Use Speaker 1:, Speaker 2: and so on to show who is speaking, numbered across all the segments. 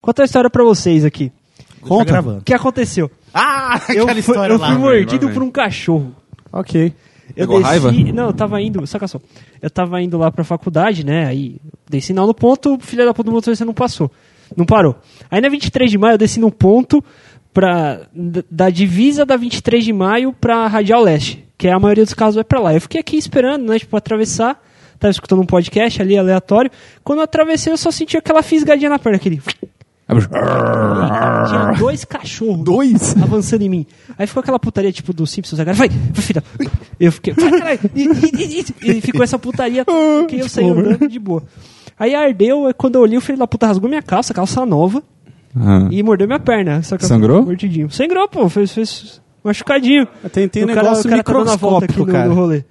Speaker 1: Contar a história pra vocês aqui.
Speaker 2: Conta.
Speaker 3: Tá gravando.
Speaker 1: O que aconteceu?
Speaker 3: Ah,
Speaker 1: Eu
Speaker 3: aquela
Speaker 1: fui,
Speaker 3: história
Speaker 1: eu
Speaker 3: lá.
Speaker 1: fui
Speaker 3: velho,
Speaker 1: mordido
Speaker 3: lá,
Speaker 1: por um cachorro.
Speaker 2: Ok.
Speaker 1: Eu
Speaker 3: Pegou raiva?
Speaker 1: Não, eu tava indo, saca só. Eu tava indo lá pra faculdade, né? Aí dei sinal no ponto, o filho da puta do motorista não passou. Não parou. Aí na 23 de maio eu desci no ponto pra, da, da divisa da 23 de maio pra Radial Leste, que é a maioria dos casos é pra lá. Eu fiquei aqui esperando, né? Tipo, atravessar. Tava escutando um podcast ali aleatório. Quando eu atravessei, eu só senti aquela fisgadinha na perna, aquele. Tinha dois cachorros
Speaker 2: Dois?
Speaker 1: avançando em mim. Aí ficou aquela putaria tipo do Simpsons, a galera, vai, vai, filha. Eu fiquei, vai, caralho. E, e- e- e ficou essa putaria que
Speaker 2: Ah,
Speaker 1: eu saí andando de boa. Aí ardeu, aí quando eu olhei, o filho da puta rasgou minha calça, calça nova,
Speaker 3: Ah.
Speaker 1: e mordeu minha perna. Só que eu-
Speaker 3: Sangrou?
Speaker 1: Mordidinho. Sangrou, pô, fez, fez machucadinho.
Speaker 2: Tem, tem um
Speaker 1: O cara-
Speaker 2: negócio
Speaker 1: o cara tá dando a volta aqui
Speaker 2: microscópico,
Speaker 1: no-
Speaker 2: cara.
Speaker 1: no rolê.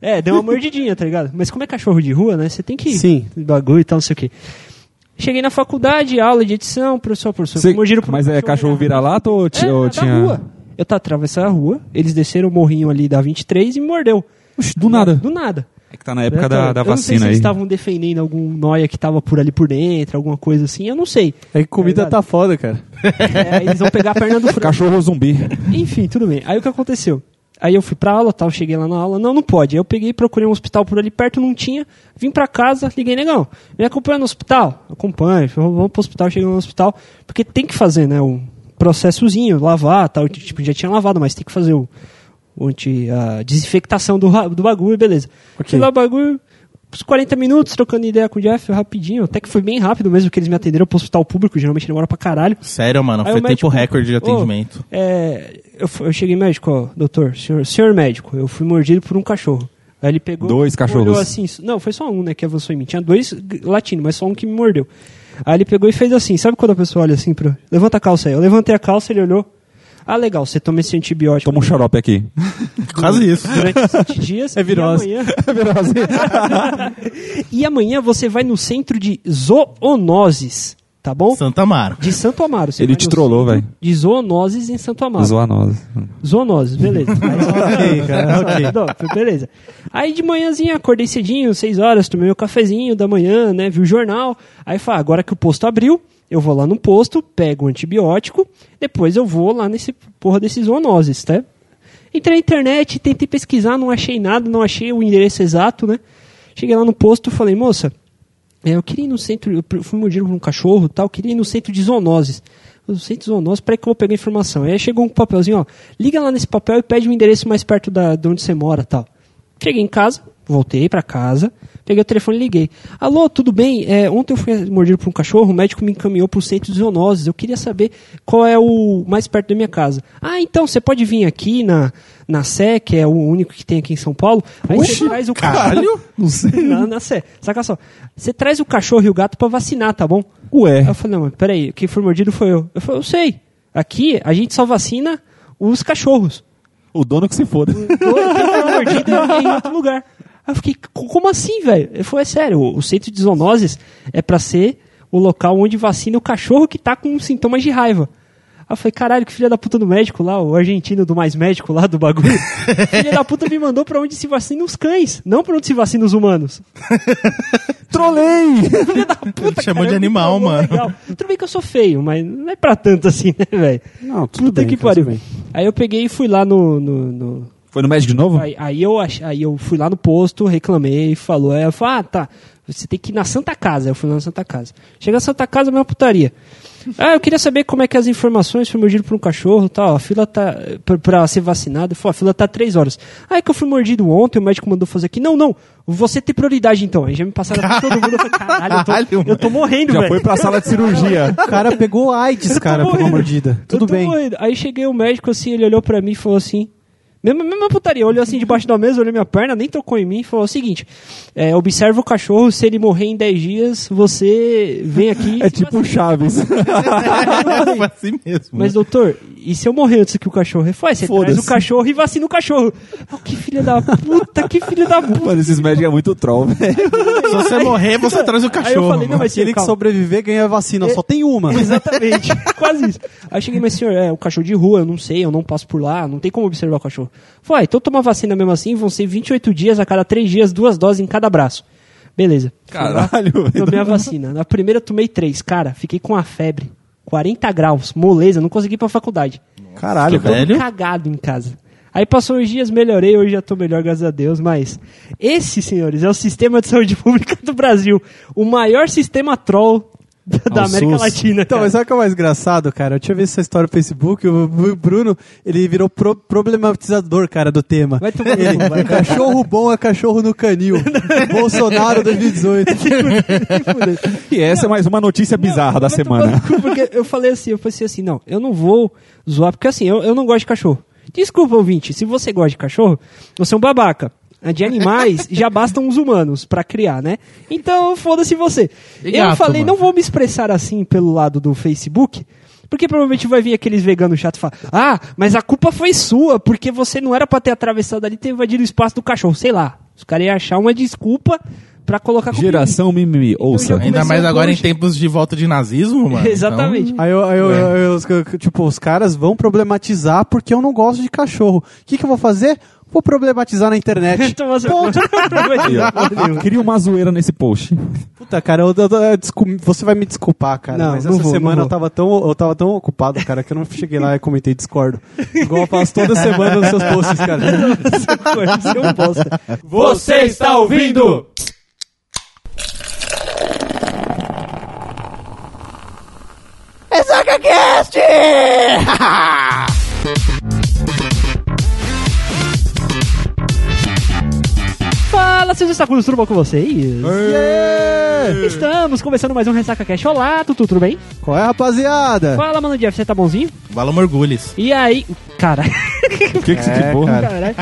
Speaker 1: É, deu uma mordidinha, tá ligado? Mas como é cachorro de rua, né? Você tem que
Speaker 2: Sim.
Speaker 1: bagulho e tal, não sei o quê. Cheguei na faculdade, aula de edição, professor,
Speaker 2: Então,
Speaker 1: professor,
Speaker 3: Cê-
Speaker 1: mordiram por um
Speaker 3: Mas é cachorro
Speaker 2: né?
Speaker 3: vira-lata ou, ti-
Speaker 1: é,
Speaker 3: ou
Speaker 1: da
Speaker 3: tinha.
Speaker 1: rua. Eu tava atravessando a rua, eles desceram o morrinho ali da 23 e me mordeu.
Speaker 3: Oxe, do nada.
Speaker 1: Do nada.
Speaker 3: É que tá na
Speaker 2: Né,
Speaker 3: época
Speaker 1: Eu
Speaker 3: da,
Speaker 1: tava-
Speaker 3: da
Speaker 1: eu não sei se
Speaker 3: vacina aí.
Speaker 1: eles estavam defendendo algum noia que tava por ali por dentro, alguma coisa assim, eu não sei.
Speaker 2: É que comida
Speaker 1: Verdade.
Speaker 2: tá foda, cara.
Speaker 1: É, eles vão pegar a perna do frango.
Speaker 3: Cachorro zumbi.
Speaker 1: Enfim, tudo bem. Aí o que aconteceu? Aí eu fui pra aula, tal, cheguei lá na aula, não, não pode. Aí eu peguei, procurei um hospital por ali perto, não tinha. Vim pra casa, liguei, negão, me acompanha no hospital? Acompanha, falou, vamos pro hospital, cheguei no hospital, porque tem que fazer, né, um processozinho, lavar, tal, tipo, já tinha lavado, mas tem que fazer o, o anti, a desinfectação do, ra- do bagulho, beleza.
Speaker 2: Ok.
Speaker 1: Fui lá, o bagulho, uns 40 minutos, trocando ideia com o Jeff, rapidinho, até que foi bem rápido mesmo, que eles me atenderam pro hospital público, geralmente demora pra caralho.
Speaker 4: Sério, mano,
Speaker 1: Aí
Speaker 4: foi
Speaker 1: o
Speaker 4: tempo
Speaker 1: médico-
Speaker 4: recorde de
Speaker 1: Ô,
Speaker 4: atendimento.
Speaker 1: é, eu, fu- eu cheguei médico, ó, doutor, senhor, senhor médico, eu fui mordido por um cachorro. Aí ele pegou.
Speaker 3: Dois cachorros.
Speaker 1: olhou assim, não, foi só um, né, que avançou em mim. Tinha dois g- latinos, mas só um que me mordeu. Aí ele pegou e fez assim, sabe quando a pessoa olha assim pro. Levanta a calça aí. Eu levantei a calça, ele olhou. Ah, legal, você toma esse antibiótico
Speaker 3: Toma um xarope aqui.
Speaker 4: Quase isso.
Speaker 1: durante sete dias.
Speaker 2: É virose.
Speaker 1: E amanhã, e amanhã você vai no centro de zoonoses, tá bom?
Speaker 4: Santa Mara.
Speaker 1: De Santo Amaro. você
Speaker 3: Ele
Speaker 1: vai
Speaker 3: te
Speaker 1: no
Speaker 3: trollou,
Speaker 1: centro
Speaker 3: velho.
Speaker 1: De zoonoses em Santo Amaro.
Speaker 3: Zoar nós.
Speaker 1: Zoonoses, beleza. tá
Speaker 2: ok, cara, ok.
Speaker 1: Não, foi beleza. Aí de manhãzinha acordei cedinho, 6 horas, tomei meu cafezinho da manhã, né? Vi o jornal. Aí fala, agora que o posto abriu, eu vou lá no posto, pego o antibiótico, depois eu vou lá nesse porra desses zoonoses, tá? Entrei na internet, tentei pesquisar, não achei nada, não achei o endereço exato, né? Cheguei lá no posto, falei, moça, é, eu queria ir no centro, eu pre- fui mordido por um cachorro e tal, eu queria ir no centro de zoonoses. No centro de zoonoses, para que eu vou pegar informação. Aí chegou um papelzinho, ó, liga lá nesse papel e pede o endereço mais perto da, de onde você mora tal. Cheguei em casa, voltei para casa, peguei o telefone e liguei. Alô, tudo bem? É, ontem eu fui mordido por um cachorro, o médico me encaminhou para o centro de zoonoses, eu queria saber qual é o mais perto da minha casa. Ah, então, você pode vir aqui na, na Sé, que é o único que tem aqui em São Paulo, aí você traz o
Speaker 4: caralho.
Speaker 2: Não sei.
Speaker 1: na, na sé. Saca é só. Você traz o cachorro e o gato pra vacinar, tá bom?
Speaker 3: Ué.
Speaker 2: É.
Speaker 1: Aí eu falei, não, mas peraí, quem foi mordido foi eu. Eu falei, eu sei. Aqui a gente só vacina os cachorros.
Speaker 3: O dono que se foda.
Speaker 1: Ou Quem foi mordido é em outro lugar. Aí eu fiquei, "Co- como assim, velho? Ele falou, é sério, o o centro de zoonoses é pra ser o local onde vacina o cachorro que tá com sintomas de raiva. Aí eu falei, caralho, que filha da puta do médico lá, o argentino do mais médico lá do bagulho. filha da puta me mandou pra onde se vacina os cães, não pra onde se vacina os humanos.
Speaker 2: Trolei!
Speaker 4: Ele chamou
Speaker 1: Cara,
Speaker 4: de
Speaker 1: eu
Speaker 4: animal,
Speaker 1: me falo,
Speaker 4: mano.
Speaker 1: então, legal. Tudo bem que eu sou feio, mas não é pra tanto assim, né, velho?
Speaker 2: Não, tudo
Speaker 1: Puta
Speaker 2: bem,
Speaker 1: que
Speaker 2: cara,
Speaker 1: pariu.
Speaker 2: tudo bem.
Speaker 1: Aí eu peguei e fui lá no. no- no-
Speaker 3: Foi no médico de novo?
Speaker 1: Aí, aí eu, ach- aí eu fui lá no posto, reclamei, falou. Aí eu falei, ah, tá. Você tem que ir na Santa Casa. Aí Eu fui lá na Santa Casa. Chega na Santa Casa, é uma putaria. Ah, eu queria saber como é que é as informações foi mordido por um cachorro e tal. A fila tá. eh, Pra, pra ser vacinado. Eu falei, a fila tá três horas. Ah, é que eu fui mordido ontem, o médico mandou fazer aqui. Não, não. Você tem prioridade então. Aí já me passaram pra todo mundo. Eu falei, caralho, eu tô,
Speaker 4: Caralho,
Speaker 1: eu tô morrendo,
Speaker 3: Já
Speaker 1: velho.
Speaker 3: foi pra sala de cirurgia.
Speaker 2: O cara pegou AIDS, cara, por uma
Speaker 1: morrendo.
Speaker 2: mordida.
Speaker 1: Eu
Speaker 2: Tudo
Speaker 1: tô
Speaker 2: bem.
Speaker 1: morrendo. Aí cheguei o médico assim, ele olhou pra mim e falou assim. Mesma, mesma putaria, olhou assim debaixo da mesa, olhou minha perna, nem tocou em mim e falou o seguinte: é, observa o cachorro, se ele morrer em 10 dias, você vem aqui. e
Speaker 3: É
Speaker 1: se
Speaker 2: um
Speaker 3: tipo o
Speaker 1: vacina."
Speaker 3: Chaves.
Speaker 4: Foi assim
Speaker 1: né?
Speaker 4: mesmo.
Speaker 1: Mas, doutor, e se eu morrer antes que o cachorro? Ele falou, "Ah, você traz
Speaker 3: Foda-se.
Speaker 1: o cachorro e vacina o cachorro. Ah, que filho da puta, que filho da puta.
Speaker 3: Mano, esses médicos é muito troll, velho.
Speaker 4: Se você morrer, você traz o cachorro.
Speaker 1: Aí eu falei, não,
Speaker 4: mano.
Speaker 1: mas
Speaker 2: Aquele que
Speaker 1: calma."
Speaker 2: sobreviver ganha a vacina,
Speaker 3: É.
Speaker 2: só tem uma.
Speaker 1: Exatamente, quase isso. Aí eu cheguei, mas senhor, é o cachorro de rua, eu não sei, eu não passo por lá, não tem como observar o cachorro. Falei, ah, então toma vacina mesmo assim, vão ser 28 dias a cada 3 dias, duas doses em cada braço. Beleza.
Speaker 3: Caralho, velho.
Speaker 1: Tomei a vacina. Na primeira eu tomei três. Cara, fiquei com a febre. 40 graus, moleza, não consegui ir pra faculdade.
Speaker 3: Caralho,
Speaker 4: Que
Speaker 3: velho.
Speaker 4: Sério?
Speaker 1: Cagado em casa. Aí passou os dias, melhorei, hoje já tô melhor, graças a Deus, mas esse, senhores, é o sistema de saúde pública do Brasil. O maior sistema troll da, da
Speaker 3: o
Speaker 1: América
Speaker 3: SUS.
Speaker 1: Latina.
Speaker 2: Então,
Speaker 1: cara.
Speaker 2: mas sabe o que é mais engraçado, cara? Eu tinha visto essa história no Facebook, o Bru- Bruno, ele virou pro- problematizador, cara, do tema.
Speaker 1: Vai tomar no
Speaker 2: Ele,
Speaker 1: cu, vai.
Speaker 2: cachorro bom é cachorro no canil. Bolsonaro 2018.
Speaker 3: E essa é mais uma notícia bizarra da
Speaker 1: Vai tomar
Speaker 3: semana.
Speaker 1: no cu, Porque eu falei assim, eu pensei assim, não, eu não vou zoar, porque assim, eu, eu não gosto de cachorro. Desculpa, ouvinte, se você gosta de cachorro, você é um babaca. De animais, já bastam os humanos pra criar, né? Então, foda-se você.
Speaker 4: E
Speaker 1: eu
Speaker 4: gato,
Speaker 1: falei,
Speaker 4: mano?
Speaker 1: não vou me expressar assim pelo lado do Facebook, porque provavelmente vai vir aqueles veganos chatos e falar, ah, mas a culpa foi sua, porque você não era pra ter atravessado ali e ter invadido o espaço do cachorro, sei lá. Os caras iam achar uma desculpa pra colocar a culpa em mim.
Speaker 3: Geração mimimi, ouça.
Speaker 1: já-
Speaker 4: Ainda mais
Speaker 1: Começou
Speaker 4: agora em
Speaker 1: hoje.
Speaker 4: tempos de volta de nazismo, mano. Então,
Speaker 1: Exatamente.
Speaker 2: Aí, eu, aí eu-
Speaker 3: É.
Speaker 2: eu- os- tipo, os caras vão problematizar porque eu não gosto de cachorro. O que, que eu vou fazer? Vou problematizar na internet.
Speaker 1: Então, você-
Speaker 3: Aí, ó. Cria uma zoeira nesse post.
Speaker 2: Puta, cara, eu- eu- eu- descul- você vai me desculpar, cara.
Speaker 1: Não,
Speaker 2: mas
Speaker 1: não
Speaker 2: essa
Speaker 1: vou, não
Speaker 2: semana
Speaker 1: vou.
Speaker 2: eu tava, tão, eu tava tão ocupado, cara, que eu não cheguei lá e comentei discordo. Igual eu faço toda semana nos seus posts, cara.
Speaker 1: Você é um bosta.
Speaker 5: Você está ouvindo?
Speaker 1: Fala, seus estacudos, tudo bom com vocês? Estamos começando mais um Ressaca Cash. Olá, Tutu, tudo bem?
Speaker 2: Qual é, rapaziada?
Speaker 1: Fala, mano Jeff, você tá bonzinho?
Speaker 4: Valor Morgulhos.
Speaker 1: E aí... Cara,
Speaker 3: O que que se de porra?
Speaker 1: caralho.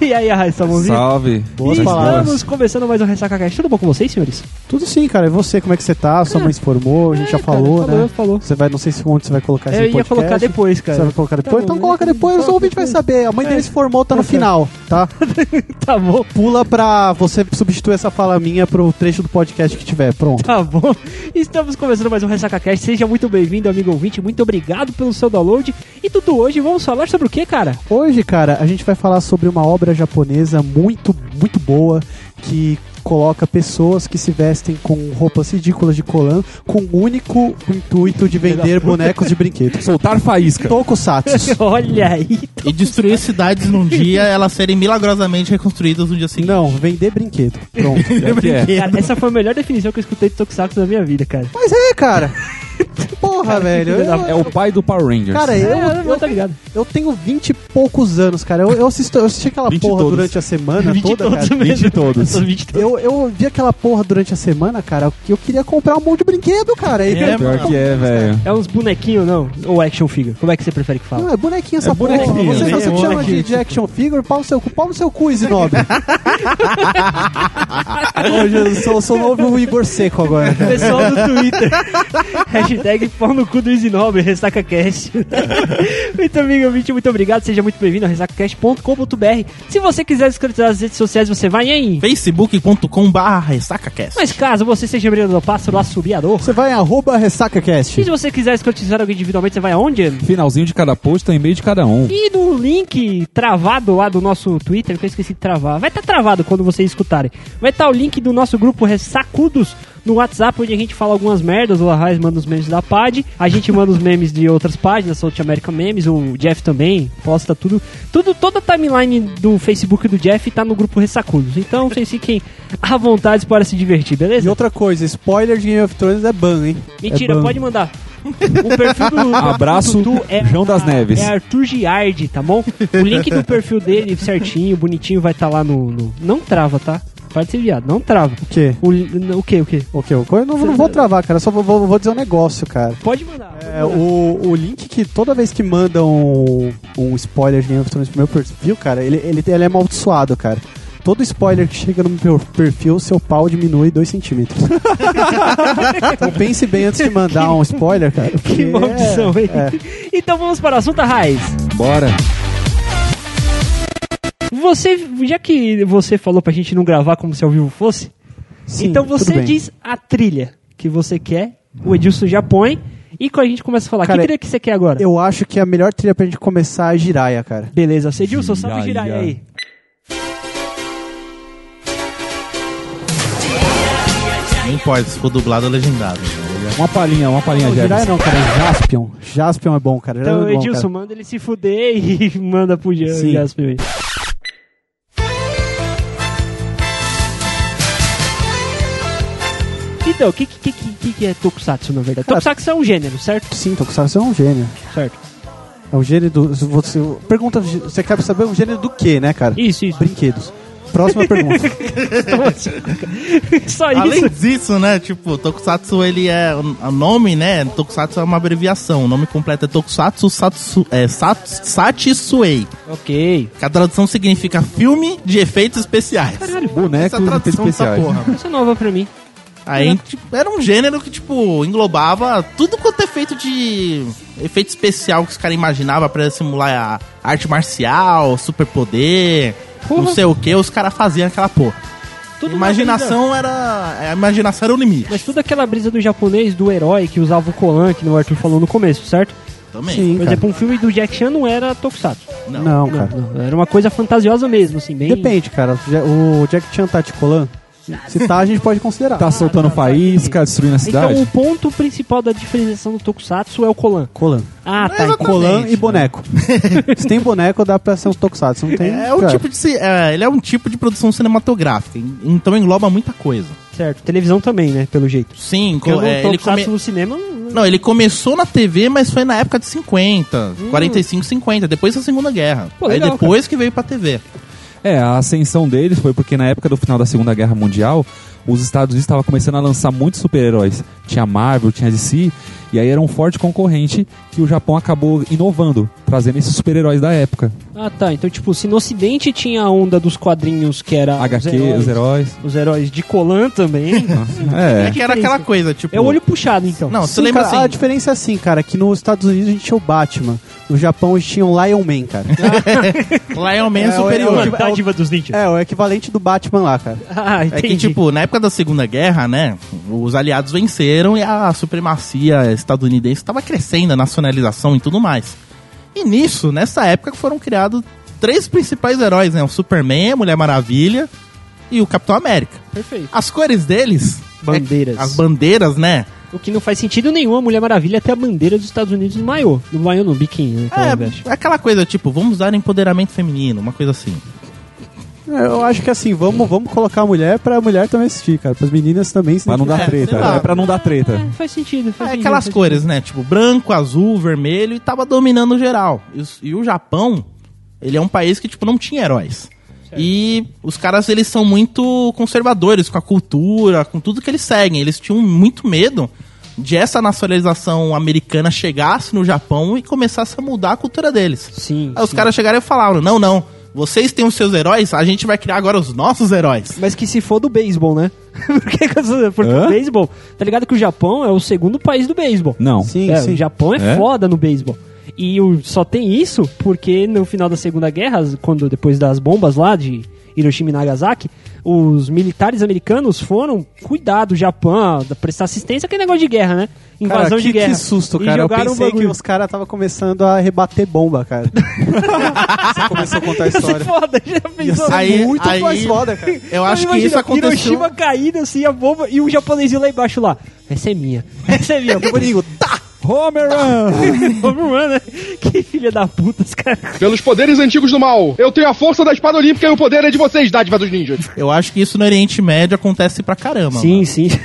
Speaker 1: E aí, Arraiz, tá bonzinho?
Speaker 3: Salve.
Speaker 2: Boas
Speaker 1: Estamos
Speaker 2: palavras.
Speaker 1: começando mais um Ressaca Cash. Tudo bom com vocês, senhores?
Speaker 2: Tudo sim, cara. E você, como é que você tá? Sua mãe se formou, a gente já
Speaker 1: É, cara,
Speaker 2: falou,
Speaker 1: falou,
Speaker 2: né?
Speaker 1: falou.
Speaker 2: Você vai, não sei se onde você vai colocar esse
Speaker 1: Eu ia
Speaker 2: podcast.
Speaker 1: colocar depois, cara.
Speaker 2: Você vai colocar depois?
Speaker 1: Tá
Speaker 2: então
Speaker 1: bom,
Speaker 2: coloca
Speaker 1: né?
Speaker 2: depois, o
Speaker 1: Coloca
Speaker 2: ouvinte vai
Speaker 1: depois. É.
Speaker 2: saber. A mãe dele se formou, tá no final, tá?
Speaker 1: Tá bom,
Speaker 2: Pula pra você substituir essa fala minha pro trecho do podcast que tiver. Pronto.
Speaker 1: tá bom. Estamos começando mais um Ressaca Cash. Seja muito bem-vindo, amigo ouvinte. Muito obrigado pelo seu download. E, Tutu, hoje vamos falar sobre o que, cara?
Speaker 2: Hoje, cara, a gente vai falar sobre uma obra japonesa muito, muito boa que coloca pessoas que se vestem com roupas ridículas de colã com o único intuito de vender bonecos de brinquedo.
Speaker 3: Soltar faísca.
Speaker 2: Tokusatsu.
Speaker 1: Olha aí,
Speaker 4: E destruir cidades num dia, elas serem milagrosamente reconstruídas no dia seguinte.
Speaker 2: Não, vender brinquedo. Pronto.
Speaker 3: É que é.
Speaker 1: Cara, essa foi a melhor definição que eu escutei de Tokusatsu na minha vida, cara.
Speaker 2: Mas é, cara. Porra, velho.
Speaker 1: filho da-
Speaker 2: Eu-
Speaker 3: É o pai do Power Rangers.
Speaker 2: Cara, eu,
Speaker 1: É,
Speaker 2: eu,
Speaker 1: tá ligado.
Speaker 2: eu tenho 20 e poucos anos, cara. Eu, eu, assisto, eu assisti aquela
Speaker 3: 20
Speaker 2: porra
Speaker 3: todos.
Speaker 2: durante a semana toda, cara.
Speaker 1: mesmo.
Speaker 3: 20 todos.
Speaker 1: São 20 todos.
Speaker 2: Eu, eu vi aquela porra durante a semana, cara, que eu queria comprar um monte de brinquedo, cara. E-
Speaker 4: É,
Speaker 3: Pior que é, velho.
Speaker 1: É uns bonequinhos, não? Ou action figure? Como é que você prefere que fale?
Speaker 2: Não, é bonequinho essa
Speaker 3: É
Speaker 2: porra.
Speaker 3: bonequinho,
Speaker 2: Você,
Speaker 3: né?
Speaker 2: você que chama de,
Speaker 1: Bonequinho.
Speaker 2: de action figure, pau no seu cu, pau no seu cu, Zinobre. Hoje eu sou, sou novo Igor Seco agora.
Speaker 1: Pessoal do Twitter. Hashtag pau no cu do Isinobre, RessacaCast. muito amigo, ouvinte, muito obrigado. Seja muito bem-vindo ao ressacacast.com.br. Se você quiser escrotizar as redes sociais, você vai em...
Speaker 4: facebook.com barra ressacacast.
Speaker 1: Mas caso você seja brilhando do pássaro, assobiador.
Speaker 2: Você vai em arroba
Speaker 1: E
Speaker 2: ressacacast.
Speaker 1: se você quiser escrotizar alguém individualmente, você vai aonde?
Speaker 3: Finalzinho de cada post tem meio de cada um.
Speaker 1: E no link travado lá do nosso Twitter, que eu esqueci de travar, vai estar travado quando vocês escutarem. Vai estar o link do nosso grupo Ressacudos no WhatsApp, onde a gente fala algumas merdas. O Arraiz manda os memes da PAD, a gente manda os memes de outras páginas, South American Memes, o Jeff também posta tudo. tudo toda a timeline do Facebook do Jeff tá no grupo Ressacudos. Então vocês fiquem à vontade para se divertir,
Speaker 2: E
Speaker 1: beleza?
Speaker 2: outra coisa, spoiler de Game of Thrones é ban, hein?
Speaker 1: Mentira,
Speaker 2: é ban.
Speaker 1: pode mandar. O perfil do
Speaker 3: Abraço,
Speaker 1: do Tutu
Speaker 3: João das
Speaker 1: a-
Speaker 3: Neves.
Speaker 1: É Arthur Giardi, tá bom? O link do perfil dele certinho, bonitinho, vai estar lá no, no- Não trava, tá? Para de ser viado, não trava.
Speaker 2: O quê?
Speaker 1: O, li- o que, o que?
Speaker 2: Ok, eu eu não, não vou travar, cara. Só vou, vou- vou dizer um negócio, cara.
Speaker 1: Pode mandar. pode
Speaker 2: É,
Speaker 1: mandar.
Speaker 2: o, o link que toda vez que mandam um, um spoiler de Game of Thrones pro meu perfil, cara, ele, ele, ele é amaldiçoado, cara. Todo spoiler que chega no meu perfil, seu pau diminui 2 centímetros. então pense bem antes de mandar um spoiler, cara.
Speaker 1: Que
Speaker 2: porque é,
Speaker 1: maldição, hein? Então vamos para o assunto, Raiz.
Speaker 3: Bora.
Speaker 1: Você, já que você falou pra gente não gravar como se ao vivo fosse,
Speaker 2: é. Sim,
Speaker 1: então
Speaker 2: tudo
Speaker 1: você
Speaker 2: bem.
Speaker 1: diz a trilha que você quer, o Edilson já põe, e quando a gente começa a falar,
Speaker 2: Cara,
Speaker 1: que trilha que você quer agora?
Speaker 2: Eu acho que a melhor trilha pra gente começar é a Jiraya, cara.
Speaker 1: Beleza, você Edilson, salve
Speaker 3: Jiraiya.
Speaker 1: Jiraiya aí.
Speaker 4: Não importa se for dublado ou legendado.
Speaker 3: Uma palhinha, uma palhinha,
Speaker 2: Não, Jirai
Speaker 3: Jervis.
Speaker 2: não, cara. é Jaspion. Jaspion é bom, cara.
Speaker 1: Então,
Speaker 2: é bom,
Speaker 1: Edilson, manda ele se fuder e manda pro Jean-
Speaker 2: Sim.
Speaker 1: Jasper aí. Então, o que, que, que- que- que é Tokusatsu, na verdade?
Speaker 2: Cara,
Speaker 1: Tokusatsu é um gênero, certo?
Speaker 2: Cara. Sim, Tokusatsu é um gênio.
Speaker 1: Certo.
Speaker 2: É um gênio do... Você, pergunta, você quer saber um gênio do quê, né, cara?
Speaker 1: Isso, isso.
Speaker 2: Brinquedos. Próxima pergunta.
Speaker 1: Só
Speaker 4: Além
Speaker 1: É isso.
Speaker 4: disso, né, tipo, Tokusatsu, ele é... O nome, né, Tokusatsu é uma abreviação. O nome completo é Tokusatsu Satsu, é, Sats- Satisui.
Speaker 1: Ok.
Speaker 4: Que a tradução significa filme de efeitos especiais. tá
Speaker 3: Bonecos e especiais.
Speaker 4: porra.
Speaker 1: Isso é nova pra mim.
Speaker 4: Aí tipo, era um gênero que, tipo, englobava tudo quanto é feito de efeito especial que os caras imaginavam pra simular a arte marcial, superpoder, não
Speaker 1: Porra.
Speaker 4: sei o que, os caras faziam aquela porra.
Speaker 1: Tudo
Speaker 4: imaginação era. A imaginação era o limite.
Speaker 1: Mas toda aquela brisa do japonês, do herói que usava o colan, que o Arthur falou no começo, certo?
Speaker 4: Também.
Speaker 2: Sim,
Speaker 1: Por
Speaker 2: cara.
Speaker 1: exemplo, um filme do Jack Chan não era Tokusatsu.
Speaker 4: Não.
Speaker 2: Não, cara.
Speaker 1: Não, não, Era uma coisa fantasiosa mesmo, assim, bem...
Speaker 2: Depende, cara. O Jack Chan tá te colando? Se tá, a gente pode considerar.
Speaker 3: Tá soltando faísca, destruindo a
Speaker 1: Então, o
Speaker 3: cidade.
Speaker 1: ponto principal da diferenciação do Tokusatsu é o Colan.
Speaker 2: Colan.
Speaker 1: Ah, tá.
Speaker 4: Exatamente.
Speaker 2: Colan e boneco. Se tem boneco, dá pra ser um tokusatsu. Não tem.
Speaker 4: É um
Speaker 2: cara.
Speaker 4: tipo de. ci- é, ele é um tipo de produção cinematográfica. en- Então engloba muita coisa.
Speaker 1: Certo. Televisão também, né? Pelo jeito.
Speaker 4: Sim, co-
Speaker 1: Porque
Speaker 4: é,
Speaker 1: o
Speaker 4: ele
Speaker 1: Tokusatsu
Speaker 4: come-
Speaker 1: no cinema... não-
Speaker 4: Não, ele começou na TV, mas foi na época de 50, 45, 50, depois da Segunda Guerra.
Speaker 1: Pô,
Speaker 4: Aí
Speaker 1: legal,
Speaker 4: depois que veio pra TV.
Speaker 3: É, a ascensão deles foi porque na época do final da Segunda Guerra Mundial, os Estados Unidos estavam começando a lançar muitos super-heróis. Tinha Marvel, tinha DC, e aí era um forte concorrente que o Japão acabou inovando, trazendo esses super-heróis da época.
Speaker 1: Ah, tá. Então, tipo, se no ocidente tinha a onda dos quadrinhos que era... os
Speaker 3: HQ,
Speaker 1: heróis-
Speaker 3: os heróis.
Speaker 1: Os heróis de Colan também.
Speaker 4: É,
Speaker 3: É.
Speaker 4: que era aquela coisa, tipo.
Speaker 1: é o olho puxado, então.
Speaker 4: Não, você
Speaker 2: Sim,
Speaker 4: lembra
Speaker 2: cara, A
Speaker 4: assim.
Speaker 2: diferença é assim, cara, que nos Estados Unidos a gente tinha o Batman. No Japão a gente tinha o Lion Man, cara.
Speaker 4: Lion Man
Speaker 2: É,
Speaker 4: é,
Speaker 2: é o-
Speaker 4: superior.
Speaker 2: é o-
Speaker 1: Da diva dos ninjas.
Speaker 2: é, o equivalente do Batman lá, cara.
Speaker 1: Ah,
Speaker 4: É que, tipo, na época da Segunda Guerra, né, os aliados venceram e a supremacia estadunidense estava crescendo, a nacionalização e tudo mais. E nisso, nessa época, foram criados três principais heróis, né? O Superman, a Mulher Maravilha e o Capitão América.
Speaker 1: Perfeito.
Speaker 4: As cores deles, é
Speaker 1: Bandeiras.
Speaker 4: as bandeiras, né?
Speaker 1: O que não faz sentido nenhum, a Mulher Maravilha até a bandeira dos Estados Unidos no maiô. No maiô no biquíni, né? que ela veste.
Speaker 4: É, aquela coisa, tipo, vamos dar empoderamento feminino, uma coisa assim.
Speaker 2: É, Eu acho que assim, vamos, vamos colocar a mulher pra mulher também assistir, cara. Pras meninas também. se
Speaker 3: Pra não
Speaker 2: identificar.
Speaker 3: dar treta.
Speaker 4: sei lá.
Speaker 2: né?
Speaker 3: É pra não dar treta.
Speaker 1: É, faz sentido. Faz
Speaker 4: É
Speaker 1: sentido,
Speaker 4: aquelas
Speaker 1: faz
Speaker 4: cores, né? Tipo, branco, azul, vermelho, e tava dominando geral. E, os- e o Japão, ele é um país que, tipo, não tinha heróis. E os caras, eles são muito conservadores com a cultura, com tudo que eles seguem. Eles tinham muito medo de essa nacionalização americana chegasse no Japão e começasse a mudar a cultura deles.
Speaker 1: sentido. Sim.
Speaker 4: Aí os
Speaker 1: sim.
Speaker 4: caras chegaram e falaram, não, não, vocês têm os seus heróis, a gente vai criar agora os nossos heróis.
Speaker 1: Mas que se for do beisebol, né? Por que que eu- Porque
Speaker 3: Hã?
Speaker 1: o beisebol. Tá ligado que o Japão é o segundo país do beisebol.
Speaker 3: Não.
Speaker 2: Sim,
Speaker 1: É,
Speaker 2: sim.
Speaker 1: O Japão é,
Speaker 3: É?
Speaker 1: foda no beisebol. E o- só tem isso porque no final da Segunda Guerra, quando depois das bombas lá de Hiroshima e Nagasaki, os militares americanos foram cuidar do Japão, da- prestar assistência, que é negócio de guerra, né?
Speaker 2: Cara,
Speaker 1: Invasão
Speaker 2: que,
Speaker 1: de guerra.
Speaker 2: que susto,
Speaker 1: E
Speaker 2: cara. Eu
Speaker 1: jogaram um
Speaker 2: pensei que
Speaker 1: bagulho.
Speaker 2: os caras estavam começando a rebater bomba, cara. Você começou a contar a
Speaker 1: Ia ser
Speaker 2: história.
Speaker 1: foda, já pensou?
Speaker 4: Aí-
Speaker 2: Muito
Speaker 4: aí-
Speaker 2: mais foda, cara.
Speaker 4: Eu
Speaker 1: Mas
Speaker 4: acho que
Speaker 1: imagina,
Speaker 4: isso aconteceu...
Speaker 1: Hiroshima caída assim, a bomba, e o japonesinho lá embaixo lá. Essa é minha. Essa é minha. Eu vou digo,
Speaker 3: Homer Run!
Speaker 1: mano, né? Que filha da puta, esse cara.
Speaker 6: Pelos poderes antigos do mal, eu tenho a força da espada olímpica e o poder é de vocês, dádiva dos ninjas.
Speaker 4: Eu acho que isso no Oriente Médio acontece pra caramba. mano.
Speaker 1: Sim, sim.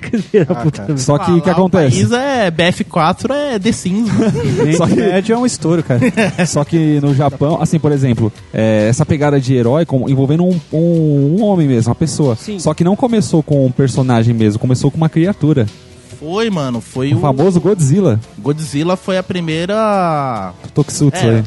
Speaker 1: Que filha
Speaker 4: Ah,
Speaker 1: da puta. também.
Speaker 3: Só que o que
Speaker 4: Lá,
Speaker 3: acontece?
Speaker 4: O país é BF4 é The Sims.
Speaker 3: Só que-
Speaker 2: Médio é um estouro, cara.
Speaker 3: Só que no Japão, assim, por exemplo, é, essa pegada de herói como, envolvendo um, um- um homem mesmo, uma pessoa.
Speaker 1: Sim.
Speaker 3: Só que não começou com um personagem mesmo, começou com uma criatura.
Speaker 4: foi, mano, foi
Speaker 3: O
Speaker 4: o
Speaker 3: famoso Godzilla,
Speaker 4: Godzilla foi a primeira
Speaker 3: Tokusutsu.
Speaker 4: É.
Speaker 3: aí.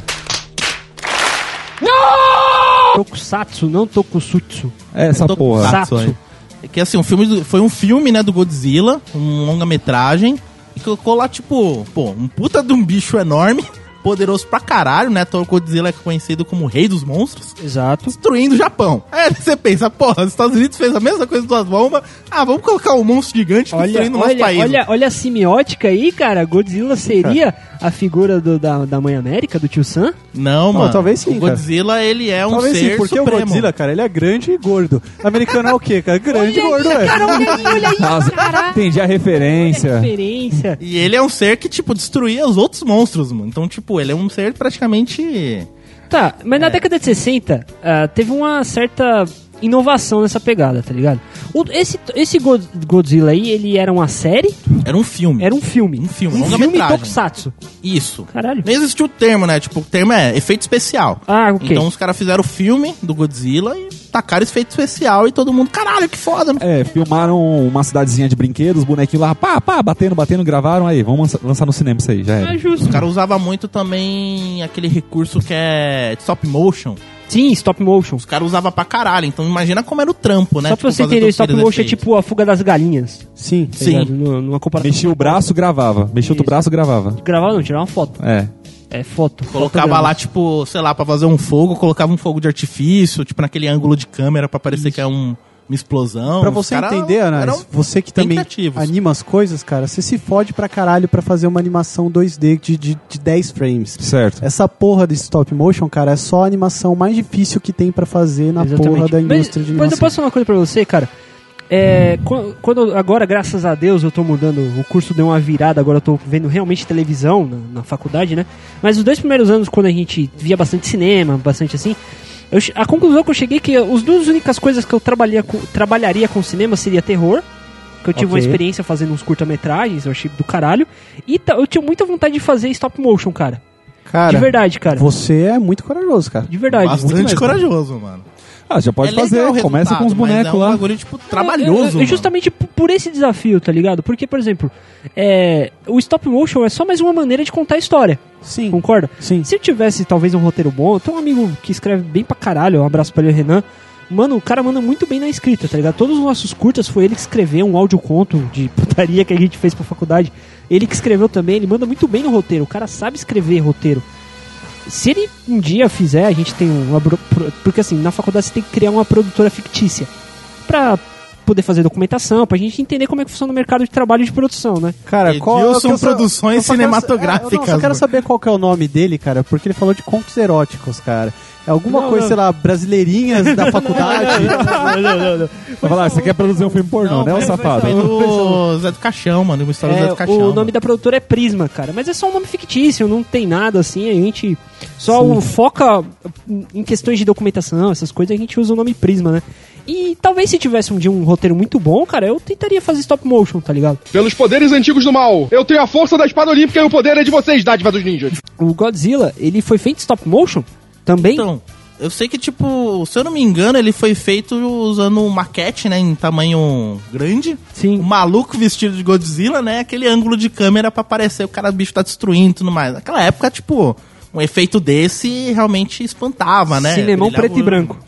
Speaker 1: Tokusatsu, não Tokusutsu.
Speaker 3: É essa
Speaker 4: Tokusatsu,
Speaker 3: porra.
Speaker 1: Satsu.
Speaker 4: é. Que assim, um filme do- foi um filme, né, do Godzilla, um longa-metragem, e colocou lá tipo, pô, um puta de um bicho enorme, poderoso pra caralho, né? Então o Godzilla é conhecido como o rei dos monstros.
Speaker 1: Exato.
Speaker 4: É, Destruindo o Japão. Aí você pensa, porra, os Estados Unidos fez a mesma coisa com duas bombas, Ah, vamos colocar o monstro gigante
Speaker 1: Olha,
Speaker 4: destruindo o nosso
Speaker 1: olha,
Speaker 4: país. né?
Speaker 1: olha, olha a semiótica aí, cara. Godzilla seria a figura do- da, da Mãe América, do tio Sam?
Speaker 4: Não,
Speaker 2: Não,
Speaker 4: mano.
Speaker 2: talvez sim,
Speaker 4: O Godzilla, ele é um
Speaker 2: Talvez
Speaker 4: ser
Speaker 2: sim, porque
Speaker 4: supremo.
Speaker 2: assim, o Godzilla, cara, ele é grande e gordo. Americano é o quê, cara? Grande e gordo, é.
Speaker 1: um-
Speaker 3: Nossa, entendi a referência.
Speaker 1: Referência.
Speaker 4: E ele é um ser que, tipo, destruía os outros monstros, mano. Então, tipo, ele é um ser praticamente...
Speaker 1: Tá, mas
Speaker 4: É.
Speaker 1: na década de 60 ah, teve uma certa inovação nessa pegada, tá ligado? O- esse esse Go- Godzilla aí, ele era uma série?
Speaker 4: Era um filme.
Speaker 1: Era um filme.
Speaker 4: Um filme,
Speaker 1: um filme
Speaker 4: longa-metragem.
Speaker 1: Tokusatsu.
Speaker 4: Isso.
Speaker 1: Caralho.
Speaker 4: Não existiu o termo, né? Tipo, o termo é efeito especial.
Speaker 1: Ah, ok.
Speaker 4: Então os caras fizeram o filme do Godzilla e tacaram esse efeito especial e todo mundo, caralho, que foda. né?" mano."
Speaker 3: É, filmaram uma cidadezinha de brinquedos, bonequinho lá, pá, pá, batendo, batendo, gravaram aí. Vamos lança- lançar no cinema isso aí, já
Speaker 1: Ah,
Speaker 3: era.
Speaker 1: justo.
Speaker 4: Os caras usavam muito também aquele recurso que é stop motion.
Speaker 1: Sim, stop motion.
Speaker 4: Os caras usavam pra caralho, então imagina como era o trampo, né?
Speaker 1: Só pra
Speaker 4: Tipo,
Speaker 1: você
Speaker 4: fazer
Speaker 1: entender,
Speaker 4: todos
Speaker 1: stop
Speaker 4: aqueles
Speaker 1: motion é
Speaker 4: efeitos.
Speaker 1: tipo a fuga das galinhas.
Speaker 2: Sim.
Speaker 1: tá
Speaker 4: Sim.
Speaker 1: ligado? Numa, numa comparação.
Speaker 3: Mexia o braço, gravava. Mexia outro
Speaker 1: Isso.
Speaker 3: braço, gravava.
Speaker 1: Gravava não, tirava uma foto.
Speaker 3: É.
Speaker 1: É foto.
Speaker 4: Colocava
Speaker 1: fotograma.
Speaker 4: lá, tipo, sei lá, pra fazer um fogo, colocava um fogo de artifício, tipo, naquele ângulo de câmera pra parecer que é um, uma explosão.
Speaker 2: Pra
Speaker 4: Os
Speaker 2: você
Speaker 4: caras
Speaker 2: entender, né? Anais,
Speaker 4: eram
Speaker 2: você que
Speaker 4: bem
Speaker 2: também
Speaker 4: criativos.
Speaker 2: anima as coisas, cara, você se fode pra caralho pra fazer uma animação 2D de, de, de 10 frames.
Speaker 3: Certo.
Speaker 2: Essa porra desse stop motion, cara, é só a animação mais difícil que tem pra fazer na porra da
Speaker 1: Mas-
Speaker 2: indústria de
Speaker 1: Mas
Speaker 2: animação.
Speaker 1: eu posso falar uma coisa pra você, cara? É, quan- quando agora, graças a Deus, eu tô mudando, o curso deu uma virada, agora eu tô vendo realmente televisão na, na faculdade, né? Mas os dois primeiros anos, quando a gente via bastante cinema, bastante assim, eu che- a conclusão que eu cheguei é que as duas únicas coisas que eu trabalhia com- trabalharia com cinema seria terror, que eu tive uma
Speaker 2: Ok.
Speaker 1: experiência fazendo uns curta-metragens, eu achei do caralho, e ta- eu tinha muita vontade de fazer stop motion, cara.
Speaker 2: Cara,
Speaker 1: de verdade, cara.
Speaker 2: Você é muito corajoso, cara.
Speaker 1: De verdade.
Speaker 2: muito
Speaker 4: bastante
Speaker 2: mesmo.
Speaker 4: corajoso, mano.
Speaker 3: Ah, já pode
Speaker 4: É
Speaker 3: fazer.
Speaker 4: legal o
Speaker 3: Começa com os
Speaker 4: resultado, mas
Speaker 3: bonecos
Speaker 4: é um
Speaker 3: lá.
Speaker 4: bagulho, tipo, trabalhoso.
Speaker 1: É, é, é
Speaker 4: mano.
Speaker 1: justamente p- por esse desafio, tá ligado? Porque, por exemplo, é, o stop motion é só mais uma maneira de contar a história,
Speaker 2: Sim,
Speaker 1: concorda?
Speaker 2: sim.
Speaker 1: Se eu tivesse talvez um roteiro bom, eu tenho um amigo que escreve bem pra caralho, um abraço pra ele, Renan. Mano, o cara manda muito bem na escrita, tá ligado? Todos os nossos curtas foi ele que escreveu um audioconto de putaria que a gente fez pra faculdade. Ele que escreveu também, ele manda muito bem no roteiro. O cara sabe escrever roteiro. Se ele um dia fizer, a gente tem uma. bro- pro- Porque assim, na faculdade você tem que criar uma produtora fictícia. Pra poder fazer documentação, pra gente entender como é que funciona o mercado de trabalho de produção, né?
Speaker 2: Cara, qual é o que
Speaker 4: Edilson
Speaker 2: eu só-
Speaker 4: Produções
Speaker 2: eu só quero-
Speaker 4: Cinematográficas,
Speaker 2: é, eu não, só quero
Speaker 4: mano.
Speaker 2: saber qual que é o nome dele, cara, porque ele falou de contos eróticos, cara. É alguma
Speaker 1: Não,
Speaker 2: coisa,
Speaker 1: não.
Speaker 2: sei lá, brasileirinhas da faculdade.
Speaker 3: Vai falar, você quer produzir um filme pornô,
Speaker 4: Não,
Speaker 3: né, ô
Speaker 4: mas- é
Speaker 3: safado?
Speaker 4: Foi do Zé do Caixão, mano. Uma história do Zé do
Speaker 1: É,
Speaker 4: Caixão.
Speaker 1: o nome da produtora é Prisma, cara. Mas é só um nome fictício, não tem nada assim. A gente só o foca em questões de documentação, essas coisas, a gente usa o nome Prisma, né? E talvez se tivesse um dia um roteiro muito bom, cara, eu tentaria fazer stop motion, tá ligado?
Speaker 6: Pelos poderes antigos do mal, eu tenho a força da espada olímpica e o poder é de vocês, dádiva dos ninjas.
Speaker 1: O Godzilla, ele foi feito stop motion também.
Speaker 4: Então, eu sei que, tipo, se eu não me engano, ele foi feito usando maquete, né? Em tamanho grande. O
Speaker 1: Sim.
Speaker 4: maluco vestido de Godzilla, né? Aquele ângulo de câmera pra aparecer o cara, o bicho tá destruindo e tudo mais. Naquela época, tipo, um efeito desse realmente espantava, né?
Speaker 1: Cinemão
Speaker 4: Brilhava
Speaker 1: preto e
Speaker 4: o-
Speaker 1: branco.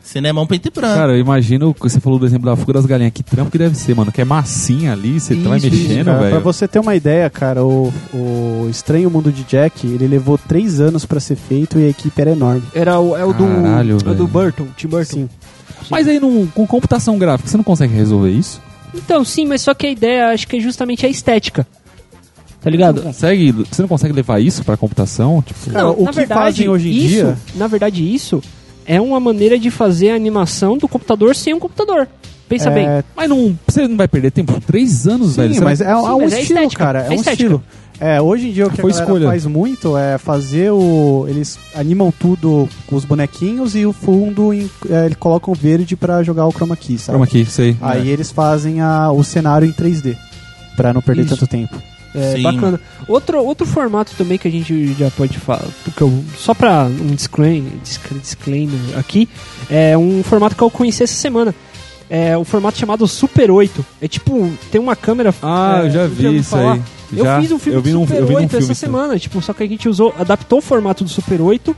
Speaker 4: Cinemão preto e branco.
Speaker 3: Cara, eu imagino que você falou do exemplo da fuga das galinhas. Que trampo que deve ser, mano. Que é massinha ali, você tá vai
Speaker 2: Isso, isso,
Speaker 3: mexendo,
Speaker 2: cara. Pra
Speaker 3: velho.
Speaker 2: você ter uma ideia, cara, o, o Estranho Mundo de Jack, ele levou três anos pra ser feito e a equipe era enorme.
Speaker 1: Era o, é o do,
Speaker 3: Caralho,
Speaker 1: é o do
Speaker 3: velho.
Speaker 1: Burton, Tim Burton.
Speaker 2: Sim.
Speaker 3: Tipo- Mas aí num- com computação gráfica, você não consegue resolver isso?
Speaker 1: Então, sim, mas só que a ideia acho que é justamente a estética. Tá ligado?
Speaker 3: Consegue, você não consegue levar isso pra computação? Tipo,
Speaker 2: Cara, o que fazem hoje em
Speaker 1: isso,
Speaker 2: dia-
Speaker 1: Na verdade, isso é uma maneira de fazer a animação do computador sem um computador. Pensa
Speaker 2: É,
Speaker 1: bem.
Speaker 3: mas não, você não vai perder tempo? Três anos, velho.
Speaker 2: Sim,
Speaker 3: Você
Speaker 2: mas é, é um
Speaker 1: mas é
Speaker 2: estilo,
Speaker 1: estética,
Speaker 2: cara. É,
Speaker 1: é
Speaker 2: um
Speaker 1: estética.
Speaker 2: estilo. É, hoje em dia o que a
Speaker 3: Foi
Speaker 2: galera
Speaker 3: escolha.
Speaker 2: faz muito é fazer o. Eles animam tudo com os bonequinhos e o fundo em- é, eles colocam verde pra jogar o chroma key, sabe?
Speaker 3: Toma aqui, sei.
Speaker 2: Aí eles fazem a- o cenário em 3D. Pra não perder
Speaker 1: Isso.
Speaker 2: tanto tempo.
Speaker 1: É
Speaker 4: Sim.
Speaker 1: bacana. Outro, outro formato também que a gente já pode falar, porque eu- só pra um disclaimer, disclaimer aqui, é um formato que eu conheci essa semana. É um formato chamado Super 8. É tipo, tem uma câmera.
Speaker 3: Ah,
Speaker 1: é,
Speaker 3: eu já
Speaker 1: você já
Speaker 3: vi
Speaker 1: ouviu
Speaker 3: isso
Speaker 1: falar?
Speaker 3: aí.
Speaker 1: Eu
Speaker 3: Já.
Speaker 1: fiz um filme
Speaker 3: eu vi
Speaker 1: do
Speaker 3: num-
Speaker 1: Super
Speaker 3: eu vi num
Speaker 1: 8 essa
Speaker 3: filme isso.
Speaker 1: semana, tipo, só que a gente usou, adaptou o formato do Super 8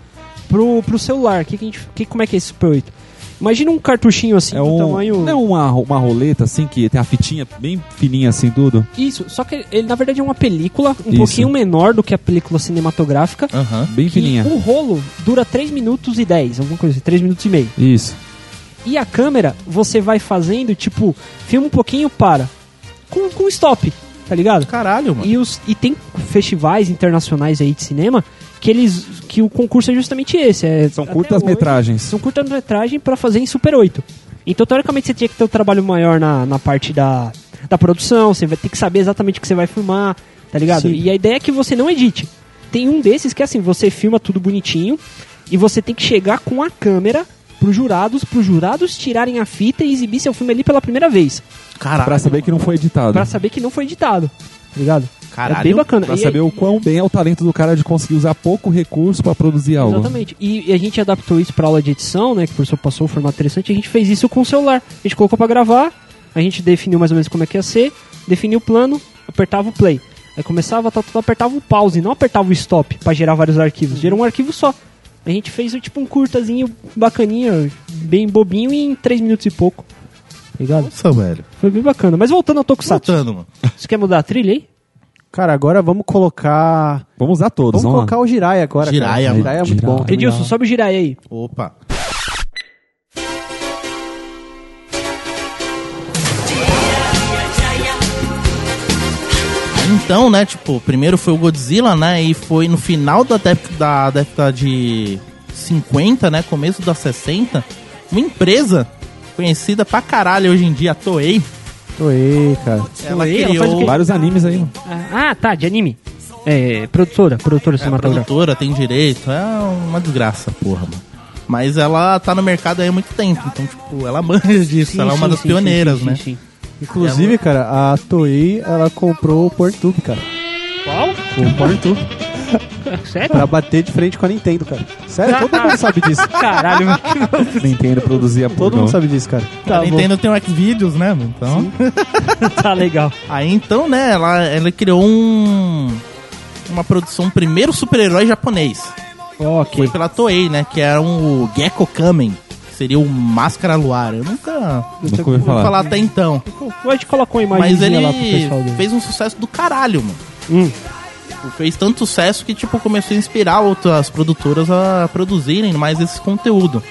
Speaker 1: pro, pro celular. Que que a gente, que, como é que é esse Super 8? Imagina um cartuchinho assim
Speaker 3: É
Speaker 1: do
Speaker 3: um,
Speaker 1: tamanho.
Speaker 3: Não é uma, ro- uma roleta assim que tem a fitinha bem fininha assim, tudo?
Speaker 1: Isso, só que ele na verdade é uma película um
Speaker 3: Isso. Ah,
Speaker 1: pouquinho menor do que a película cinematográfica.
Speaker 4: Aham.
Speaker 3: Bem
Speaker 1: Que
Speaker 3: fininha.
Speaker 1: o rolo dura 3 minutos e 10, alguma coisa assim, 3 minutos e meio.
Speaker 3: Isso.
Speaker 1: E a câmera, você vai fazendo, tipo, filma um pouquinho, para. Com, com stop, tá ligado?
Speaker 4: Caralho, mano.
Speaker 1: E, os, e tem festivais internacionais aí de cinema que eles que o concurso é justamente esse. É,
Speaker 3: São
Speaker 1: até
Speaker 3: curtas
Speaker 1: hoje-
Speaker 3: metragens.
Speaker 1: são Assim, um curta-metragem pra fazer em Super 8. Então, teoricamente, você tinha que ter um trabalho maior na, na parte da, da produção, você vai ter que saber exatamente o que você vai filmar, tá ligado?
Speaker 2: Sim.
Speaker 1: E a ideia é que você não edite. Tem um desses que é assim, você filma tudo bonitinho e você tem que chegar com a câmera pros jurados, pros jurados tirarem a fita e exibir seu filme ali pela primeira vez,
Speaker 4: Caralho.
Speaker 1: é
Speaker 3: Pra saber que não foi editado.
Speaker 1: Pra saber que não foi editado, tá ligado?
Speaker 4: Caralho.
Speaker 1: é bem bacana.
Speaker 3: Pra
Speaker 1: E-
Speaker 3: saber o quão bem é o talento do cara de conseguir usar pouco recurso pra produzir algo.
Speaker 1: Exatamente. E, e a gente adaptou isso pra aula de edição, né? Que o professor passou um formato interessante. A gente fez isso com o celular. A gente colocou pra gravar, a gente definiu mais ou menos como é que ia ser, definiu o plano, apertava o play. Aí começava, tal, tal, tal, apertava o pause, não apertava o stop pra gerar vários arquivos. Gerou um arquivo só. A gente fez tipo um curtazinho bacaninha, bem bobinho, em 3 minutos e pouco. Ligado?
Speaker 4: Nossa, velho.
Speaker 1: Foi bem bacana. Mas voltando ao Tokusatsu,
Speaker 4: Saltando, mano.
Speaker 1: você quer mudar a trilha aí?
Speaker 2: Cara, agora vamos colocar.
Speaker 3: Vamos usar todos,
Speaker 2: Vamos
Speaker 3: vamos,
Speaker 2: colocar o Jiraya agora.
Speaker 4: Jiraya,
Speaker 2: cara.
Speaker 4: mano.
Speaker 2: Jiraya é muito
Speaker 3: Jiraya.
Speaker 2: bom.
Speaker 3: Legal.
Speaker 1: Edilson, sobe o girai aí.
Speaker 4: Opa. Então, né, tipo, primeiro foi o Godzilla, né, e foi no final da década, da década de 50, né, começo da 60, uma empresa conhecida pra caralho hoje em dia, a Toei,
Speaker 2: Toei, cara.
Speaker 4: ela
Speaker 1: Toei, ela
Speaker 4: criou...
Speaker 1: faz o quê?
Speaker 3: Vários animes aí.
Speaker 1: Ah, tá, de anime. É, produtora, produtora
Speaker 4: É, a
Speaker 1: cinematográfica.
Speaker 4: produtora tem direito, é uma desgraça, porra, mano. Mas ela tá no mercado aí há muito tempo, então, tipo, ela manja disso,
Speaker 1: Sim,
Speaker 4: ela é uma
Speaker 1: sim,
Speaker 4: das
Speaker 1: sim,
Speaker 4: pioneiras,
Speaker 1: sim,
Speaker 4: né?
Speaker 1: sim, sim.
Speaker 2: Inclusive, cara, a Toei, ela comprou o PornTube, cara. Qual? O PornTube.
Speaker 1: Sério?
Speaker 2: pra bater de frente com a Nintendo, cara. Sério, todo mundo sabe disso.
Speaker 1: Caralho,
Speaker 3: Nintendo produzia
Speaker 2: Todo
Speaker 3: pornô.
Speaker 2: mundo sabe disso, cara. Tá
Speaker 4: a Nintendo tem o Xvideos, né? mano? Então.
Speaker 1: tá legal.
Speaker 4: Aí então, né, ela, ela criou um. Uma produção, um primeiro super-herói japonês. Foi
Speaker 1: Ok.
Speaker 4: pela Toei, né? Que era um o Gecko Kamen. Que seria o Máscara Luar. Eu nunca
Speaker 3: Nunca ouvi
Speaker 4: ouvi falar,
Speaker 3: falar.
Speaker 4: até então.
Speaker 1: A gente colocou a
Speaker 4: Mas ele
Speaker 1: imagenzinha lá pro pessoal dele.
Speaker 4: fez um sucesso do caralho, mano.
Speaker 1: Hum.
Speaker 4: Tipo, Fez tanto sucesso que, tipo, começou a inspirar outras produtoras a produzirem mais esse conteúdo.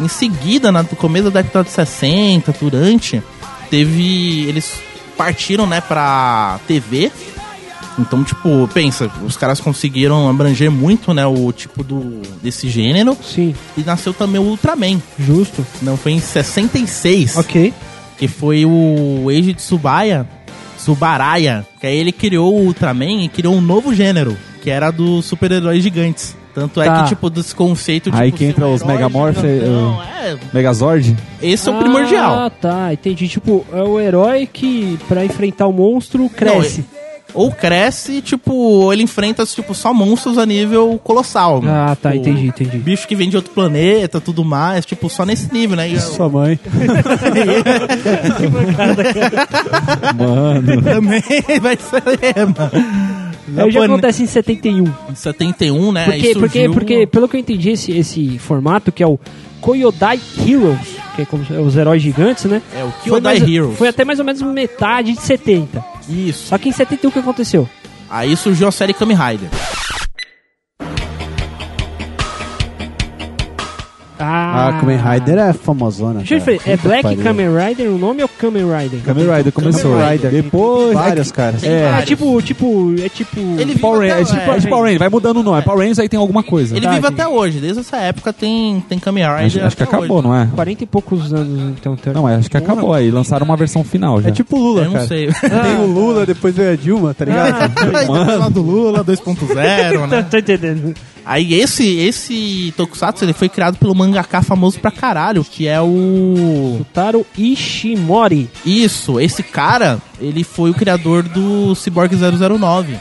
Speaker 4: Em seguida, na- no começo da década de 60, durante, teve. Eles partiram, né, pra TV. Então, tipo, pensa, os caras conseguiram abranger muito, né, o tipo do, desse gênero.
Speaker 1: Sim,
Speaker 4: E nasceu também o Ultraman.
Speaker 1: justo.
Speaker 4: Não, foi em 66
Speaker 1: Ok.
Speaker 4: que foi o Eiji Tsubaya, Tsubaraya, que aí ele criou o Ultraman e criou um novo gênero, que era dos super-heróis gigantes. Tanto é
Speaker 1: Tá.
Speaker 4: que, tipo, desse conceito de.
Speaker 3: Aí que entra os Megamorph,
Speaker 4: Não, é.
Speaker 3: Megazord?
Speaker 4: Esse é o primordial.
Speaker 1: Ah, tá, entendi. Tipo, é o herói que pra enfrentar o monstro cresce.
Speaker 4: Ou cresce, tipo, ou ele enfrenta, tipo, só monstros a nível colossal.
Speaker 1: ah,
Speaker 4: mano.
Speaker 1: tá,
Speaker 4: Tipo,
Speaker 1: entendi, entendi.
Speaker 4: Bicho que vem de outro planeta, tudo mais, tipo, só nesse nível, né? E-
Speaker 2: Sua mãe.
Speaker 3: Mano.
Speaker 4: Também vai ser, mano.
Speaker 1: Aí já É, acontece em 71.
Speaker 4: Em 71, né? aí
Speaker 1: Porque, porque,
Speaker 4: surgiu-
Speaker 1: porque, pelo que eu entendi, esse, esse formato, que é o Koyodai Heroes, que é como se- os heróis gigantes, né?
Speaker 4: É, o
Speaker 1: Foi
Speaker 4: Kyodai
Speaker 1: mais-
Speaker 4: Heroes.
Speaker 1: Foi até mais ou menos metade de 70.
Speaker 4: Isso.
Speaker 1: Só que em 71 o que aconteceu?
Speaker 4: Aí surgiu a série Kamen Rider.
Speaker 2: Ah, Kamen Rider é famosona.
Speaker 1: Deixa eu
Speaker 2: cara.
Speaker 1: te falar, é
Speaker 2: Puta
Speaker 1: Black
Speaker 2: pariu.
Speaker 1: Kamen Rider o nome ou Kamen Rider?
Speaker 3: Kamen Rider começou.
Speaker 2: Kamen Rider.
Speaker 3: Depois.
Speaker 2: Vários, cara.
Speaker 4: É.
Speaker 1: Ah, tipo, tipo, é tipo...
Speaker 4: Ele
Speaker 3: Power
Speaker 4: vive
Speaker 3: Rangers, é
Speaker 4: até,
Speaker 3: tipo,
Speaker 4: é,
Speaker 3: é tipo Power Rangers, vai mudando o nome. Power Rangers aí tem alguma coisa.
Speaker 2: Tá,
Speaker 4: ele vive até hoje. Desde essa época tem, tem Kamen Rider.
Speaker 3: Acho, acho que
Speaker 4: até
Speaker 3: acabou,
Speaker 4: hoje.
Speaker 3: não é?
Speaker 1: 40 e poucos anos, então. teoricamente.
Speaker 3: Não, é, acho que acabou aí. Lançaram uma versão final já.
Speaker 2: É tipo o Lula,
Speaker 4: Eu não
Speaker 2: cara.
Speaker 4: sei.
Speaker 1: Ah,
Speaker 2: Tem
Speaker 1: um-
Speaker 2: o Lula, depois veio a Dilma, tá ligado?
Speaker 4: Aí tem o pessoal do Lula 2.0, né?
Speaker 1: Tô entendendo.
Speaker 4: Aí esse, esse Tokusatsu ele foi criado pelo mangaka famoso pra caralho, que é o.
Speaker 1: Taro Ishimori.
Speaker 4: Isso, esse cara, ele foi o criador do Cyborg 009.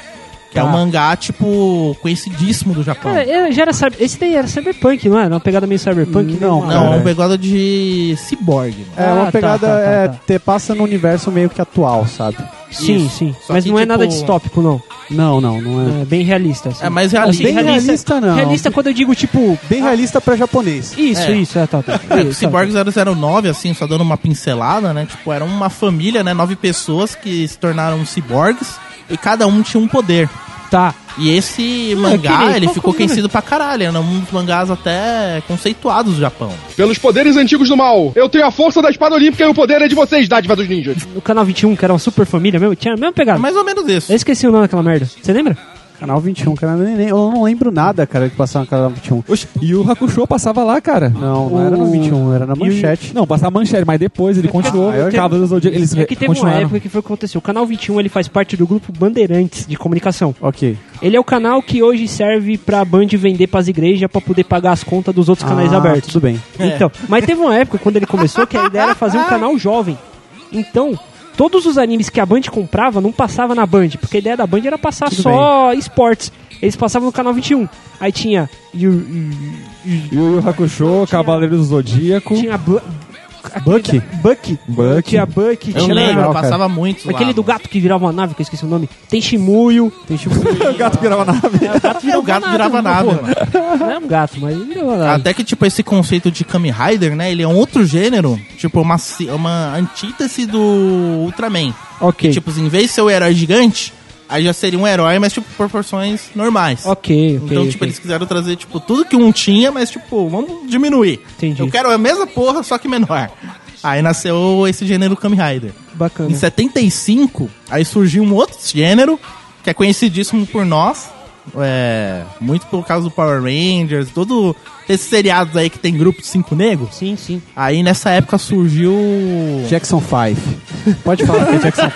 Speaker 4: Que é um
Speaker 1: Tá.
Speaker 4: mangá, tipo, conhecidíssimo do Japão.
Speaker 1: Cara, eu já era cyber- esse daí era cyberpunk, não era? Uma pegada meio cyberpunk?
Speaker 2: Não,
Speaker 1: né?
Speaker 4: não, é
Speaker 2: cara.
Speaker 4: um pegada de Cyborg, mano.
Speaker 2: É
Speaker 1: Ah,
Speaker 2: uma
Speaker 1: tá,
Speaker 2: pegada,
Speaker 1: tá, tá,
Speaker 2: é,
Speaker 1: tá.
Speaker 2: te passa no universo meio que atual, sabe?
Speaker 1: Sim,
Speaker 4: Isso.
Speaker 1: sim.
Speaker 4: Só
Speaker 1: Mas
Speaker 4: que,
Speaker 1: não é nada
Speaker 4: tipo,
Speaker 1: distópico, não.
Speaker 2: Não, não, não é.
Speaker 1: É bem realista. assim.
Speaker 4: É mais realista.
Speaker 1: Assim,
Speaker 2: Bem realista, não.
Speaker 1: Realista quando eu digo, tipo...
Speaker 2: Bem realista pra japonês.
Speaker 1: Isso,
Speaker 4: É.
Speaker 1: isso, é, tá, tá.
Speaker 4: É, o
Speaker 1: Isso, tá.
Speaker 4: Cyborg 009, assim, só dando uma pincelada, né? Tipo, era uma família, né? Nove pessoas que se tornaram ciborgues e cada um tinha um poder.
Speaker 1: Tá.
Speaker 4: E esse
Speaker 1: Ah,
Speaker 4: mangá,
Speaker 1: queria-
Speaker 4: ele
Speaker 1: qual-
Speaker 4: ficou
Speaker 1: como-
Speaker 4: conhecido pra caralho. Era um dos mangás até conceituados do Japão.
Speaker 6: Pelos poderes antigos do mal, eu tenho a força da espada olímpica e o poder é de vocês, dádiva dos ninjas.
Speaker 1: No tá. canal 21, que era uma super família mesmo, tinha a mesma
Speaker 4: É
Speaker 1: pegada.
Speaker 4: mais ou menos isso.
Speaker 1: Eu esqueci o nome daquela merda. Você lembra?
Speaker 2: Canal 21, canal neném. Eu não lembro nada, cara, que passava no canal 21.
Speaker 3: Oxe, e o Hakusho passava lá, cara.
Speaker 2: Não, não era no 21, era na manchete.
Speaker 3: Não, passava manchete, mas depois ele continuou.
Speaker 2: Ah, eu-
Speaker 3: Cavaleiros do Zodíaco, eles
Speaker 1: é que teve uma
Speaker 3: continuaram.
Speaker 1: época que foi o que aconteceu. O canal 21 ele faz parte do grupo Bandeirantes de comunicação.
Speaker 2: Ok.
Speaker 1: Ele é o canal que hoje serve pra Band vender pras igrejas pra poder pagar as contas dos outros canais
Speaker 2: Ah,
Speaker 1: abertos.
Speaker 2: Tudo bem.
Speaker 1: Então, mas teve uma época quando ele começou que a ideia era fazer um canal jovem. Então, todos os animes que a Band comprava não passava na Band, porque a ideia da Band era passar só esportes. Eles passavam no canal 21. Aí tinha Yu- Yu-
Speaker 3: E o Hakusho, Cavaleiros do Zodíaco.
Speaker 1: Yu- tinha Bla-
Speaker 2: Bucky?
Speaker 1: Buck.
Speaker 3: Bucky.
Speaker 1: Tinha Buck,
Speaker 4: Eu
Speaker 1: tinha
Speaker 4: lembro,
Speaker 2: legal, cara.
Speaker 4: passava muito lá.
Speaker 1: é aquele do gato que virava uma nave, que eu esqueci o nome. Tem Shimuyo. Tem Shimuyo.
Speaker 3: O gato virava nave.
Speaker 1: o gato
Speaker 4: É, o gato virava nada,
Speaker 1: pô.
Speaker 4: mano.
Speaker 1: Não é um gato, mas ele virava nave.
Speaker 4: Até que, tipo, esse conceito de Kamen Rider, né? Ele é um outro gênero. Tipo, uma, ci- uma antítese do Ultraman.
Speaker 1: Ok.
Speaker 4: Tipo, em vez de ser o herói gigante, aí já seria um herói, mas, tipo, proporções normais.
Speaker 1: Ok, ok.
Speaker 4: Então, tipo,
Speaker 1: ok.
Speaker 4: eles quiseram trazer, tipo, tudo que um tinha, mas, tipo, vamos diminuir.
Speaker 1: Entendi.
Speaker 4: Eu quero a mesma porra, só que menor. Aí nasceu esse gênero Kamen Rider.
Speaker 1: Bacana.
Speaker 4: Em 75, aí surgiu um outro gênero, que é conhecidíssimo por nós. é, muito por causa do Power Rangers, todo esses seriados aí que tem grupo de cinco negros.
Speaker 1: Sim, sim.
Speaker 4: Aí nessa época surgiu.
Speaker 2: Jackson 5. Pode falar que é Jackson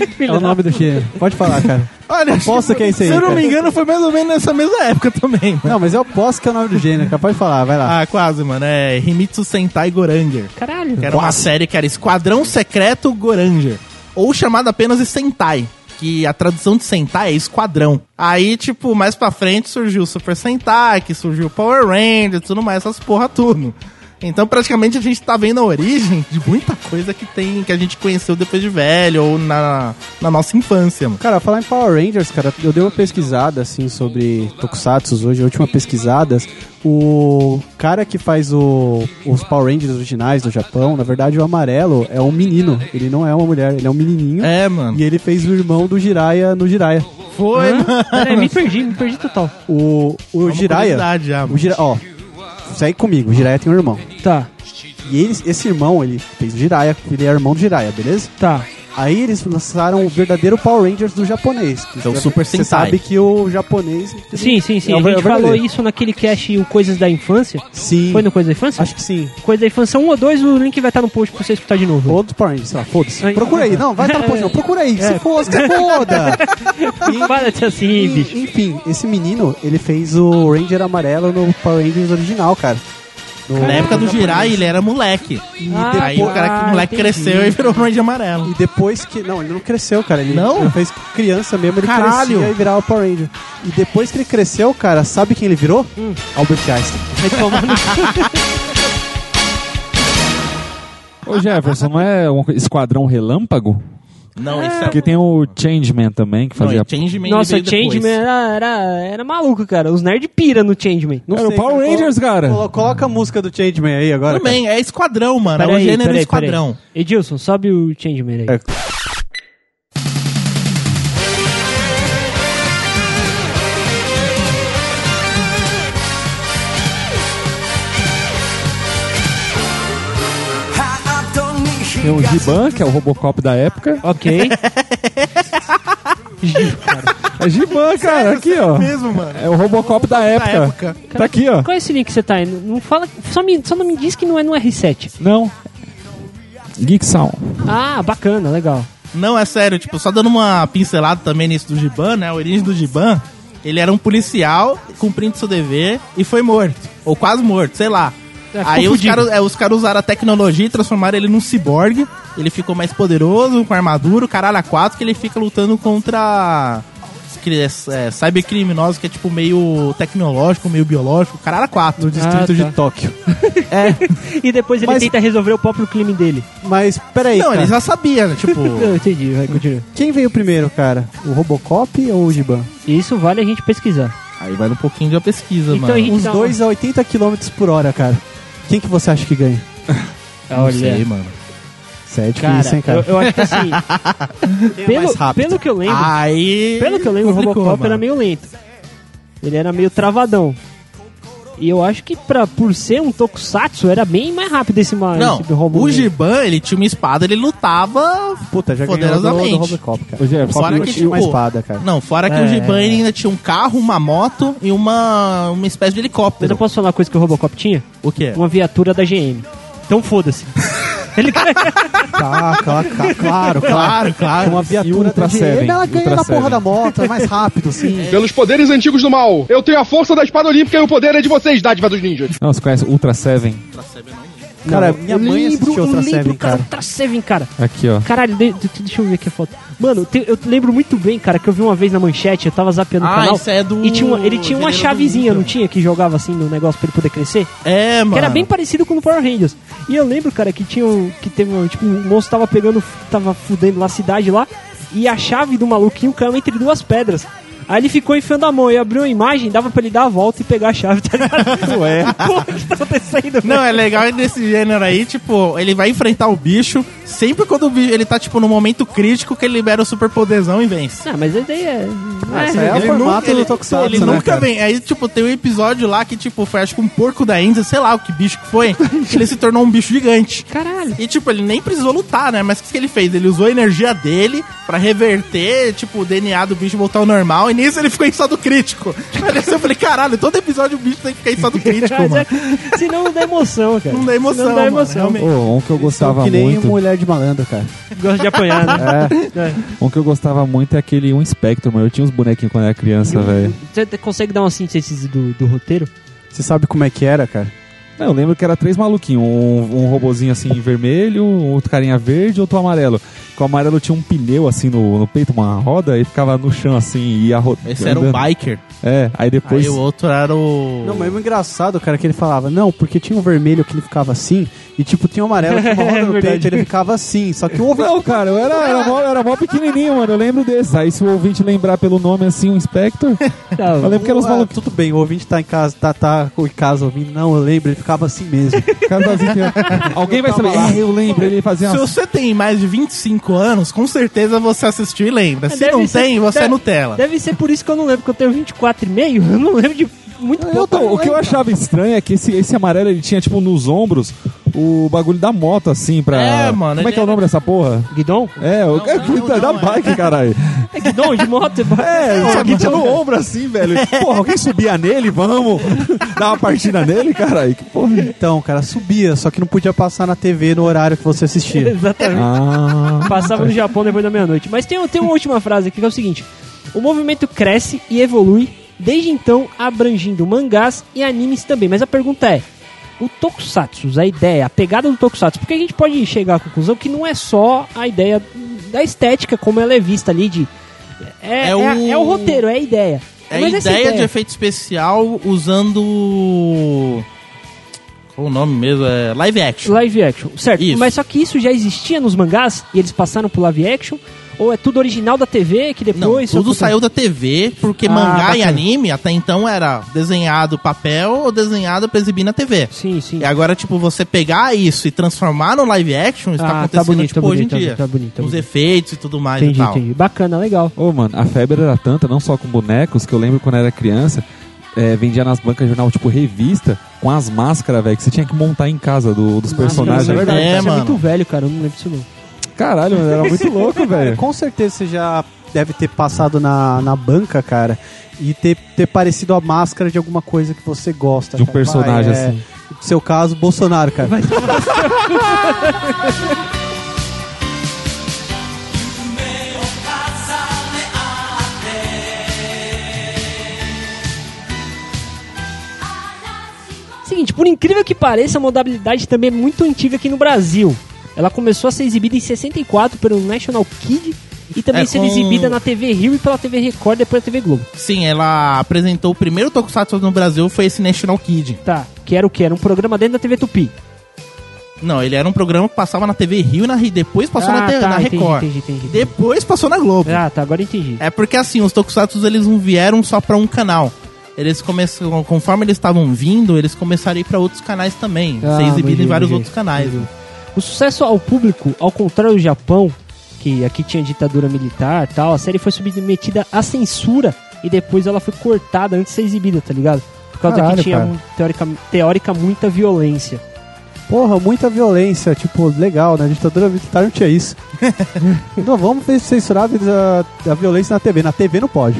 Speaker 2: 5. é o nome do gênero. Pode falar, cara.
Speaker 4: Olha,
Speaker 2: Aposto que é esse aí,
Speaker 4: Se eu não me
Speaker 2: cara.
Speaker 4: engano, foi mais ou menos nessa mesma época também. mano.
Speaker 2: Não, mas eu aposto que é o nome do gênero, cara. Pode falar, vai lá.
Speaker 4: Ah, quase, mano. É Himitsu Sentai Goranger.
Speaker 1: Caralho.
Speaker 4: Que era uma série que era Esquadrão Secreto Goranger. Ou chamada apenas de Sentai. Que a tradução de Sentai é esquadrão. Aí, tipo, mais pra frente surgiu o Super Sentai, que surgiu o Power Ranger, tudo mais, essas porra tudo. Então, praticamente, a gente tá vendo a origem de muita coisa que tem, que a gente conheceu depois de velho, ou na, na nossa infância, mano.
Speaker 2: Cara, falar em Power Rangers, cara, eu dei uma pesquisada, assim, sobre Tokusatsu hoje, a última pesquisada. O cara que faz o- os Power Rangers originais do Japão, na verdade, o amarelo é um menino. Ele não é uma mulher, ele é um menininho.
Speaker 4: É, mano.
Speaker 2: E ele fez o irmão do Jiraiya no Jiraiya.
Speaker 4: Foi, mano.
Speaker 1: Peraí, me perdi, me perdi total.
Speaker 2: O, o Jiraiya...
Speaker 4: É curiosidade já,
Speaker 2: O
Speaker 4: mano.
Speaker 2: Jiraiya, ó... Segue comigo, o Jiraiya tem um irmão.
Speaker 1: Tá,
Speaker 2: E ele- esse irmão, ele fez o Jiraiya, ele é irmão do Jiraiya, beleza?
Speaker 1: tá.
Speaker 2: Aí eles lançaram o verdadeiro Power Rangers do japonês. Que
Speaker 4: Então,
Speaker 2: você-
Speaker 4: Super
Speaker 2: Você
Speaker 4: Sentai.
Speaker 2: sabe que o japonês...
Speaker 1: Sim, sim, sim.
Speaker 2: É o
Speaker 1: a gente
Speaker 2: verdadeiro.
Speaker 1: falou isso naquele cast o Coisas da Infância.
Speaker 2: Sim.
Speaker 1: Foi no Coisas da Infância?
Speaker 2: Acho que sim.
Speaker 1: Coisas da Infância 1 ou 2, o link vai estar no post pra você escutar de novo.
Speaker 2: Outro Power Rangers, sei lá, foda-se.
Speaker 1: Ai, É.
Speaker 2: Procura aí,
Speaker 1: não.
Speaker 2: não, vai estar no post, não. Procura aí, se foda, se foda.
Speaker 1: Fala-te assim, bicho.
Speaker 2: E, enfim, esse menino, ele fez o Ranger amarelo no Power Rangers original, cara. No-
Speaker 4: Na época do Jirai, ele era moleque. E
Speaker 1: Ah,
Speaker 4: aí o cara que o moleque
Speaker 1: entendi.
Speaker 4: cresceu e virou Ranger amarelo.
Speaker 2: E depois que. Não, ele não cresceu, cara. Ele,
Speaker 4: Não?
Speaker 2: ele fez criança mesmo, ele
Speaker 4: Caralho!
Speaker 2: crescia e virava Power Ranger. E depois que ele cresceu, cara, sabe quem ele virou? Albert Einstein.
Speaker 3: Ô Jefferson, não é um esquadrão relâmpago?
Speaker 4: Não, isso é
Speaker 3: Porque tem o Changeman também, que fazia.
Speaker 4: Não, e Changeman
Speaker 1: Nossa,
Speaker 4: ele
Speaker 1: o
Speaker 4: veio depois.
Speaker 1: Changeman era, era, era maluco, cara. Os nerd pira no Changeman.
Speaker 2: Não
Speaker 3: Era o
Speaker 2: sei,
Speaker 3: Power
Speaker 2: cara.
Speaker 3: Rangers, cara.
Speaker 2: Colo- Coloca a música do Changeman aí agora.
Speaker 4: Também, é esquadrão, mano. é o gênero esquadrão.
Speaker 1: Edilson, sobe o Changeman aí.
Speaker 2: É.
Speaker 3: Tem o Giban, que é o Robocop da época.
Speaker 1: Ok.
Speaker 3: É Giban, cara, aqui, ó.
Speaker 4: Mesmo, mano.
Speaker 3: É o Robocop da época. Tá aqui, ó.
Speaker 1: Qual é esse link que você tá aí? Não não fala, só, me, só não me diz que não é no R7.
Speaker 3: Não. Geek Sound.
Speaker 1: Ah, bacana, legal.
Speaker 4: Não, é sério, tipo, só dando uma pincelada também nisso do Giban, né? A origem do Giban, ele era um policial cumprindo seu dever e foi morto. Ou quase morto, sei lá.
Speaker 1: É, ficou
Speaker 4: Aí os
Speaker 1: fudido.
Speaker 4: caras é, os caras usaram a tecnologia e transformaram ele num ciborgue. Ele ficou mais poderoso, com armadura, o caralho a quatro, que ele fica lutando contra os cri- é, cybercriminosos, que é tipo meio tecnológico, meio biológico, caralho a quatro.
Speaker 2: No distrito
Speaker 1: Ah, tá.
Speaker 2: de Tóquio.
Speaker 1: E depois ele
Speaker 2: Mas-
Speaker 1: tenta resolver o próprio crime dele.
Speaker 2: Mas, peraí,
Speaker 4: Não,
Speaker 2: cara.
Speaker 4: ele já sabia, né? Tipo...
Speaker 1: Eu entendi, vai, continua.
Speaker 2: Quem veio primeiro, cara? O Robocop ou o Giban?
Speaker 1: Isso vale a gente pesquisar.
Speaker 4: Aí vai um pouquinho de pesquisa,
Speaker 1: Então,
Speaker 4: mano.
Speaker 1: e-
Speaker 2: Os dois a 80 km por hora, cara. Quem que você acha que ganha?
Speaker 4: Não sei, mano.
Speaker 2: Isso é difícil,
Speaker 1: Cara,
Speaker 2: hein, cara?
Speaker 1: Eu, eu acho que assim.
Speaker 2: mais
Speaker 1: pelo,
Speaker 2: rápido.
Speaker 1: pelo que eu lembro,
Speaker 4: Aí.
Speaker 1: pelo que eu lembro, o
Speaker 4: complicou,
Speaker 1: Robocop
Speaker 4: mano.
Speaker 1: era meio lento. Ele era meio travadão. E eu acho que pra, por ser um tokusatsu, era bem mais rápido esse, ma-
Speaker 4: Não,
Speaker 1: esse robô.
Speaker 4: o
Speaker 1: lento.
Speaker 4: Giban, ele tinha uma espada, ele lutava.
Speaker 2: Puta, já ganhou do, do
Speaker 4: Poderosamente.
Speaker 2: Robocop, cara.
Speaker 3: Ô, Jefferson,
Speaker 4: Fora
Speaker 2: Robocop
Speaker 4: que,
Speaker 2: tinha
Speaker 4: tipo,
Speaker 2: uma espada, cara.
Speaker 4: Não, fora que
Speaker 1: É.
Speaker 4: o Giban ele ainda tinha um carro, uma moto e uma, uma espécie de
Speaker 1: Mas eu
Speaker 4: helicóptero.
Speaker 1: posso falar uma coisa que o Robocop tinha?
Speaker 4: O quê?
Speaker 1: Uma viatura da GM. Então foda-se. Ele
Speaker 2: Tá, claro, claro, claro.
Speaker 4: Claro, claro.
Speaker 2: Uma viatura
Speaker 3: Ultra
Speaker 2: da GM,
Speaker 3: Seven,
Speaker 2: ela ganha
Speaker 3: Ultra
Speaker 2: na porra
Speaker 3: Seven.
Speaker 2: da moto, é mais rápido, sim.
Speaker 6: Pelos poderes antigos do mal, eu tenho a força da espada olímpica e o poder é de vocês, dádiva dos ninjas.
Speaker 3: Não, você conhece Ultra Seven?
Speaker 2: Cara, minha mãe assistiu
Speaker 1: um
Speaker 2: Ultra Seven, cara.
Speaker 1: Ultra Seven, cara.
Speaker 3: Aqui, ó.
Speaker 1: Caralho, de- de- deixa eu ver aqui a foto. Mano, te- eu lembro muito bem, cara, que eu vi uma vez na manchete, eu tava zapeando o
Speaker 4: Ah,
Speaker 1: canal.
Speaker 4: isso é do.
Speaker 1: E tinha uma- ele tinha uma
Speaker 4: Guerreiro do
Speaker 1: chavezinha,
Speaker 4: Ninja.
Speaker 1: não tinha? Que jogava assim no negócio pra ele poder crescer?
Speaker 4: É, mano.
Speaker 1: Que era bem parecido com o Power Rangers. E eu lembro, cara, que tinha um. Que teve um. Tipo, um monstro tava pegando. Tava fudendo lá a cidade lá. E a chave do maluquinho caiu entre duas pedras. Aí ele ficou enfiando a mão e abriu a imagem, dava pra ele dar a volta e pegar a chave, tá ligado? Ué. Porra, o que tá acontecendo?
Speaker 4: Não, é legal desse gênero aí, tipo, ele vai enfrentar o bicho sempre quando o bicho, ele tá, tipo, no momento crítico que ele libera o super poderzão e vence.
Speaker 1: Ah, mas a ideia é.
Speaker 2: isso aí é o
Speaker 4: Ele
Speaker 2: formato
Speaker 4: nunca-
Speaker 2: do
Speaker 4: ele-
Speaker 2: Tokusatsu,
Speaker 4: Ele
Speaker 2: né,
Speaker 4: nunca
Speaker 2: cara?
Speaker 4: vem. Aí, tipo, tem um episódio lá que, tipo, foi acho que um porco da Índia, sei lá o que bicho que foi. ele se tornou um bicho gigante.
Speaker 1: Caralho.
Speaker 4: E, tipo, ele nem precisou lutar, né? Mas o que que ele fez? Ele usou a energia dele pra reverter, tipo, o DNA do bicho voltar ao normal. E nisso ele ficou em estado crítico. Aí assim, eu falei, caralho, todo episódio o bicho tem que ficar em estado crítico,
Speaker 1: Mas
Speaker 4: mano.
Speaker 1: é que- senão não dá emoção, cara.
Speaker 4: Não dá emoção,
Speaker 1: Senão Não dá
Speaker 4: mano,
Speaker 1: emoção.
Speaker 4: realmente.
Speaker 3: Ô, um que eu gostava
Speaker 2: São que nem um-
Speaker 3: muito.
Speaker 2: mulher de malandro, cara.
Speaker 1: Gosta de apanhar, né?
Speaker 3: Um que eu gostava muito é aquele um Spectrum, mano. Eu tinha uns bonequinhos quando era criança,
Speaker 2: Uhum.
Speaker 3: velho.
Speaker 1: Você te- consegue dar uma síntese do, do roteiro?
Speaker 2: Você sabe como é que era, cara?
Speaker 3: É, Eu lembro que era três maluquinhos, um, um robozinho assim vermelho, um outro carinha verde e outro amarelo. Que o amarelo tinha um pneu assim no, no peito, uma roda, e ficava no chão assim, e ia rodando.
Speaker 4: Esse era o biker.
Speaker 3: É, aí depois.
Speaker 4: Aí o outro era o.
Speaker 2: Não, mas é engraçado, cara, que ele falava, não, porque tinha um vermelho que ele ficava assim, e tipo, tinha um amarelo que uma roda no
Speaker 1: verdade.
Speaker 2: peito ele ficava assim, só que o ovo
Speaker 3: Não, cara, eu era, era, mó, era mó pequenininho, mano. Eu lembro desses. Aí se o ouvinte lembrar pelo nome assim, um Spectre,
Speaker 1: Não,
Speaker 3: eu lembro que eram os
Speaker 2: Ah,
Speaker 3: maluquinhos.
Speaker 2: Tudo bem, o ouvinte tá em casa, tá, tá em casa ouvindo, não, eu lembro, ele ficava assim mesmo.
Speaker 3: Cara, fazia assim, ó. Alguém vai
Speaker 2: tava
Speaker 3: saber.
Speaker 2: lá.
Speaker 3: É, eu lembro, ele fazia
Speaker 4: Se
Speaker 3: umas
Speaker 4: você tem mais de 25 anos, com certeza você assistiu e lembra. Se
Speaker 1: Deve
Speaker 4: não
Speaker 1: ser-
Speaker 4: tem, você
Speaker 1: deve-
Speaker 4: é Nutella.
Speaker 1: Deve ser por isso que eu não lembro, porque eu tenho 24,5, eu não lembro de muito
Speaker 3: Eu
Speaker 1: pouco.
Speaker 3: tô- o que eu achava estranho é que esse, esse amarelo ele tinha, tipo, nos ombros o bagulho da moto, assim, pra.
Speaker 4: É, mano,
Speaker 3: Como é
Speaker 4: ele
Speaker 3: que é o
Speaker 4: era-
Speaker 3: nome dessa porra?
Speaker 1: Guidon?
Speaker 3: É, o é,
Speaker 4: não,
Speaker 3: da
Speaker 4: não, é.
Speaker 3: bike, caralho.
Speaker 1: É guidon de moto?
Speaker 3: É, isso aqui tinha no ombro assim, velho. Porra, alguém subia nele, vamos dar uma partida nele, caralho. Que porra. é?
Speaker 2: Então, cara, subia, só que não podia passar na TV no horário que você
Speaker 4: É.
Speaker 2: assistia.
Speaker 1: Exatamente.
Speaker 3: Ah,
Speaker 1: Passava no Japão depois da meia-noite. Mas tem, tem uma última frase aqui que é o seguinte: O movimento cresce e evolui, desde então abrangindo mangás e animes também. Mas a pergunta é: o Tokusatsu, a ideia, a pegada do Tokusatsu, porque a gente pode chegar à conclusão que não é só a ideia da estética como ela é vista ali de. É,
Speaker 4: É
Speaker 1: é,
Speaker 4: o-
Speaker 1: a- é o roteiro, é a ideia.
Speaker 4: É
Speaker 1: Mas essa
Speaker 4: ideia, de efeito especial usando. Qual o nome mesmo? É live action.
Speaker 1: Live action, certo.
Speaker 4: Isso.
Speaker 1: Mas só que isso já existia nos mangás e eles passaram pro live action? Ou é tudo original da TV que
Speaker 4: Não,
Speaker 1: depois.
Speaker 4: tudo saiu da TV, porque
Speaker 1: Ah,
Speaker 4: mangá e
Speaker 1: bacana.
Speaker 4: anime até então era desenhado papel ou desenhado pra exibir na TV.
Speaker 1: Sim, sim.
Speaker 4: E agora, tipo, você pegar isso e transformar no live action, isso tá
Speaker 1: Ah,
Speaker 4: acontecendo,
Speaker 1: tá bonito,
Speaker 4: tipo,
Speaker 1: tá
Speaker 4: hoje em
Speaker 1: bonito, tá
Speaker 4: dia.
Speaker 1: bonito, tá bonito, tá
Speaker 4: Os
Speaker 1: bonito.
Speaker 4: efeitos e tudo mais
Speaker 1: Entendi,
Speaker 4: e tal.
Speaker 1: entendi. Bacana, legal.
Speaker 3: Ô, mano, a febre era tanta, não só com bonecos, que eu lembro quando era criança, é, vendia nas bancas de jornal, tipo, revista, com as máscaras, velho, que você tinha que montar em casa do- dos personagens.
Speaker 1: Nossa,
Speaker 4: é verdade.
Speaker 1: Isso é
Speaker 4: mano.
Speaker 1: muito velho, cara. Eu não lembro disso não.
Speaker 3: Caralho, mano, era muito louco, velho.
Speaker 2: Com certeza você já deve ter passado na, na banca, cara, e ter, ter parecido a máscara de alguma coisa que você gosta.
Speaker 3: De um
Speaker 2: cara.
Speaker 3: personagem,
Speaker 2: Vai, é,
Speaker 3: assim.
Speaker 2: No seu caso, Bolsonaro, cara.
Speaker 1: Seguinte, por incrível que pareça, a modalidade também é muito antiga aqui no Brasil. Ela começou a ser exibida em 64 pelo National Kid e também
Speaker 4: É,
Speaker 1: sendo
Speaker 4: com-
Speaker 1: exibida na TV Rio e pela TV Record depois da TV Globo.
Speaker 4: Sim, ela apresentou o primeiro Tokusatsu no Brasil, foi esse National Kid.
Speaker 1: Tá, que era o que? Era um programa dentro da TV Tupi.
Speaker 4: Não, ele era um programa que passava na TV Rio e na Rio, depois passou
Speaker 1: ah,
Speaker 4: na, TV,
Speaker 1: tá,
Speaker 4: na
Speaker 1: entendi,
Speaker 4: Record.
Speaker 1: Entendi, entendi, entendi.
Speaker 4: Depois passou na Globo.
Speaker 1: Ah, tá, agora entendi.
Speaker 4: É porque assim, os Tokusatsu eles não vieram só pra um canal. Eles começaram, conforme eles estavam vindo, eles começaram a ir pra outros canais também.
Speaker 1: Ah,
Speaker 4: ser exibido
Speaker 1: entendi,
Speaker 4: em vários
Speaker 1: entendi.
Speaker 4: outros canais. né?
Speaker 1: O sucesso ao público, ao contrário do Japão, que aqui tinha ditadura militar e tal, a série foi submetida à censura e depois ela foi cortada antes de ser exibida, tá ligado? Por causa
Speaker 2: Caralho,
Speaker 1: que tinha,
Speaker 2: cara.
Speaker 1: um- teórica, teórica, muita violência.
Speaker 2: Porra, muita violência, tipo, legal, né? Ditadura militar não tinha isso. não, vamos fe- censurar a vi- a, a violência na TV. Na TV não pode.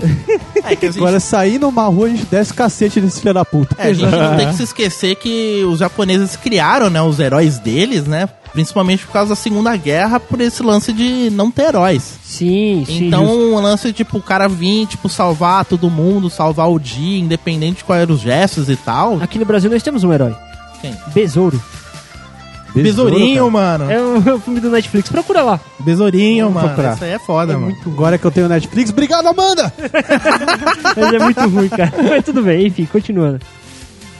Speaker 4: É, que a gente-
Speaker 2: Agora, sair numa rua, a gente desce o cacete desse filho da puta.
Speaker 4: É, a gente não tem que se esquecer que os japoneses criaram, né, os heróis deles, né? Principalmente por causa da Segunda Guerra, por esse lance de não ter heróis.
Speaker 1: Sim, sim.
Speaker 4: então,
Speaker 1: justo.
Speaker 4: o lance, tipo, o cara vir, tipo, salvar todo mundo, salvar o dia, independente de quais eram os gestos e tal.
Speaker 1: Aqui no Brasil nós temos um herói.
Speaker 4: Quem? Ah.
Speaker 1: Besouro.
Speaker 4: Besourinho, mano.
Speaker 1: É um filme do Netflix, procura lá.
Speaker 4: Besourinho, mano.
Speaker 2: procurar.
Speaker 4: Isso aí é foda, mano.
Speaker 2: Agora que eu tenho Netflix, obrigado, Amanda!
Speaker 1: Mas é muito ruim, cara. Mas tudo bem, enfim, continuando.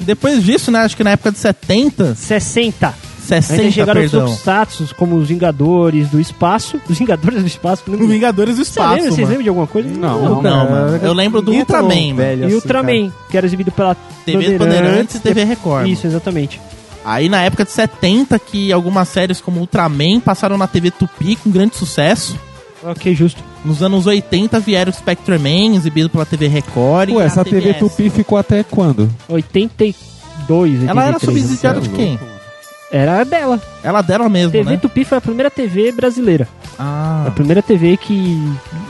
Speaker 4: Depois disso, né, acho que na época de 70,
Speaker 1: 60. Ainda
Speaker 4: 60,
Speaker 1: chegaram
Speaker 4: perdão.
Speaker 1: os status, como os Vingadores do Espaço. Os Vingadores do Espaço. não-
Speaker 4: O Vingadores do
Speaker 1: Você lembra?
Speaker 4: Espaço,
Speaker 1: Vocês
Speaker 4: mano.
Speaker 1: lembram de alguma coisa?
Speaker 4: Não, mano. Eu lembro do
Speaker 2: Ninguém tá
Speaker 4: Ultraman,
Speaker 2: tão
Speaker 4: mano.
Speaker 2: velho
Speaker 1: E
Speaker 2: assim,
Speaker 1: o Ultraman, que era exibido pela
Speaker 4: TV Bandeirantes e TV Record.
Speaker 1: Isso, exatamente.
Speaker 4: Aí na época de 70 que algumas séries como Ultraman passaram na TV Tupi com grande sucesso.
Speaker 1: Ok, justo.
Speaker 4: Nos anos 80 vieram Spectreman, exibido pela TV Record.
Speaker 3: Ué,
Speaker 4: e
Speaker 3: essa
Speaker 4: na
Speaker 3: TV
Speaker 4: TVS.
Speaker 3: Tupi ficou até quando?
Speaker 1: 82,
Speaker 4: Ela era
Speaker 1: 83.
Speaker 4: subsidiada de quem?
Speaker 1: né? Era dela.
Speaker 4: Ela dela mesmo,
Speaker 1: TV
Speaker 4: né?
Speaker 1: Tupi foi a primeira TV brasileira. A
Speaker 4: Ah,
Speaker 1: primeira TV que...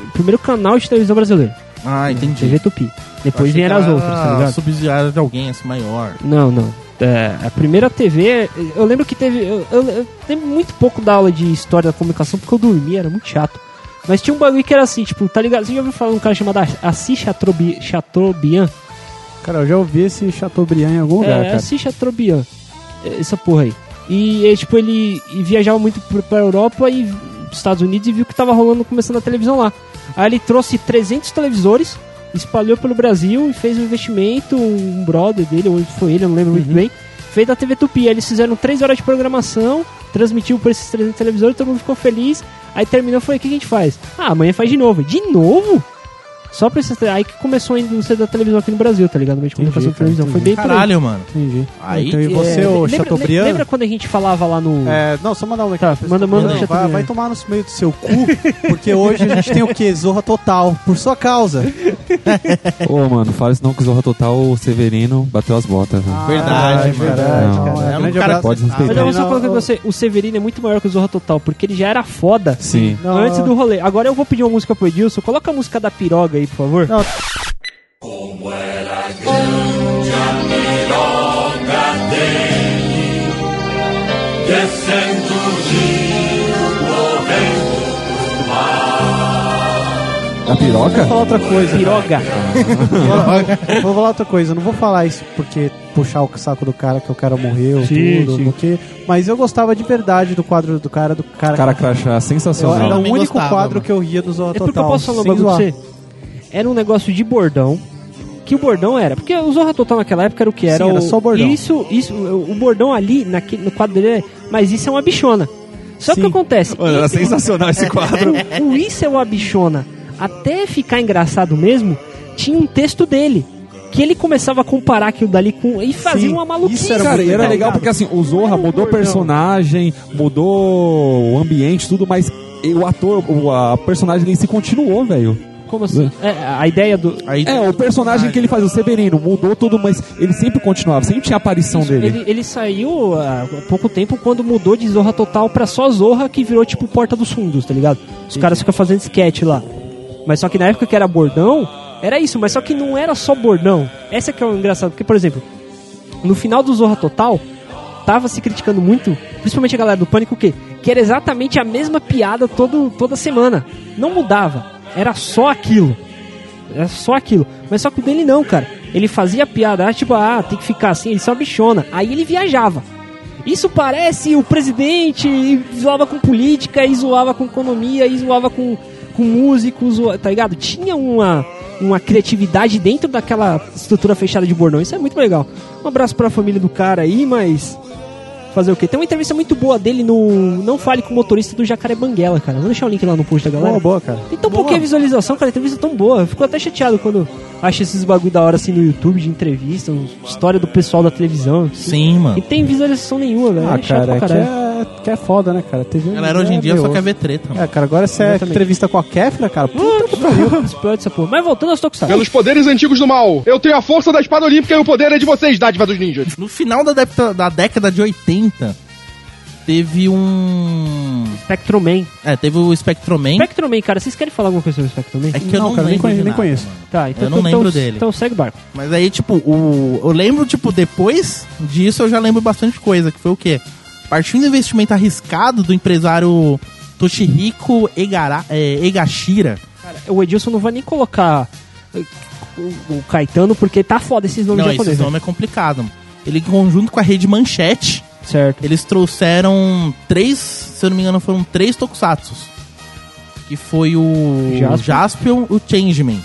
Speaker 1: O primeiro canal de televisão brasileira.
Speaker 4: ah, entendi.
Speaker 1: TV É, Tupi. Depois
Speaker 4: Achei que
Speaker 1: vieram as
Speaker 4: ela
Speaker 1: outras, tá
Speaker 4: era
Speaker 1: ligado?
Speaker 4: Subsidiada de alguém assim maior.
Speaker 1: Não, não. É, a primeira TV, eu lembro que teve. Eu, eu- eu lembro muito pouco da aula de história da comunicação porque eu dormia, era muito chato. Mas tinha um bagulho que era assim, tipo, tá ligado? Você já ouviu falar de um cara chamado Assis Chatrobi, Chatrobian?
Speaker 2: Cara, eu já ouvi esse Chateaubriand em algum lugar,
Speaker 1: é,
Speaker 2: cara.
Speaker 1: Assis Chatrobian. É, Essa porra aí. E, é, tipo, ele e viajava muito pra- pra Europa e Estados Unidos e viu que tava rolando, começando a televisão lá. Aí ele trouxe 300 televisores, espalhou pelo Brasil e fez um investimento, um brother dele, ou foi ele, eu não lembro
Speaker 2: Uhum.
Speaker 1: muito bem, fez da TV Tupi. Aí eles fizeram 3 horas de programação, transmitiu por esses 300 televisores, todo mundo ficou feliz. Aí terminou, foi o que a gente faz? Ah, amanhã faz de novo. De novo? Só pra esses... tre- Aí que começou a indústria da televisão aqui no Brasil, tá ligado? Meio de
Speaker 2: Entendi,
Speaker 1: comunicação de
Speaker 2: cara,
Speaker 1: televisão. Foi
Speaker 2: entendi.
Speaker 1: bem por aí.
Speaker 4: Caralho, mano.
Speaker 2: Entendi.
Speaker 4: Aí
Speaker 2: então, e
Speaker 4: que-
Speaker 2: você,
Speaker 1: É,
Speaker 2: ô
Speaker 1: lembra-
Speaker 2: Chateaubriand?
Speaker 1: Lembra quando a gente falava lá no.
Speaker 2: É, não, só mandar um aqui.
Speaker 1: Tá,
Speaker 2: pra
Speaker 1: manda- manda um
Speaker 2: vocês. Não, vai,
Speaker 1: Chateaubriand.
Speaker 2: vai tomar no meio do seu cu, porque hoje a gente tem o quê? Zorra total, por sua causa.
Speaker 3: Ô, mano, fala isso não que o Zorra Total, o Severino bateu as botas, velho.
Speaker 4: Verdade,
Speaker 2: Ai, verdade,
Speaker 3: Não,
Speaker 2: cara.
Speaker 4: é um
Speaker 2: Grande
Speaker 4: cara-
Speaker 2: abraço.
Speaker 3: Pode respeitar.
Speaker 1: Mas eu vou só
Speaker 2: Não,
Speaker 1: colocar com você, o Severino é muito maior que o Zorra Total, porque ele já era foda
Speaker 3: Sim.
Speaker 2: Não,
Speaker 1: antes do rolê. Agora eu vou pedir uma música pro Edilson, coloca a música da piroga aí, por favor.
Speaker 2: Não.
Speaker 3: A piroca?
Speaker 2: Vou falar outra coisa.
Speaker 1: Piroga.
Speaker 2: Vou- vou falar outra coisa, não vou falar isso porque puxar o saco do cara que o cara morreu,
Speaker 1: Sim,
Speaker 2: tudo,
Speaker 1: sim.
Speaker 2: porque. Mas eu gostava de verdade do quadro do cara, do cara.
Speaker 3: Cara crachá,
Speaker 2: Eu-
Speaker 3: sensacional.
Speaker 2: era o
Speaker 4: também
Speaker 2: único
Speaker 4: gostava,
Speaker 2: quadro
Speaker 4: mano.
Speaker 2: que eu ria do Zorra
Speaker 1: É
Speaker 2: Total.
Speaker 1: porque eu posso falar um
Speaker 2: sem
Speaker 1: bagulho pra
Speaker 2: zoar.
Speaker 1: você. Era um negócio de bordão. Que o bordão era. Porque o Zorra Total naquela época era o que? Era,
Speaker 2: Sim, era
Speaker 1: o,
Speaker 2: só o bordão.
Speaker 1: Isso, isso, o bordão ali, naquele, no quadro dele, é, mas isso é uma bichona. Só que
Speaker 2: Sim.
Speaker 1: acontece.
Speaker 3: Mano, era sensacional esse quadro.
Speaker 1: o, o Isso é uma bichona, até ficar engraçado mesmo, tinha um texto dele. Que ele começava a comparar aquilo dali com. E fazia
Speaker 2: Sim,
Speaker 1: uma maluquice.
Speaker 2: isso era
Speaker 3: Cara, e
Speaker 2: muito
Speaker 3: era
Speaker 2: legal.
Speaker 3: legal porque assim, o Zorra mudou o personagem, mudou o ambiente, tudo, mas o ator, o a personagem em si continuou, velho.
Speaker 1: Como assim? É, a ideia do.
Speaker 4: Aí
Speaker 3: É, o personagem que ele fazia, o Severino, mudou tudo, mas ele sempre continuava, sempre tinha a aparição dele.
Speaker 1: Ele, ele saiu ah, há pouco tempo quando mudou de Zorra Total pra só Zorra, que virou tipo Porta dos Fundos, tá ligado? Os caras ficam fazendo sketch lá. Mas só que na época que era bordão, era isso, mas só que não era só bordão. Essa que é o engraçado, porque, por exemplo, no final do Zorra Total, tava se criticando muito, principalmente a galera do Pânico, o quê? Que era exatamente a mesma piada todo, toda semana. Não mudava, era só aquilo. Era É só aquilo. Mas só que o dele não, cara. Ele fazia a piada, ah, tipo, ah, tem que ficar assim, ele só bichona. Aí ele viajava. Isso parece o presidente e zoava com política, e zoava com economia, e zoava com, com músicos, zoa- tá ligado? Tinha uma, uma criatividade dentro daquela estrutura fechada de bordão. Isso é muito legal. Um abraço pra família do cara aí, mas. Fazer o quê? Tem uma entrevista muito boa dele no Não Fale com o Motorista do Jacaré Banguela, cara. Vou deixar o link lá no post da galera.
Speaker 2: Boa, boa, cara.
Speaker 1: Tem tão pouquinha visualização, cara. A entrevista é tão boa. Eu fico até chateado quando acho esses bagulho da hora assim no YouTube de entrevista, uns- história do pessoal da televisão. assim.
Speaker 4: Sim,
Speaker 1: E
Speaker 4: mano.
Speaker 1: tem visualização nenhuma, velho.
Speaker 2: Ah,
Speaker 1: é chato
Speaker 2: cara,
Speaker 1: pra
Speaker 2: é que
Speaker 1: caralho.
Speaker 2: é é, que é foda, né, cara? TV
Speaker 4: Galera, hoje em dia só
Speaker 2: meio
Speaker 4: quer ver treta,
Speaker 2: osso.
Speaker 4: mano.
Speaker 2: É, cara, agora você é
Speaker 1: Exatamente.
Speaker 2: entrevista com a Kefra, cara. Puta que pariu.
Speaker 1: Explode essa porra. Mas voltando aos Tokusatsu.
Speaker 6: Pelos poderes antigos do mal, eu tenho a força da espada olímpica e o poder é de vocês, dádiva dos ninjas.
Speaker 4: No final da, dep- da década de 80, teve um.
Speaker 1: Spectrum Man.
Speaker 4: É, teve o Spectroman.
Speaker 1: Spectrum Man, cara, vocês querem falar alguma coisa sobre o Spectrum Man?
Speaker 4: É que eu
Speaker 2: Não,
Speaker 4: não
Speaker 2: cara, nem
Speaker 4: lembro
Speaker 2: conhe-
Speaker 4: de
Speaker 2: nem
Speaker 4: nada,
Speaker 2: conheço.
Speaker 4: mano.
Speaker 1: Tá, então,
Speaker 4: Eu não
Speaker 1: então-
Speaker 4: lembro
Speaker 1: então-
Speaker 4: dele.
Speaker 1: Então segue o barco.
Speaker 4: Mas aí, tipo, o... eu lembro, tipo, depois disso eu já lembro bastante coisa, que foi o quê? Partiu do investimento arriscado do empresário Toshihiko Egara... é, Egashira.
Speaker 1: O Edilson não vai nem colocar eh, o o Caetano, porque tá foda esses nomes
Speaker 4: Não,
Speaker 1: japoneses.
Speaker 2: né?
Speaker 4: esse nome é complicado. mano. Ele, em conjunto com a rede Manchete,
Speaker 1: Certo.
Speaker 4: eles trouxeram três, se eu não me engano, foram três tokusatsus. Que foi o
Speaker 1: Jaspion.
Speaker 4: Jaspion, o Changeman.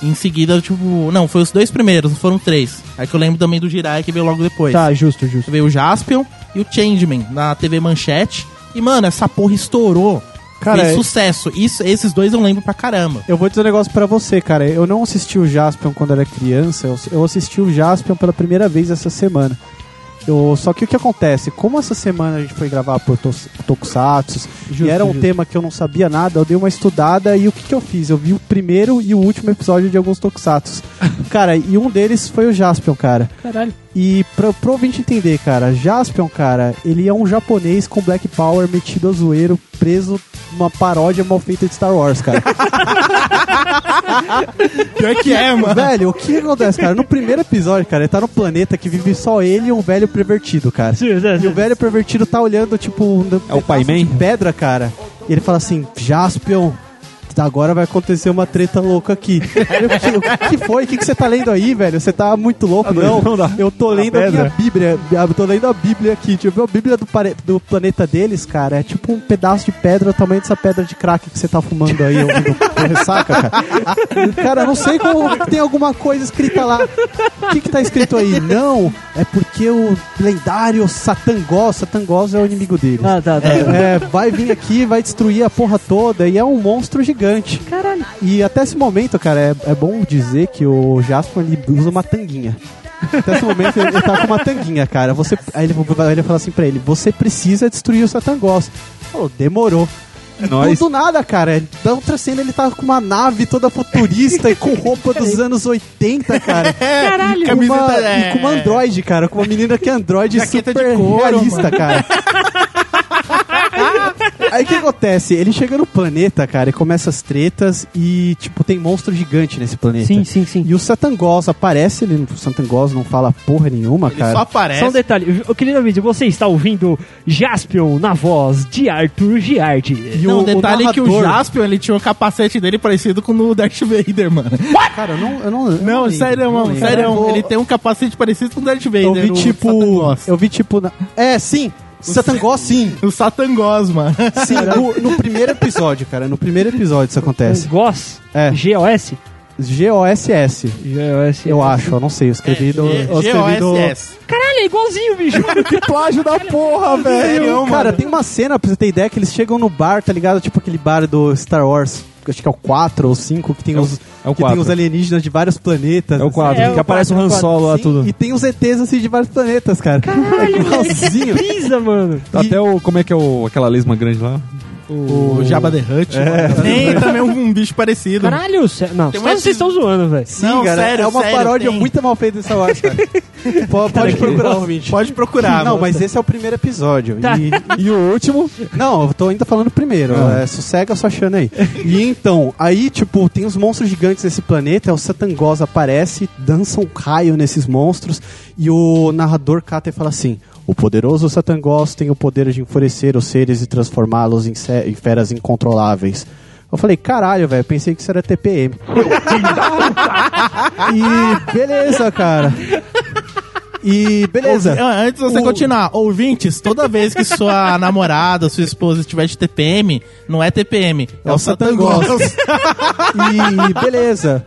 Speaker 4: Em seguida, tipo, não, foi os dois primeiros, não foram três. Aí que eu lembro também do Jiraiya que veio logo depois.
Speaker 1: Tá, justo, justo.
Speaker 4: Veio o Jaspion e o Changeman na TV Manchete. E, mano, essa porra estourou.
Speaker 2: Cara,
Speaker 4: Fez
Speaker 2: é-
Speaker 4: sucesso. Isso, esses dois eu lembro pra caramba.
Speaker 2: Eu vou dizer um negócio pra você, cara. Eu não assisti o Jaspion quando era criança. Eu- Eu assisti o Jaspion pela primeira vez essa semana. Eu- só que o que acontece? Como essa semana a gente foi gravar por tos- Tokusatsu, e era um
Speaker 1: justo.
Speaker 2: tema que eu não sabia nada, eu dei uma estudada e o que, que eu fiz? Eu vi o primeiro e o último episódio de alguns Tokusatsu. cara, e um deles foi o Jaspion, cara.
Speaker 1: Caralho.
Speaker 2: E pra, pro ouvinte entender, cara, Jaspion, cara, ele é um japonês com Black Power metido a zoeiro, preso numa paródia mal feita de Star Wars, cara.
Speaker 4: Pior que é,
Speaker 2: Velho, o que acontece, cara? No primeiro episódio, cara, ele tá no planeta que vive só ele e um velho pervertido, cara. E o velho pervertido tá olhando, tipo, um
Speaker 3: É o Pai
Speaker 2: pedaço de
Speaker 3: Man?
Speaker 2: pedra, cara. E ele fala assim, Jaspion, agora vai acontecer uma treta louca aqui. Ele, o, que, o que foi? O que, que você tá lendo aí, velho? Você tá muito louco, não? eu tô lendo a minha Bíblia. Eu tô lendo a Bíblia aqui. Tipo, a Bíblia do, pare- do planeta deles, cara, é tipo um pedaço de pedra, o tamanho dessa pedra de crack que você tá fumando aí, ouvindo ressaca, cara. Cara, eu não sei como tem alguma coisa escrita lá. O que, que tá escrito aí? Não, é porque o lendário Satangos, Satangos é o inimigo deles.
Speaker 1: Ah, tá, tá.
Speaker 2: É, vai vir aqui, vai destruir a porra toda e é um monstro gigante.
Speaker 1: Caralho.
Speaker 2: E até esse momento, cara, é, é bom dizer que o Jasper ele usa uma tanguinha. Até esse momento ele, ele tá com uma tanguinha, cara. Você, aí ele, aí ele fala assim pra ele: Você precisa destruir o Satangos. Falou, demorou. E
Speaker 3: Nós.
Speaker 2: Do nada, cara. É, Da outra cena ele tá com uma nave toda futurista e com roupa dos anos 80, cara.
Speaker 1: Caralho.
Speaker 2: Com uma,
Speaker 4: Camiseta, é.
Speaker 2: e com uma androide, cara. Com uma menina que é androide
Speaker 4: Jaqueta de
Speaker 2: super
Speaker 4: couro,
Speaker 2: realista, cara. Aí o que acontece? Ele chega no planeta, cara, e começa as tretas e, tipo, tem monstro gigante nesse planeta.
Speaker 1: Sim, sim, sim.
Speaker 2: E o Satangos aparece, ele, o Satangos não fala porra nenhuma,
Speaker 4: Ele
Speaker 2: cara.
Speaker 4: só
Speaker 1: Só um
Speaker 4: aparece.
Speaker 1: detalhe, ô, querido amigo, você está tá ouvindo Jaspion na voz de Arthur Giardi.
Speaker 2: E
Speaker 4: Não,
Speaker 2: o-
Speaker 4: o detalhe
Speaker 2: o
Speaker 4: é que o
Speaker 2: narrador-
Speaker 4: Jaspion, ele tinha o capacete dele parecido com o do Darth Vader, mano.
Speaker 2: Cara, eu não. Eu não, eu
Speaker 4: Não,
Speaker 2: lembro,
Speaker 4: sério, mano.
Speaker 2: lembro.
Speaker 4: Sério,
Speaker 2: Eu vou-
Speaker 4: ele tem um capacete parecido com o Darth Vader.
Speaker 2: Eu vi
Speaker 4: o
Speaker 2: tipo.
Speaker 4: Satangos.
Speaker 2: Eu vi tipo. na- É, sim! Satangos, sim!
Speaker 4: O Satangos, mano.
Speaker 2: Sim, no, no primeiro episódio, cara. No primeiro episódio isso acontece.
Speaker 1: Goss?
Speaker 2: É.
Speaker 1: GOS?
Speaker 2: G-O-S-S,
Speaker 4: é.
Speaker 1: GOS.
Speaker 2: eu acho. Eu não sei, eu escrevi do. eu escrevi do-
Speaker 4: G-O-S-S.
Speaker 1: Caralho, é igualzinho, bicho.
Speaker 2: Que plágio da porra, velho! Cara, tem uma cena, pra você ter ideia, que eles chegam no bar, tá ligado? Tipo aquele bar do Star Wars, acho que é o 4 ou 5, que tem,
Speaker 3: É o-
Speaker 2: os,
Speaker 3: é o
Speaker 2: que tem
Speaker 3: 4.
Speaker 2: os alienígenas de vários planetas.
Speaker 3: É o quadro,
Speaker 1: É o
Speaker 3: que aparece o Han
Speaker 2: quatro,
Speaker 3: Solo lá,
Speaker 2: sim,
Speaker 3: tudo.
Speaker 2: E tem os ETs assim de vários planetas, cara. é igualzinho.
Speaker 1: Brisa, mano.
Speaker 3: Até o. Como é que é o, aquela lesma grande lá?
Speaker 4: O Jabba the Hutt. mano. Tem É. também um bicho parecido.
Speaker 1: Caralho, sé- não,
Speaker 4: Tem um.
Speaker 1: só
Speaker 4: uma-
Speaker 1: vocês estão zoando, velho.
Speaker 2: Sim,
Speaker 4: Não,
Speaker 2: cara,
Speaker 4: sério,
Speaker 2: é uma
Speaker 4: sério,
Speaker 2: paródia
Speaker 4: tem.
Speaker 2: muito mal feita de Star Wars, cara. Po- pode, procurar, ouvinte.
Speaker 4: Pode procurar,
Speaker 2: Tá Não,
Speaker 4: mano.
Speaker 2: mas esse é o primeiro episódio.
Speaker 1: Tá.
Speaker 2: E,
Speaker 3: E o último.
Speaker 2: Não, eu tô ainda falando primeiro. É, sossega sua chana aí. E então, aí, tipo, tem os monstros gigantes nesse planeta, é o Satangos aparece, dança um raio nesses monstros, e o narrador cata e fala assim. O poderoso Satangos tem o poder de enfurecer os seres e transformá-los em, se- em feras incontroláveis. Eu falei, caralho, velho, pensei que isso era TPM. e beleza, cara. E beleza.
Speaker 4: Ouvi- Ah, Antes de você
Speaker 2: O-
Speaker 4: continuar, ouvintes, toda vez que sua namorada, sua esposa estiver de TPM, não é TPM, é,
Speaker 2: É o
Speaker 4: o Satangos.
Speaker 2: E beleza.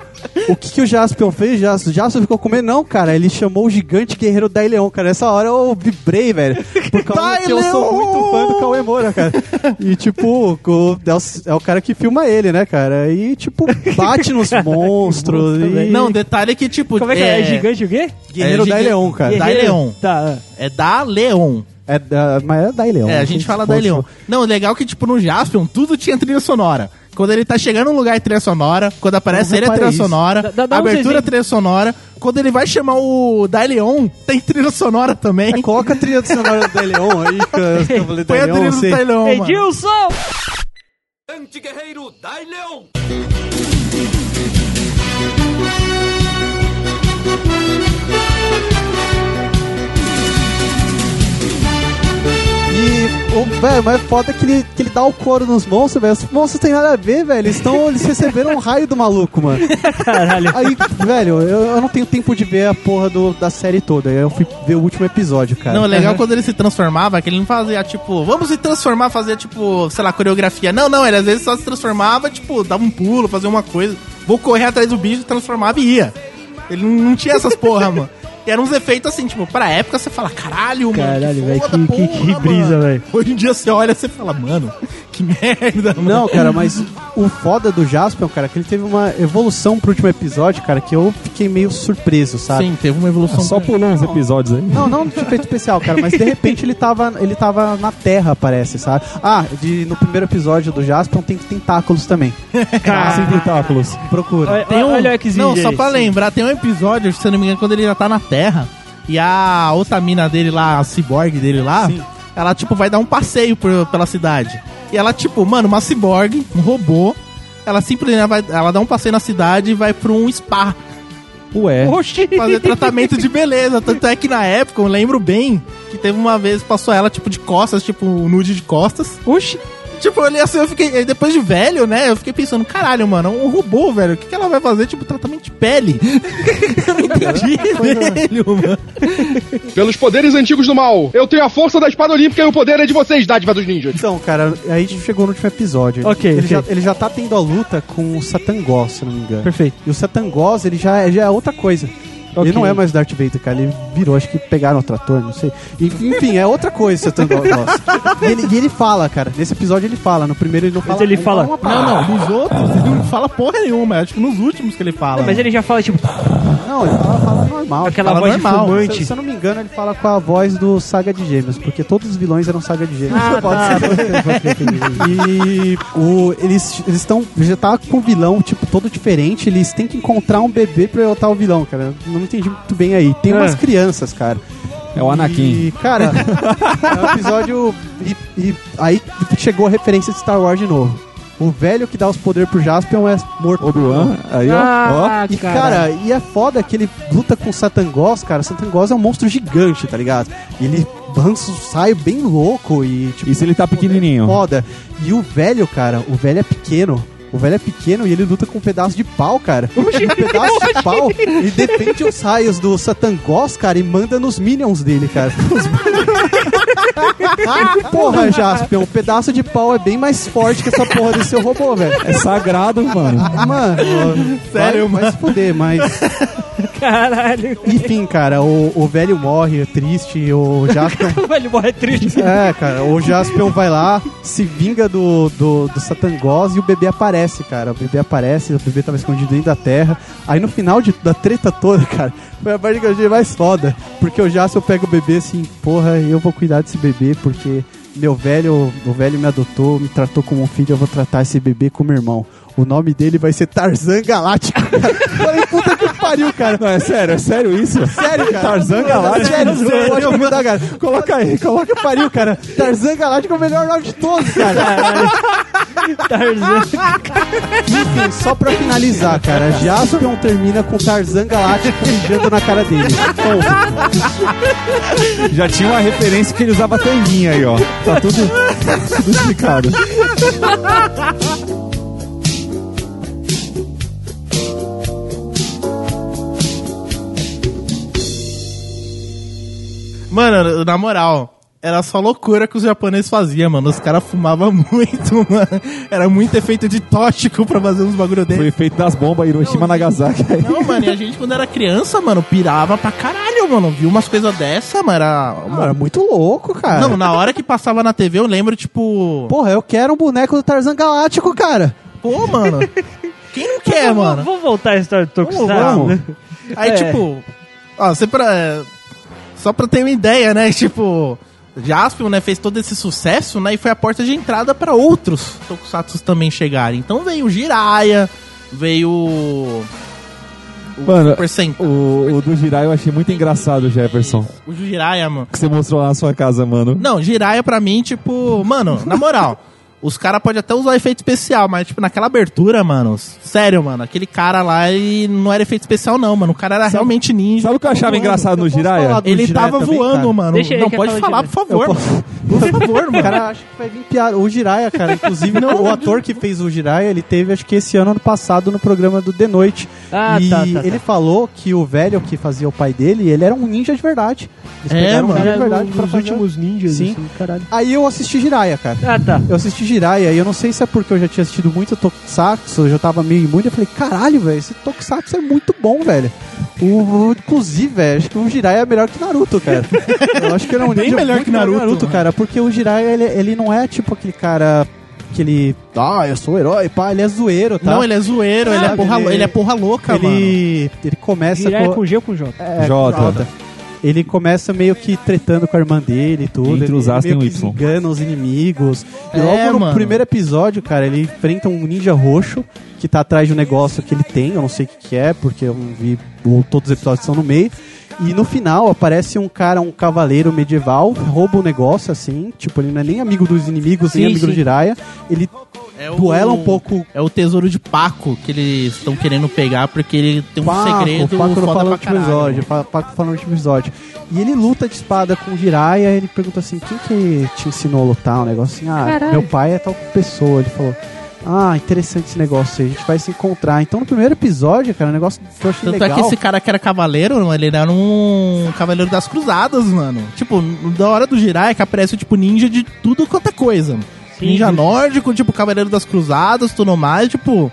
Speaker 2: O que, que o Jaspion fez? O Jas- o Jaspion ficou comendo? Não, cara. Ele chamou o gigante guerreiro Dai Leão, cara. Nessa hora eu vibrei, velho. Por causa
Speaker 4: Dai
Speaker 2: que eu sou
Speaker 4: Leon!
Speaker 2: muito fã do Cauê Moura, cara. E, tipo, o- é o, é o cara que filma ele, né, cara? E, tipo, bate nos monstros. e...
Speaker 4: Não, detalhe é que, tipo...
Speaker 1: Como é que é? É gigante o quê?
Speaker 2: Guerreiro
Speaker 4: é
Speaker 2: Dai
Speaker 4: giga-
Speaker 2: Leão, cara.
Speaker 4: Dai Leão.
Speaker 1: Tá.
Speaker 4: É da Leon.
Speaker 2: É da, mas é da Leon.
Speaker 4: É, a gente fala da
Speaker 2: um-
Speaker 4: Elion. Não, o legal é que, tipo, no Jaspion, tudo tinha trilha sonora. Quando ele tá chegando num lugar é trilha sonora, quando aparece
Speaker 2: Não
Speaker 4: ele é
Speaker 2: reparei
Speaker 4: trilha
Speaker 2: isso.
Speaker 4: sonora,
Speaker 1: Dá- um dá- dá uns
Speaker 4: abertura é
Speaker 1: exemplos.
Speaker 4: trilha sonora, quando ele vai chamar o Daileon, tem trilha sonora também.
Speaker 2: É, coloca a trilha do cenário do Leon aí, que eu- que eu falei da
Speaker 4: Põe a
Speaker 2: Leon,
Speaker 4: trilha do
Speaker 2: assim.
Speaker 4: Daileon, mano.
Speaker 1: Edilson!
Speaker 5: Antiguerreiro Dai Leão!
Speaker 2: E, o velho, mas foda é que ele, que ele dá o couro nos monstros, velho. Os monstros tem nada a ver, velho. Eles, tão, eles receberam um raio do maluco, mano.
Speaker 1: Caralho.
Speaker 2: Aí, velho, eu, eu não tenho tempo de ver a porra do- da série toda. Eu fui ver o último episódio, cara.
Speaker 4: Não, o legal quando ele se transformava, que ele não fazia tipo, vamos se transformar, fazer tipo, sei lá, coreografia. Não, não, ele às vezes só se transformava, tipo, dava um pulo, fazia uma coisa, vou correr atrás do bicho, transformava e ia. Ele não, não tinha essas porra, mano. E eram uns efeitos assim, tipo, pra época você fala, caralho, mano.
Speaker 1: Caralho, velho,
Speaker 4: foda,
Speaker 1: que- que-
Speaker 4: porra,
Speaker 1: que brisa,
Speaker 4: mano."
Speaker 1: velho.
Speaker 4: Hoje em dia você olha e você fala, mano, que merda, mano.
Speaker 2: Não, cara, mas o foda do Jaspion, cara, é que ele teve uma evolução pro último episódio, cara, que eu fiquei meio surpreso, sabe?
Speaker 4: Sim, teve uma
Speaker 1: É
Speaker 4: evolução.
Speaker 3: Tá Só pulou uns episódios aí.
Speaker 2: Não, não de efeito especial, cara, mas de repente ele tava, ele tava na Terra, parece, sabe? Ah, de- no primeiro episódio do Jaspion tem tentáculos também.
Speaker 3: Sem tentáculos.
Speaker 2: Procura.
Speaker 1: Olha,
Speaker 4: Tem um...
Speaker 1: olha o Xvideos
Speaker 4: Não, só
Speaker 1: aí.
Speaker 4: pra lembrar, tem um episódio, se eu não me engano, quando ele já tá na Terra. E a outra mina dele lá, a ciborgue dele lá, ela, tipo, vai dar um passeio por- pela cidade. E ela, tipo, mano, uma ciborgue, um robô, ela simplesmente vai, ela dá um passeio na cidade e vai pra um spa
Speaker 3: Ué.
Speaker 1: Oxi!
Speaker 4: fazer tratamento de beleza. Tanto é que na época, eu lembro bem, que teve uma vez, passou ela, tipo, de costas, tipo, um nude de costas.
Speaker 1: Oxi!
Speaker 4: Tipo, eu olhei assim, eu fiquei. aí Depois de velho, né? Eu fiquei pensando, caralho, mano, um robô, velho, o que, que ela vai fazer? Tipo, tratamento de pele. eu não entendi, velho, mano.
Speaker 6: Pelos poderes antigos do mal, eu tenho a força da espada olímpica e o poder é de vocês, dádiva dos ninjas.
Speaker 2: Então, cara, aí a gente chegou no último episódio.
Speaker 1: Ok,
Speaker 2: ele,
Speaker 1: ok.
Speaker 2: Já, ele já tá tendo a luta com o Satangó, se não me engano.
Speaker 1: Perfeito.
Speaker 2: E o Satangos, ele já, é- já é outra coisa.
Speaker 1: Ok.
Speaker 2: Ele não é mais Darth Vader, cara. Ele virou, acho que pegaram o trator, não sei. E, Enfim, é outra coisa o Satangos. e, ele, e ele fala, cara. Nesse episódio ele fala. No primeiro ele não fala.
Speaker 1: ele fala-
Speaker 2: uma palavra.
Speaker 4: Não, não, nos outros ele não fala porra nenhuma. Acho que nos últimos que ele fala.
Speaker 1: Mas ele já fala, tipo,
Speaker 2: Não, ele fala, fala normal.
Speaker 1: aquela
Speaker 4: fala
Speaker 1: voz
Speaker 4: normal,
Speaker 1: de
Speaker 2: Se,
Speaker 1: fumante.
Speaker 2: se eu não me engano, ele fala com a voz do Saga de Gêmeos, porque todos os vilões eram Saga de Gêmeos.
Speaker 1: Ah, tá.
Speaker 2: e o, eles eles estão já tá com o vilão tipo todo diferente. Eles têm que encontrar um bebê pra derrotar o vilão, cara. Não entendi muito bem aí. Tem umas
Speaker 1: Ah.
Speaker 2: crianças, cara.
Speaker 3: É o Anakin.
Speaker 2: E, cara, é um episódio. E, e aí chegou a referência de Star Wars de novo. O velho que dá os poderes pro Jaspion é morto.
Speaker 3: Obi-Wan. Aí, ó.
Speaker 1: Ah,
Speaker 2: E, cara, e é foda que ele luta com o Satangos, cara. O Satangos é um monstro gigante, tá ligado? E ele lança o saio bem louco e,
Speaker 3: ó.
Speaker 2: tipo,
Speaker 3: E se ele tá pequenininho?
Speaker 2: foda. E o velho, cara, o velho é pequeno. O velho é pequeno e ele luta com um pedaço de pau, cara. um pedaço de pau e defende os raios do Satangos, cara, e manda nos minions dele, cara. Os- porra, Jaspion, um pedaço de pau é bem mais forte que essa porra desse seu robô, velho.
Speaker 3: É sagrado, mano.
Speaker 2: Mano,
Speaker 4: Sério,
Speaker 2: vai, vai se fuder, mas
Speaker 1: Caralho.
Speaker 2: enfim, cara, o, o velho morre é triste, o Jaspion.
Speaker 1: Ele morre triste.
Speaker 2: é, cara, o Jaspion vai lá, se vinga do, do, do Satangos e o bebê aparece, cara. O bebê aparece, o bebê tava escondido dentro da terra. Aí no final de, da treta toda, cara, foi a parte que eu achei mais foda. Porque o Jaspion pega o bebê assim, porra, eu vou cuidar desse bebê, porque meu velho, o velho me adotou, me tratou como um filho, eu vou tratar esse bebê como irmão. O nome dele vai ser Tarzan Galáctico. Falei, puta que pariu, cara.
Speaker 3: Não, é sério, é sério isso?
Speaker 2: Sério, cara.
Speaker 3: Tarzan Galáctico.
Speaker 2: Sério, sério. Pode mudar, cara. Coloca aí, coloca pariu, cara. Tarzan Galáctico é o melhor nome de todos, cara.
Speaker 1: Tarzan.
Speaker 2: Enfim, só pra finalizar, cara. Jaspion termina com Tarzan Galáctico mijando na cara dele. Bom,
Speaker 3: Já tinha uma referência que ele usava tanguinha aí, ó.
Speaker 2: tá tudo, tudo explicado.
Speaker 4: Mano, na moral, era só loucura que os japoneses faziam, mano. Os caras fumavam muito, mano. Era muito efeito de tóxico pra fazer uns bagulho
Speaker 3: Foi
Speaker 4: dele.
Speaker 3: efeito das bombas Hiroshima Nagasaki. aí.
Speaker 4: Não, mano, e a gente quando era criança, mano, pirava pra caralho, mano. Viu umas coisas dessa, mano, era...
Speaker 2: Mano, é muito louco, cara.
Speaker 4: Não, na hora que passava na TV, eu lembro, tipo...
Speaker 2: Porra, eu quero um boneco do Tarzan Galáctico, cara.
Speaker 4: Pô, mano. Quem não quer, É, mano?
Speaker 1: Vamos voltar à história do Tokusatsu.
Speaker 4: Vamos,
Speaker 1: né?
Speaker 2: É.
Speaker 4: é, Aí, tipo... Ó, você pra... Só pra ter uma ideia, né? Tipo... Jaspion, né, fez todo esse sucesso, né, e foi a porta de entrada para outros tokusatsu também chegarem. Então veio o Jiraiya, veio o
Speaker 3: Mano,
Speaker 4: Super Sentai.
Speaker 3: O, o do Jirai eu achei muito engraçado, Jefferson.
Speaker 4: O Jiraiya, mano.
Speaker 3: Que você mostrou lá na sua casa, mano.
Speaker 4: Não, Jiraiya pra mim, tipo, mano, na moral, os caras podem até usar efeito especial, mas, tipo, naquela abertura, mano, sério, mano, aquele cara lá, ele não era efeito especial, não, mano. O cara era realmente ninja.
Speaker 3: Sabe o que eu achava
Speaker 2: Mano,
Speaker 3: engraçado
Speaker 2: eu
Speaker 3: no
Speaker 2: posso
Speaker 3: Jiraiya?
Speaker 2: falar do
Speaker 4: Ele
Speaker 2: Jiraiya
Speaker 4: tava
Speaker 2: também,
Speaker 4: voando,
Speaker 2: cara?
Speaker 4: mano.
Speaker 1: Deixa ele, é
Speaker 4: não
Speaker 1: quer
Speaker 4: pode
Speaker 1: falar
Speaker 4: falar,
Speaker 1: de
Speaker 4: por favor. mano. Por favor,
Speaker 2: O
Speaker 4: mano.
Speaker 2: cara acha que vai vir piada. O Jiraya, cara, inclusive, o ator que fez o Jiraya, ele teve, acho que esse ano, ano passado, no programa do The Noite.
Speaker 1: Ah,
Speaker 2: e
Speaker 1: tá, tá, tá.
Speaker 2: ele falou que o velho que fazia o pai dele, ele era um ninja de verdade. Eles
Speaker 4: É,
Speaker 2: pegaram
Speaker 4: mano.
Speaker 2: um ninja de verdade pra
Speaker 1: os
Speaker 2: fazer.
Speaker 1: últimos ninjas,
Speaker 2: Sim.
Speaker 1: assim, caralho.
Speaker 2: Aí eu assisti Jiraya, cara.
Speaker 1: Ah, tá.
Speaker 2: Eu assisti Jiraiya e eu não sei se é porque eu já tinha assistido muito Tokusatsu, eu já tava meio imune, eu falei, caralho, velho, esse Tokusatsu é muito bom, velho. O, o- inclusive, velho, acho que o Jiraiya é melhor que Naruto, cara. Eu acho que ele é um
Speaker 4: Bem
Speaker 2: ninja
Speaker 4: melhor
Speaker 2: muito
Speaker 4: que Naruto, né? mano.
Speaker 2: cara, porque o Jiraiya, ele, ele não é tipo aquele cara que ele, ah, eu sou o herói, pá, ele é zoeiro, tá?
Speaker 4: Não, ele é zoeiro, ele, é
Speaker 2: Ah,
Speaker 4: porra,
Speaker 2: ele-
Speaker 4: ele... é porra louca, mano.
Speaker 2: ele, ele começa
Speaker 1: Jiraiya
Speaker 2: com-
Speaker 1: com G ou com J?
Speaker 2: é,
Speaker 3: Jota.
Speaker 2: Jota. Ele começa meio que tretando com a irmã dele e tudo.
Speaker 3: Entre
Speaker 2: ele
Speaker 3: os As
Speaker 2: meio
Speaker 3: tem o
Speaker 2: que
Speaker 3: Y.
Speaker 2: engana os inimigos. E
Speaker 4: É,
Speaker 2: logo no
Speaker 4: mano.
Speaker 2: primeiro episódio, cara, ele enfrenta um ninja roxo que tá atrás de um negócio que ele tem, eu não sei o que, que é, porque eu não vi. ou Todos os episódios são no meio. E no final aparece um cara, um cavaleiro medieval, rouba o negócio, assim. Tipo, ele não é nem amigo dos inimigos, nem
Speaker 1: Sim,
Speaker 2: amigo
Speaker 1: sim.
Speaker 2: do Jiraiya. Ele
Speaker 4: É
Speaker 2: duela um pouco
Speaker 4: É o tesouro de Paco que eles estão querendo pegar porque ele tem um segredo
Speaker 2: Paco não
Speaker 4: foda
Speaker 2: fala no
Speaker 4: pra
Speaker 2: último
Speaker 4: caralho,
Speaker 2: episódio.
Speaker 4: mano.
Speaker 2: Fa- Paco fala no último episódio. E ele luta de espada com o Jiraiya. Ele pergunta assim: quem que te ensinou a lutar? Um negócio assim: ah, meu pai é tal pessoa. Ele falou. Ah, interessante esse negócio aí. A gente vai se encontrar. Então, no primeiro episódio, cara, um negócio que eu achei
Speaker 4: Tanto é
Speaker 2: legal.
Speaker 4: que esse cara que era cavaleiro, mano, ele era um cavaleiro das cruzadas, mano. Tipo, da hora do Jiraiya que aparece, tipo, ninja de tudo quanto é coisa. mano.
Speaker 1: Sim.
Speaker 4: Ninja nórdico, tipo, cavaleiro das cruzadas, tudo mais, tipo...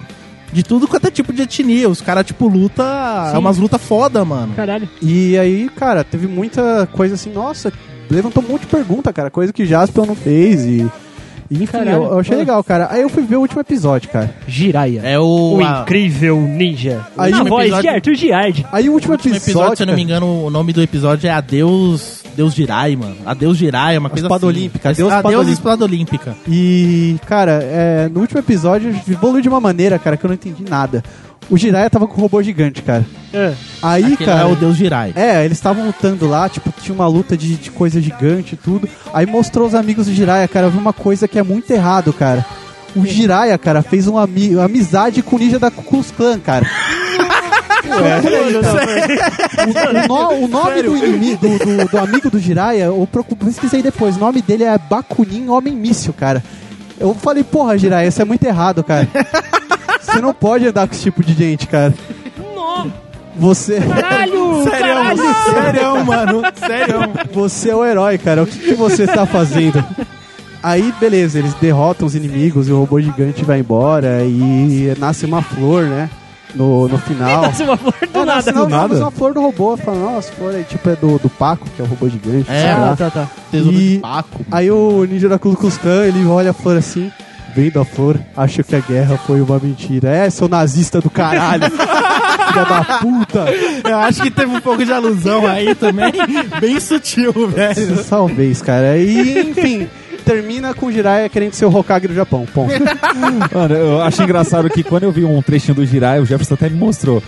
Speaker 4: De tudo quanto é tipo de etnia. Os caras, tipo, luta...
Speaker 1: Sim.
Speaker 4: É umas lutas foda, mano.
Speaker 1: Caralho.
Speaker 2: E aí, cara, teve muita coisa assim, nossa, levantou um monte de pergunta, cara, coisa que Jasper não fez e. e, Enfim,
Speaker 1: Caralho,
Speaker 2: eu, eu achei
Speaker 1: pô.
Speaker 2: legal, cara. Aí eu fui ver o último episódio, cara.
Speaker 1: Jiraiya.
Speaker 4: É o...
Speaker 1: O
Speaker 4: a-
Speaker 1: incrível ninja.
Speaker 2: Aí
Speaker 1: Na
Speaker 2: o
Speaker 1: voz
Speaker 4: episódio-
Speaker 1: de Arthur Giard.
Speaker 2: Aí o último,
Speaker 4: último Um episódio, se eu não me engano, o nome do episódio é Adeus, Deus Jirai, mano. Adeus Jirai, é uma coisa
Speaker 2: Espada
Speaker 4: assim.
Speaker 2: Olímpica, Adeus Espada
Speaker 4: Espada
Speaker 2: Olímpica.
Speaker 4: Espada Olímpica.
Speaker 2: E, cara, é, no último episódio evoluiu de uma maneira, cara, que eu não entendi nada. O Jiraiya tava com o robô gigante, cara.
Speaker 1: É.
Speaker 2: Aí,
Speaker 4: Aquele
Speaker 2: cara.
Speaker 4: é o Deus Jirai.
Speaker 2: É, eles estavam lutando lá, tipo, tinha uma luta de, de coisa gigante e tudo. Aí mostrou os amigos do Jiraiya, cara. Eu vi uma coisa que é muito errado, cara. O Jiraiya, cara, fez uma, ami- uma amizade com o ninja da Ku Klux Klan, cara.
Speaker 1: Não, não, não.
Speaker 2: O, no- o nome do, inimigo, do, do- do amigo do Jiraiya, eu procu- pesquisei depois. O nome dele é Bakunin Homem Míssil, cara. Eu falei, porra, Jiraiya, isso é muito errado, cara. Você não pode andar com esse tipo de gente, cara. Você,
Speaker 1: Caralho! Caralho!
Speaker 4: Sério, mano. Sério.
Speaker 2: você é o herói, cara. O que, que você está fazendo? Aí, beleza, eles derrotam os inimigos e o robô gigante vai embora e nasce uma flor, né? No, no final.
Speaker 1: Nossa, tá uma flor do nada.
Speaker 2: É, nasce- Não, não,
Speaker 3: nada.
Speaker 2: mas uma flor do robô. Fala, nossa, flor aí, tipo, é do, do Paco, que é o robô gigante.
Speaker 4: É,
Speaker 2: sei lá.
Speaker 1: tá, tá.
Speaker 4: Tesouro
Speaker 2: E-
Speaker 4: de Paco.
Speaker 2: Aí o ninja da Klux Klan, ele olha a flor assim, vendo a flor, acha que a guerra foi uma mentira. É, seu nazista do caralho. Filha da puta.
Speaker 4: Eu acho que teve um pouco de alusão aí também. Bem sutil, velho.
Speaker 2: Isso, Talvez, cara. E, enfim, termina com o Jiraiya querendo ser o Hokage do Japão. Ponto.
Speaker 3: Mano, eu acho engraçado que quando eu vi um trechinho do Jirai, o Jefferson até me mostrou.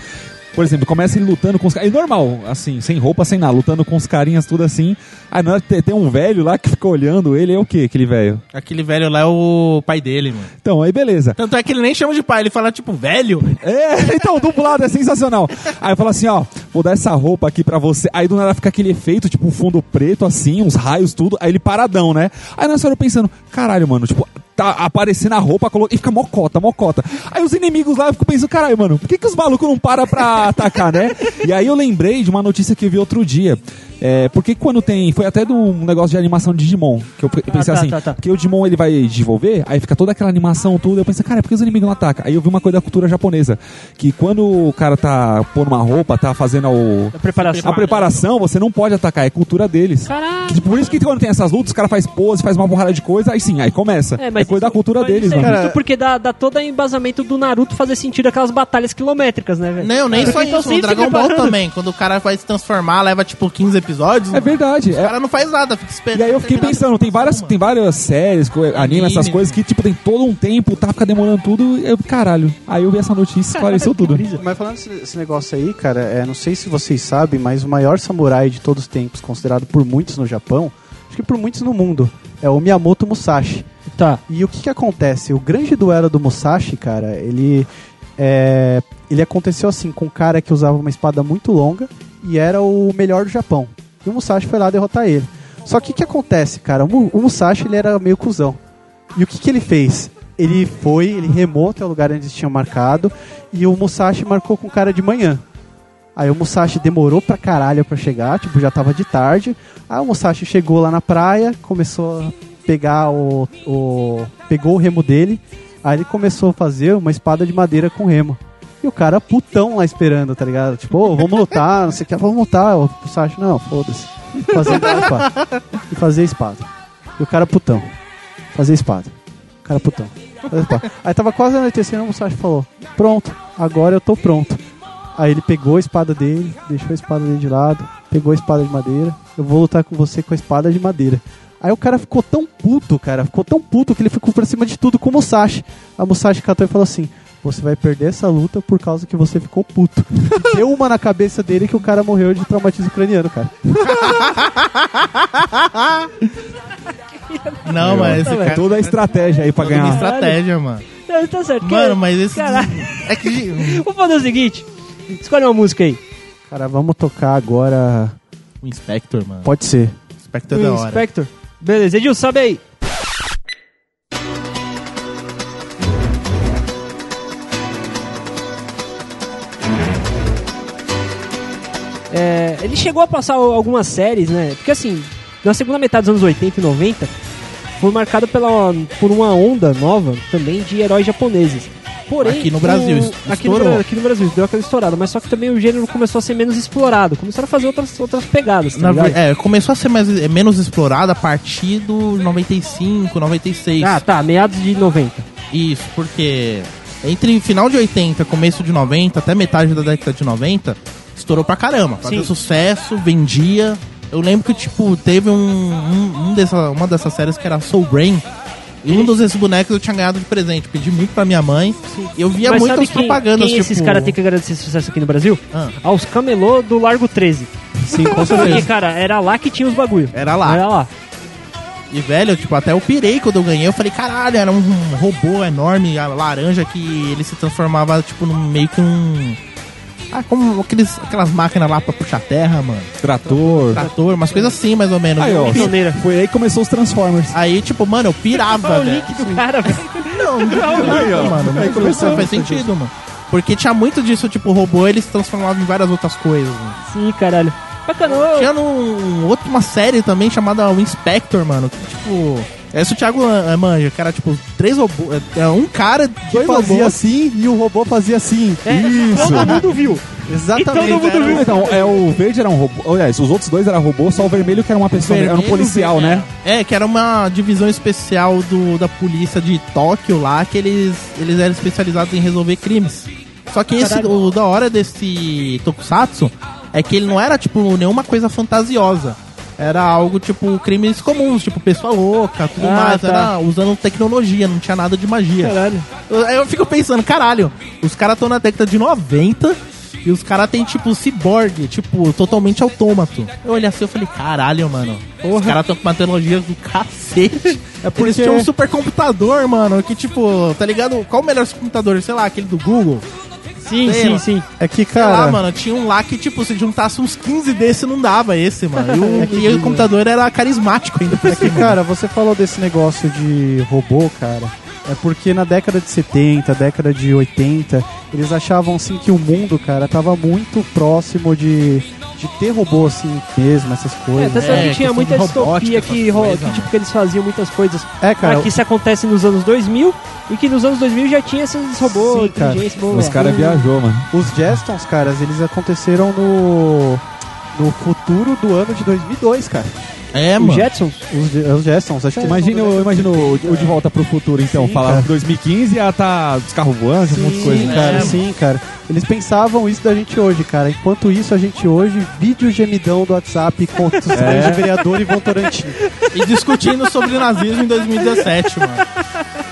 Speaker 3: Por exemplo, começa ele lutando com os caras. E normal, assim, sem roupa, sem nada, lutando com os carinhas, tudo assim. Aí na hora que tem- tem um velho lá que fica olhando ele, é o quê, aquele velho?
Speaker 4: Aquele velho lá é o pai dele, mano.
Speaker 3: Então, aí beleza.
Speaker 4: Tanto é que ele nem chama de pai, ele fala tipo, velho.
Speaker 3: É, então, dublado é sensacional. Aí eu falo assim, ó, vou dar essa roupa aqui pra você. Aí do nada fica aquele efeito, tipo, um fundo preto, assim, uns raios, tudo. Aí ele paradão, né? Aí nós hora eu pensando, caralho, mano, tipo, tá aparecendo a roupa colo- e fica mocota, mocota. Aí os inimigos lá, eu fico pensando, caralho, mano, por que, que os malucos não param pra atacar, né? E aí eu lembrei de uma notícia que eu vi outro dia. É, porque quando tem. Foi até de um negócio de animação de Digimon. Que eu pe- pensei
Speaker 1: tá,
Speaker 3: assim,
Speaker 1: tá, tá.
Speaker 3: porque o Digimon ele vai desenvolver, aí fica toda aquela animação, tudo. Eu pensei, cara, por que os inimigos não atacam? Aí eu vi uma coisa da cultura japonesa: que quando o cara tá pondo uma roupa, tá fazendo o-
Speaker 1: A preparação.
Speaker 3: a preparação, você não pode atacar, é cultura deles.
Speaker 1: Caralho!
Speaker 3: Que Por isso que quando tem essas lutas, o cara faz pose, faz uma porrada de coisa, aí sim, aí começa. É, coisa da cultura
Speaker 1: mas
Speaker 3: deles,
Speaker 1: isso é
Speaker 3: mano.
Speaker 1: justo porque dá, dá todo o embasamento do Naruto fazer sentido aquelas batalhas quilométricas, né, velho?
Speaker 4: Não, nem
Speaker 1: Porque
Speaker 4: só
Speaker 1: eles tão
Speaker 4: isso. No
Speaker 1: sempre se
Speaker 4: Dragon Ball
Speaker 1: preparando.
Speaker 4: também. Quando o cara vai se transformar, leva tipo 15 episódios.
Speaker 3: É verdade.
Speaker 4: O
Speaker 3: é-
Speaker 4: cara não faz nada, fica esperando.
Speaker 3: E aí eu fiquei
Speaker 4: terminar
Speaker 3: pensando, tem várias,
Speaker 4: uma.
Speaker 3: tem várias séries, co- anime, essas
Speaker 1: né?
Speaker 4: Anime.
Speaker 3: coisas que, tipo, tem todo um tempo, tá, fica demorando tudo, eu, caralho. Aí eu vi essa notícia e esclareceu tudo.
Speaker 2: Mas falando esse, esse negócio aí, cara, é, não sei se vocês sabem, mas o maior samurai de todos os tempos, considerado por muitos no Japão, acho que por muitos no mundo, é o Miyamoto Musashi.
Speaker 1: Tá.
Speaker 2: E o que, que acontece? O grande duelo do Musashi, cara, ele. é, ele aconteceu assim, com um cara que usava uma espada muito longa e era o melhor do Japão. E o Musashi foi lá derrotar ele. Só que o que acontece, cara? O Mu- o Musashi ele era meio cuzão. E o que, que ele fez? Ele foi, ele remou até o lugar onde eles tinham marcado e o Musashi marcou com o cara de manhã. Aí o Musashi demorou pra caralho pra chegar, tipo, já tava de tarde. Aí o Musashi chegou lá na praia, começou a pegar o. o pegou o remo dele. Aí ele começou a fazer uma espada de madeira com remo. E o cara putão lá esperando, tá ligado? Tipo, ô, vamos lutar, não sei o que, vamos lutar. O Musashi, não, foda-se. Fazer espada. E fazer espada. E o cara putão. Fazer espada. O cara é putão. Fazer espada. Aí tava quase anoitecendo, o Musashi falou: Pronto, agora eu tô pronto. Aí ele pegou a espada dele, deixou a espada dele de lado, pegou a espada de madeira. Eu vou lutar com você com a espada de madeira. Aí o cara ficou tão puto, cara, ficou tão puto que ele ficou pra cima de tudo com o Musashi. A Musashi catou e falou assim: Você vai perder essa luta por causa que você ficou puto. E deu uma na cabeça dele que o cara morreu de traumatismo craniano, cara.
Speaker 4: Não, mas esse cara.
Speaker 3: Toda a estratégia aí pra
Speaker 4: Toda uma
Speaker 3: ganhar.
Speaker 4: estratégia, mano.
Speaker 1: Não, tá certo.
Speaker 4: Mano, mas esse.
Speaker 1: Caralho.
Speaker 4: É que.
Speaker 1: Vou fazer o seguinte. Escolhe uma música aí.
Speaker 2: Cara, vamos tocar agora.
Speaker 4: O Um Inspector, mano.
Speaker 2: Pode ser.
Speaker 4: O Inspector é da hora.
Speaker 1: Hum, Inspector. Beleza, Edil, sabe aí. É, ele chegou a passar al- algumas séries, né? Porque assim, na segunda metade dos anos 80 e 90, foi marcada pela, por uma onda nova também de heróis japoneses. Porém,
Speaker 4: Aqui no Brasil,
Speaker 1: o-
Speaker 4: es-
Speaker 1: aqui, no,
Speaker 4: estourou.
Speaker 1: Bra- aqui no Brasil deu aquela estourada, mas só que também o gênero começou a ser menos explorado, começaram a fazer outras, outras pegadas. Tá
Speaker 4: Na
Speaker 1: ligado?
Speaker 4: ver- é, começou a ser mais, é, menos explorada a partir do 95, 96.
Speaker 1: Ah, tá, meados de 90.
Speaker 4: Isso, porque entre final de 80, começo de 90, até metade da década de 90, estourou pra caramba. Fazia
Speaker 1: Sim.
Speaker 4: sucesso, vendia. Eu lembro que, tipo, teve um, um, um dessa, uma dessas séries que era Soul Brain. E um dos desses bonecos eu tinha ganhado de presente. Pedi muito pra minha mãe. Eu via
Speaker 1: Mas sabe
Speaker 4: é muitas
Speaker 1: quem,
Speaker 4: propagandas,
Speaker 1: quem
Speaker 4: tipo...
Speaker 1: esses caras têm que agradecer esse sucesso aqui no Brasil?
Speaker 4: Ah.
Speaker 1: Aos camelô do Largo Então, 13.
Speaker 2: Sim, com
Speaker 1: Porque, cara, era lá que tinha os bagulho.
Speaker 4: Era lá.
Speaker 1: Era lá.
Speaker 4: E, velho, tipo, até eu pirei quando eu ganhei. Eu falei, caralho, era um robô enorme, a laranja, que ele se transformava, tipo, num meio que um... Ah, como aqueles, aquelas máquinas lá pra puxar terra, mano.
Speaker 3: Trator.
Speaker 4: Trator, umas coisas assim, mais ou menos.
Speaker 3: Aí, ó.
Speaker 1: Pioneira.
Speaker 3: Foi aí que começou os Transformers.
Speaker 4: Aí, tipo, mano, eu pirava,
Speaker 1: Olha o
Speaker 4: velho.
Speaker 1: link do cara, velho.
Speaker 4: Não, não, mano. Mas começou, faz sentido, mano. Porque tinha muito disso, tipo, o robô, ele se transformava em várias outras coisas, mano.
Speaker 1: Sim, caralho. Bacana. ô,
Speaker 4: Tinha um, outro, uma série também chamada O Inspector, mano. Que, tipo. Essa o Thiago é, manja, cara, tipo, três robôs. É um cara, dois
Speaker 2: Fazia
Speaker 4: robôs.
Speaker 2: assim e o robô fazia assim.
Speaker 1: É, Todo mundo viu.
Speaker 2: Exatamente.
Speaker 1: Todo mundo viu.
Speaker 3: Então, é, o verde era um robô. Aliás, os outros dois eram robô, só o vermelho que era uma pessoa. Era um
Speaker 4: Vermelho,
Speaker 3: policial, né?
Speaker 4: É, que era uma divisão especial do, da polícia de Tóquio lá, que eles, eles eram especializados em resolver crimes. Só que esse, o da hora desse Tokusatsu é que ele não era, tipo, nenhuma coisa fantasiosa. Era algo, tipo, crimes comuns, tipo, pessoa louca, tudo
Speaker 1: Ah,
Speaker 4: mais.
Speaker 1: tá.
Speaker 4: Era usando tecnologia, não tinha nada de magia.
Speaker 1: Caralho.
Speaker 4: Eu, aí eu fico pensando, caralho, os caras estão na década de 90 e os caras têm, tipo, ciborgue, tipo, totalmente autômato. Eu olhei assim e falei, caralho, mano, os caras estão com uma tecnologia do cacete. É por isso tinha um supercomputador, mano, que, tipo, tá ligado? Qual o melhor supercomputador? Sei lá, aquele do Google?
Speaker 1: Sim,
Speaker 4: Sei
Speaker 1: sim,
Speaker 4: lá.
Speaker 1: sim.
Speaker 2: É que,
Speaker 4: Sei lá,
Speaker 2: cara.
Speaker 4: mano, tinha um lá que, tipo, se juntasse uns 15 desse, não dava esse, mano. E o, e o computador era carismático ainda por
Speaker 2: Porque,
Speaker 4: cima.
Speaker 2: É cara, você falou desse negócio de robô, cara. É porque na década de 70, década de 80, eles achavam assim que o mundo, cara, tava muito próximo de, de ter robô assim mesmo, essas
Speaker 1: É,
Speaker 2: coisas.
Speaker 1: tá certo
Speaker 4: É,
Speaker 1: que tinha
Speaker 4: questão
Speaker 1: muita
Speaker 4: de robótica,
Speaker 1: distopia que, ro-
Speaker 4: essas coisas,
Speaker 1: que, tipo, que eles faziam muitas coisas.
Speaker 2: É, cara.
Speaker 1: ah, que isso acontece nos anos 2000 e que nos anos 2000 já tinha esses robôs,
Speaker 2: Sim, cara.
Speaker 1: inteligência, blá, blá,
Speaker 3: Os
Speaker 1: blá.
Speaker 4: Hum.
Speaker 3: caras viajou, mano.
Speaker 2: Os Jetsons, caras, eles aconteceram no no futuro do ano de 2002, cara.
Speaker 4: É,
Speaker 1: Os
Speaker 4: mano.
Speaker 1: Jetsons?
Speaker 2: Os, Je- os Jetsons, acho que
Speaker 3: Imagina, o- imagina o, o De Volta pro Futuro, então. falar 2015, ah, tá os carros voando, esse
Speaker 2: Sim,
Speaker 3: monte de coisa. né?
Speaker 2: cara,
Speaker 4: É,
Speaker 2: sim, cara. Eles pensavam isso da gente hoje, cara. Enquanto isso, a gente hoje, vídeo gemidão do WhatsApp contra os três de vereador e Votorantim.
Speaker 4: E discutindo sobre nazismo em 2017, mano.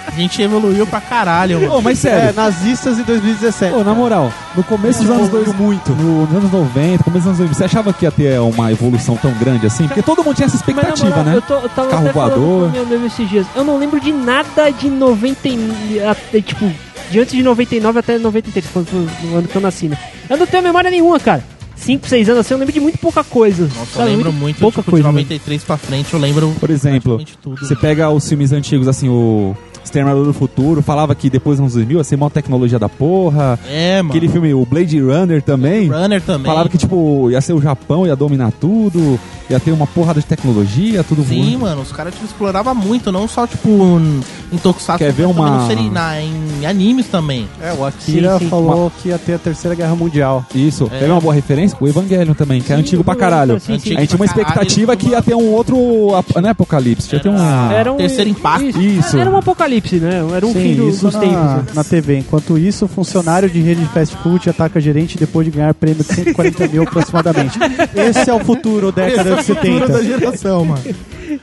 Speaker 4: A gente evoluiu pra caralho, mano.
Speaker 3: Ô, mas
Speaker 2: É,
Speaker 3: sério.
Speaker 2: nazistas em 2017.
Speaker 3: Ô, na moral, no começo dos anos 2000, muito. nos anos 90, começo dos anos 2000, você achava que ia ter uma evolução tão grande assim? Porque todo mundo tinha essa
Speaker 1: Mas na
Speaker 3: expectativa,
Speaker 1: moral,
Speaker 3: né?
Speaker 1: eu, tô, eu tava
Speaker 3: Carro
Speaker 1: até falando
Speaker 3: voador.
Speaker 1: com meu amigo esses dias. Eu não lembro de nada de 90 e- até, tipo, de antes de 99 até 93, quando foi no ano que eu nasci, né? Eu não tenho memória nenhuma, cara. 5, 6 anos assim, eu lembro de muito pouca coisa.
Speaker 4: Nossa, eu
Speaker 1: Sabe,
Speaker 4: lembro muito,
Speaker 1: pouca
Speaker 4: tipo,
Speaker 1: coisa.
Speaker 4: de
Speaker 1: mesmo.
Speaker 4: 93 pra frente, eu lembro
Speaker 3: Por exemplo,
Speaker 4: praticamente tudo.
Speaker 3: você
Speaker 4: mano.
Speaker 3: pega os filmes antigos, assim, o Exterminador do Futuro, falava que depois dos anos 2000 ia ser mó tecnologia da porra.
Speaker 4: É, mano.
Speaker 3: Aquele filme, o Blade Runner também.
Speaker 4: Runner também.
Speaker 3: Falava que,
Speaker 4: mano.
Speaker 3: tipo, ia ser o Japão, ia dominar tudo, ia ter uma porrada de tecnologia, tudo
Speaker 4: Sim,
Speaker 3: voando.
Speaker 4: mano, os caras tipo, exploravam muito, não só, tipo, n- em Tokusatsu,
Speaker 3: Quer ver
Speaker 4: mas também
Speaker 3: uma-
Speaker 4: no seri- na- em animes também.
Speaker 2: É, o Akira
Speaker 1: Sim, sim.
Speaker 2: falou que ia ter a Terceira Guerra Mundial.
Speaker 3: Isso.
Speaker 4: É.
Speaker 3: Quer ver uma boa referência? O Evangelion também, que é
Speaker 1: Sim,
Speaker 3: antigo pra
Speaker 1: eu
Speaker 3: caralho.
Speaker 1: lembro, sim, sim.
Speaker 3: A gente tinha uma
Speaker 4: Pra caralho,
Speaker 3: expectativa que ia ter um outro. ap- Não é apocalipse, ia ter um.
Speaker 1: Era um,
Speaker 4: Ah. Terceiro impacto.
Speaker 1: Isso.
Speaker 3: Isso.
Speaker 1: Era um apocalipse, né? Era um
Speaker 2: Sim,
Speaker 1: fim do-
Speaker 2: isso tá-
Speaker 1: dos
Speaker 2: na,
Speaker 1: tempos. né?
Speaker 2: na TV. Enquanto isso, funcionário de rede de fast food ataca gerente depois de ganhar prêmio de 140 mil aproximadamente. Esse é o futuro, década de 70.
Speaker 4: geração, mano.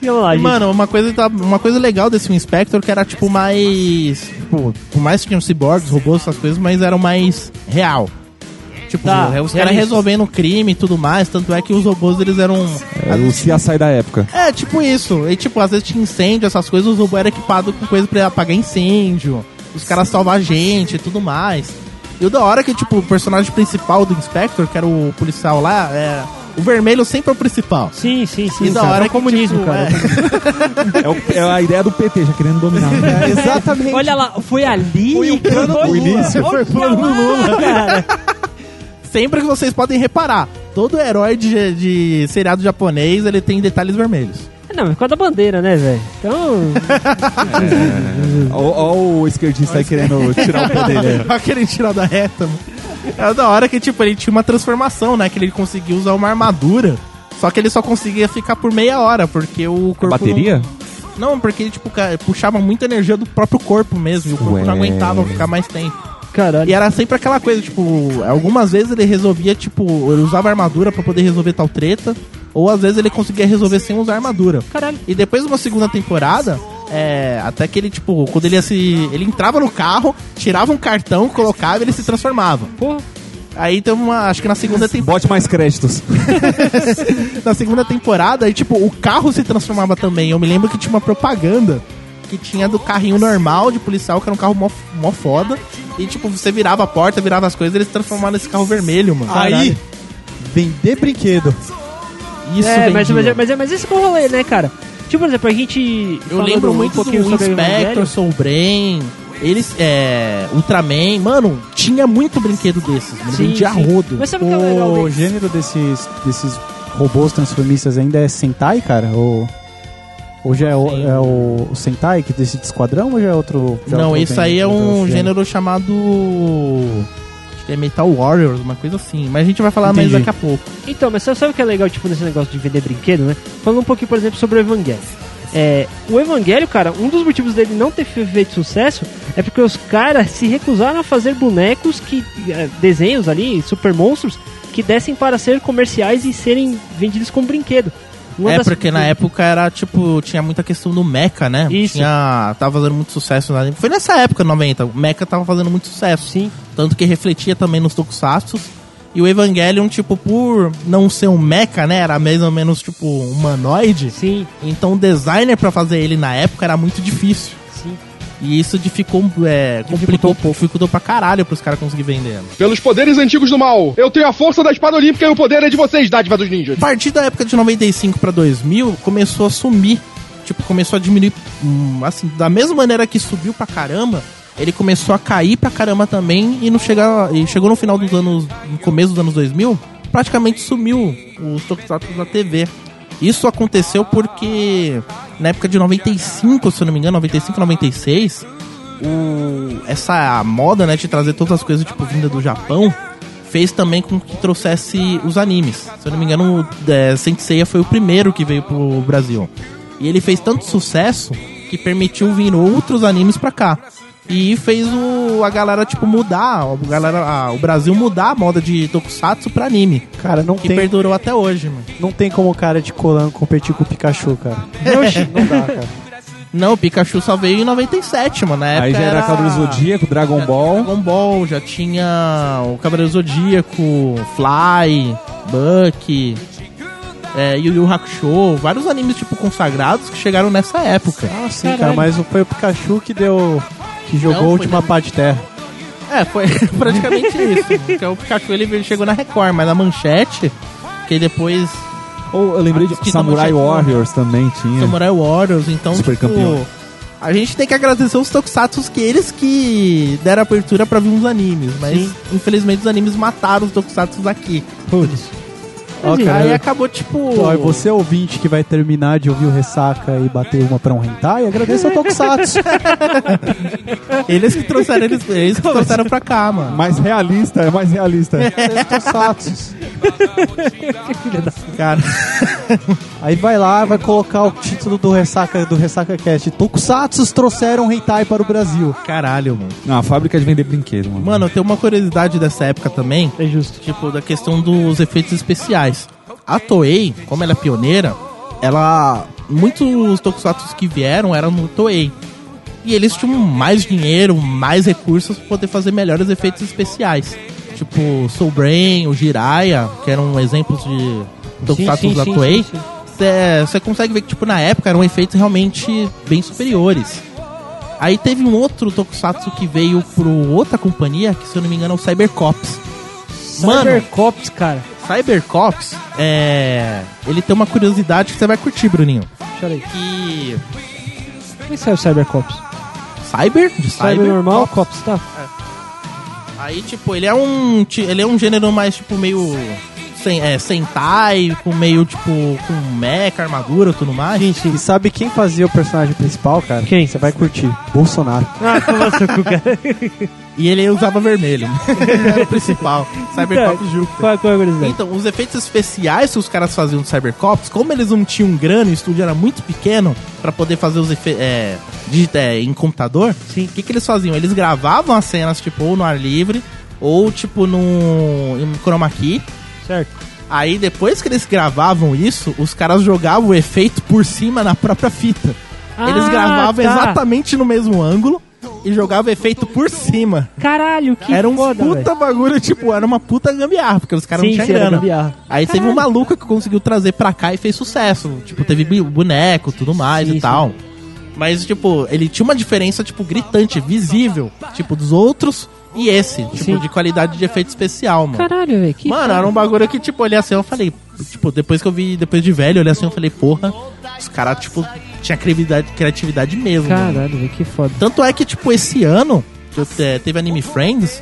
Speaker 1: E vamos lá,
Speaker 4: E,
Speaker 1: gente.
Speaker 4: Mano, uma coisa, tá- uma coisa legal desse Inspector que era tipo mais. Tipo, por mais que tinham ciborgues, robôs, essas coisas, mas eram mais real. Tipo,
Speaker 1: Tá,
Speaker 4: os caras
Speaker 1: realistas.
Speaker 4: resolvendo crime e tudo mais, tanto é que os robôs eles eram.
Speaker 3: Era é, o CSI da época.
Speaker 4: É, tipo isso. E tipo, às vezes tinha incêndio, essas coisas, os robôs eram equipados com coisa pra apagar incêndio, os caras salvar gente e tudo mais. E o da hora é que, tipo, o personagem principal do Inspector, que era o policial lá, é. O vermelho sempre é o principal.
Speaker 1: Sim, sim, sim.
Speaker 4: E da
Speaker 1: cara.
Speaker 4: hora
Speaker 1: é o comunismo,
Speaker 4: que, tipo,
Speaker 1: cara.
Speaker 4: é.
Speaker 3: É, o- é a ideia do PT, já querendo dominar.
Speaker 2: É, exatamente.
Speaker 1: Olha lá, foi ali
Speaker 4: Foi o
Speaker 1: que
Speaker 4: plano do
Speaker 1: foi-
Speaker 4: Lula.
Speaker 1: Olha
Speaker 2: Foi o plano do
Speaker 1: lá, cara.
Speaker 4: Sempre que vocês podem reparar, todo herói de, de seriado japonês ele tem detalhes vermelhos.
Speaker 1: Não, é por causa da bandeira, né, velho? Então,
Speaker 3: Olha o esquerdista aí querendo tirar o poder dele.
Speaker 4: Aquele tirar da reta, mano. É da hora que, tipo, ele tinha uma transformação, né? Que ele conseguiu usar uma armadura. Só que ele só conseguia ficar por meia hora, porque o corpo.
Speaker 3: Bateria?
Speaker 4: Não, não, porque ele, tipo, ca- puxava muita energia do próprio corpo mesmo. E o corpo
Speaker 3: Ué.
Speaker 4: não aguentava ficar mais tempo.
Speaker 1: caralho.
Speaker 4: E era sempre aquela coisa, tipo, algumas vezes ele resolvia, tipo, ele usava armadura pra poder resolver tal treta. Ou às vezes ele conseguia resolver sem usar armadura.
Speaker 1: Caralho.
Speaker 4: E depois de uma segunda temporada, é, até que ele, tipo, quando ele ia se. Ele entrava no carro, tirava um cartão, colocava e ele se transformava.
Speaker 1: Porra.
Speaker 4: Aí tem uma. Acho que na segunda, tem-
Speaker 3: Bote mais créditos.
Speaker 4: na segunda temporada, aí, tipo, o carro se transformava também. Eu me lembro que tinha uma propaganda que tinha do carrinho normal de policial, que era um carro mó, mó foda. E, tipo, você virava a porta, virava as coisas, eles se transformaram nesse carro vermelho, mano.
Speaker 2: Aí, vender brinquedo.
Speaker 4: Isso,
Speaker 1: É, mas,
Speaker 4: vendia.
Speaker 1: mas, mas, mas esse que é o rolê, né, cara? Tipo, por exemplo, a gente.
Speaker 4: Eu
Speaker 1: falando
Speaker 4: lembro muito
Speaker 1: um pouquinho
Speaker 4: do
Speaker 1: sobre o Evangelho,
Speaker 4: Inspector, Soul Brain, eles, é, Ultraman, mano, tinha muito brinquedo desses, mano,
Speaker 1: Sim,
Speaker 4: vendia
Speaker 1: sim.
Speaker 4: rodo.
Speaker 1: Mas sabe o que é legal?
Speaker 2: O
Speaker 1: dele?
Speaker 2: gênero desses, desses robôs transformistas ainda é Sentai, cara? Ou, ou já é o, é o- o Sentai que desse esquadrão ou já é outro? já
Speaker 4: Não,
Speaker 2: outro
Speaker 4: isso
Speaker 2: gênero,
Speaker 4: aí é
Speaker 2: outro
Speaker 4: um
Speaker 2: gênero?
Speaker 4: gênero chamado, acho que é Metal Warriors, uma coisa assim, mas a gente vai falar mais
Speaker 2: Entendi.
Speaker 4: daqui a pouco.
Speaker 1: Então, mas sabe, sabe o que é legal, tipo, nesse negócio de vender brinquedo, né? Falando um pouquinho, por exemplo, sobre o Evangelho. É, o Evangelho, cara, um dos motivos dele não ter fe- feito sucesso é porque os caras se recusaram a fazer bonecos que. eh, desenhos ali, super monstros, que dessem para ser comerciais e serem vendidos como brinquedo. Uma
Speaker 4: é,
Speaker 1: das-
Speaker 4: porque na época era, tipo, tinha muita questão do Mecha, né?
Speaker 1: Isso.
Speaker 4: Tinha, tava fazendo muito sucesso, na- foi nessa época, 90, o Mecha tava fazendo muito sucesso.
Speaker 1: Sim.
Speaker 4: Tanto que refletia também nos Tokusatsu. E o Evangelion, tipo, por não ser um mecha, né? Era mais ou menos, tipo, um humanoide.
Speaker 1: Sim,
Speaker 4: Então o designer pra fazer ele na época era muito difícil.
Speaker 1: sim.
Speaker 4: E isso dificou, é, complicou,
Speaker 1: Dificultou um
Speaker 4: dificultou, pra caralho pros caras conseguirem vender. né.
Speaker 6: Pelos poderes antigos do mal, eu tenho a força da espada olímpica e o poder é de vocês, dádiva dos ninjas.
Speaker 4: A partir da época de 95 pra 2000, começou a sumir. Tipo, começou a diminuir. hum, assim, da mesma maneira que subiu pra caramba, ele começou a cair pra caramba também. E não chegar, e chegou no final dos anos. No começo dos anos 2000, praticamente sumiu os Tokusatsu da TV. Isso aconteceu porque na época de 95, se eu não me engano, 95, 96, o, essa moda né, de trazer todas as coisas tipo vinda do Japão fez também com que trouxesse os animes. Se eu não me engano, o, é, Senseiya foi o primeiro que veio pro Brasil. E ele fez tanto sucesso que permitiu vir outros animes pra cá. E fez o, a galera, tipo, mudar, a galera, a- o Brasil mudar a moda de tokusatsu pra anime.
Speaker 2: Cara, não
Speaker 4: Que
Speaker 2: tem,
Speaker 4: perdurou até hoje, mano.
Speaker 2: não tem como o cara de Colan competir com o Pikachu, cara. Oxi, não dá, cara.
Speaker 4: Não, o Pikachu só veio em 97, mano. Na época
Speaker 3: Aí já era Cavaleiro Zodíaco, Dragon
Speaker 4: Já
Speaker 3: Ball.
Speaker 4: tinha Dragon Ball, já tinha o Cavaleiro Zodíaco, Fly, Buck, é, Yu Yu Hakusho, vários animes tipo consagrados que chegaram nessa época.
Speaker 2: Ah, sim, cara, mas foi o Pikachu que deu. que jogou
Speaker 4: Não,
Speaker 2: a
Speaker 4: foi
Speaker 2: última
Speaker 4: na-
Speaker 2: parte de terra.
Speaker 4: É, foi praticamente isso. Porque o Pikachu ele chegou na Record, mas na Manchete, que depois
Speaker 3: Ou eu lembrei de
Speaker 4: Acho que
Speaker 3: Samurai
Speaker 4: também tinha-
Speaker 3: Warriors também tinha.
Speaker 4: Samurai Warriors, então
Speaker 3: Super
Speaker 4: tipo,
Speaker 3: campeão.
Speaker 4: a gente tem que agradecer os Tokusatsu que eles que deram abertura pra vir uns animes, mas infelizmente os animes mataram os Tokusatsu daqui.
Speaker 2: Putz. Ó,
Speaker 4: Mas, enfim,
Speaker 2: cara,
Speaker 4: aí
Speaker 2: eu-
Speaker 4: acabou tipo.
Speaker 2: Ó, e você ouvinte que vai terminar de ouvir o Ressaca e bater uma pra um hentai, agradeça ao Tokusatsu.
Speaker 4: Eles que trouxeram eles, eles que trouxeram pra cá, mano.
Speaker 7: Mais realista, é mais realista.
Speaker 2: Tokusatsu.
Speaker 4: Cara,
Speaker 2: Aí vai lá, vai colocar o título do Ressaca do Ressaca Cast. Tokusatsu trouxeram hentai para o Brasil.
Speaker 4: caralho, mano.
Speaker 3: Não, a fábrica de vender brinquedo, mano.
Speaker 4: Mano, tem uma curiosidade dessa época também,
Speaker 1: É justo.
Speaker 4: tipo, da questão dos efeitos especiais. A Toei, como ela é pioneira, ela. Muitos tokusatsu que vieram eram no Toei. E eles tinham mais dinheiro, mais recursos pra poder fazer melhores efeitos especiais. Tipo, Soul Brain, o Jiraiya, que eram exemplos de tokusatsu da Toei. você consegue ver que, tipo, na época eram efeitos realmente bem superiores. Aí teve um outro Tokusatsu que veio pro outra companhia, que se eu não me engano é o Cybercops. Mano,
Speaker 1: Cybercops, cara.
Speaker 4: Cybercops, é... ele tem uma curiosidade que você vai curtir, Bruninho.
Speaker 1: Deixa eu ver.
Speaker 4: Que...
Speaker 1: Por que saiu Cybercops?
Speaker 4: Cyber? De
Speaker 1: Cyber, normal, Cops, tá?
Speaker 4: Aí, tipo, ele é um. ti- Ele é um gênero mais, tipo, meio. Sem, é, sentai, com meio, tipo, com mecha, armadura e tudo mais.
Speaker 1: Gente,
Speaker 2: E sabe quem fazia o personagem principal, cara?
Speaker 1: Quem?
Speaker 2: Você vai curtir. Bolsonaro.
Speaker 4: E ele usava vermelho. né? Era o principal. Cybercops Júpiter.
Speaker 1: qual, qual é a curiosidade?
Speaker 4: Então, os efeitos especiais que os caras faziam do Cybercops, como eles não tinham grana, o estúdio era muito pequeno pra poder fazer os efeitos é, digita- é, em computador, o que, que eles faziam? Eles gravavam as cenas, tipo, ou no ar livre, ou, tipo, num em chroma key.
Speaker 1: Certo.
Speaker 4: Aí, depois que eles gravavam isso, os caras jogavam o efeito por cima na própria fita. Eles
Speaker 1: Ah,
Speaker 4: gravavam
Speaker 1: tá.
Speaker 4: exatamente no mesmo ângulo e jogavam o efeito por cima.
Speaker 1: Caralho, que
Speaker 4: era um
Speaker 1: foda,
Speaker 4: puta
Speaker 1: velho.
Speaker 4: bagulho, tipo, era uma puta gambiarra, porque os caras não
Speaker 1: Sim,
Speaker 4: tinham
Speaker 1: sim, era
Speaker 4: grana.
Speaker 1: gambiarra.
Speaker 4: Aí teve um maluco que conseguiu trazer pra cá e fez sucesso. Tipo, teve bi- boneco, tudo mais
Speaker 1: Sim,
Speaker 4: e tal. Mas, tipo, ele tinha uma diferença, tipo, gritante, visível, tipo, dos outros e esse, tipo,
Speaker 1: Sim.
Speaker 4: de qualidade de efeito especial, mano.
Speaker 1: Caralho, velho. Que
Speaker 4: Mano, era um bagulho que, tipo, olhei assim, eu falei, tipo, depois que eu vi, depois de velho, eu olhei assim, eu falei, porra, os caras, tipo, tinha criatividade, criatividade mesmo. mano.
Speaker 1: Caralho, velho, que foda.
Speaker 4: Tanto é que, tipo, esse ano, que eu te- teve Anime Friends,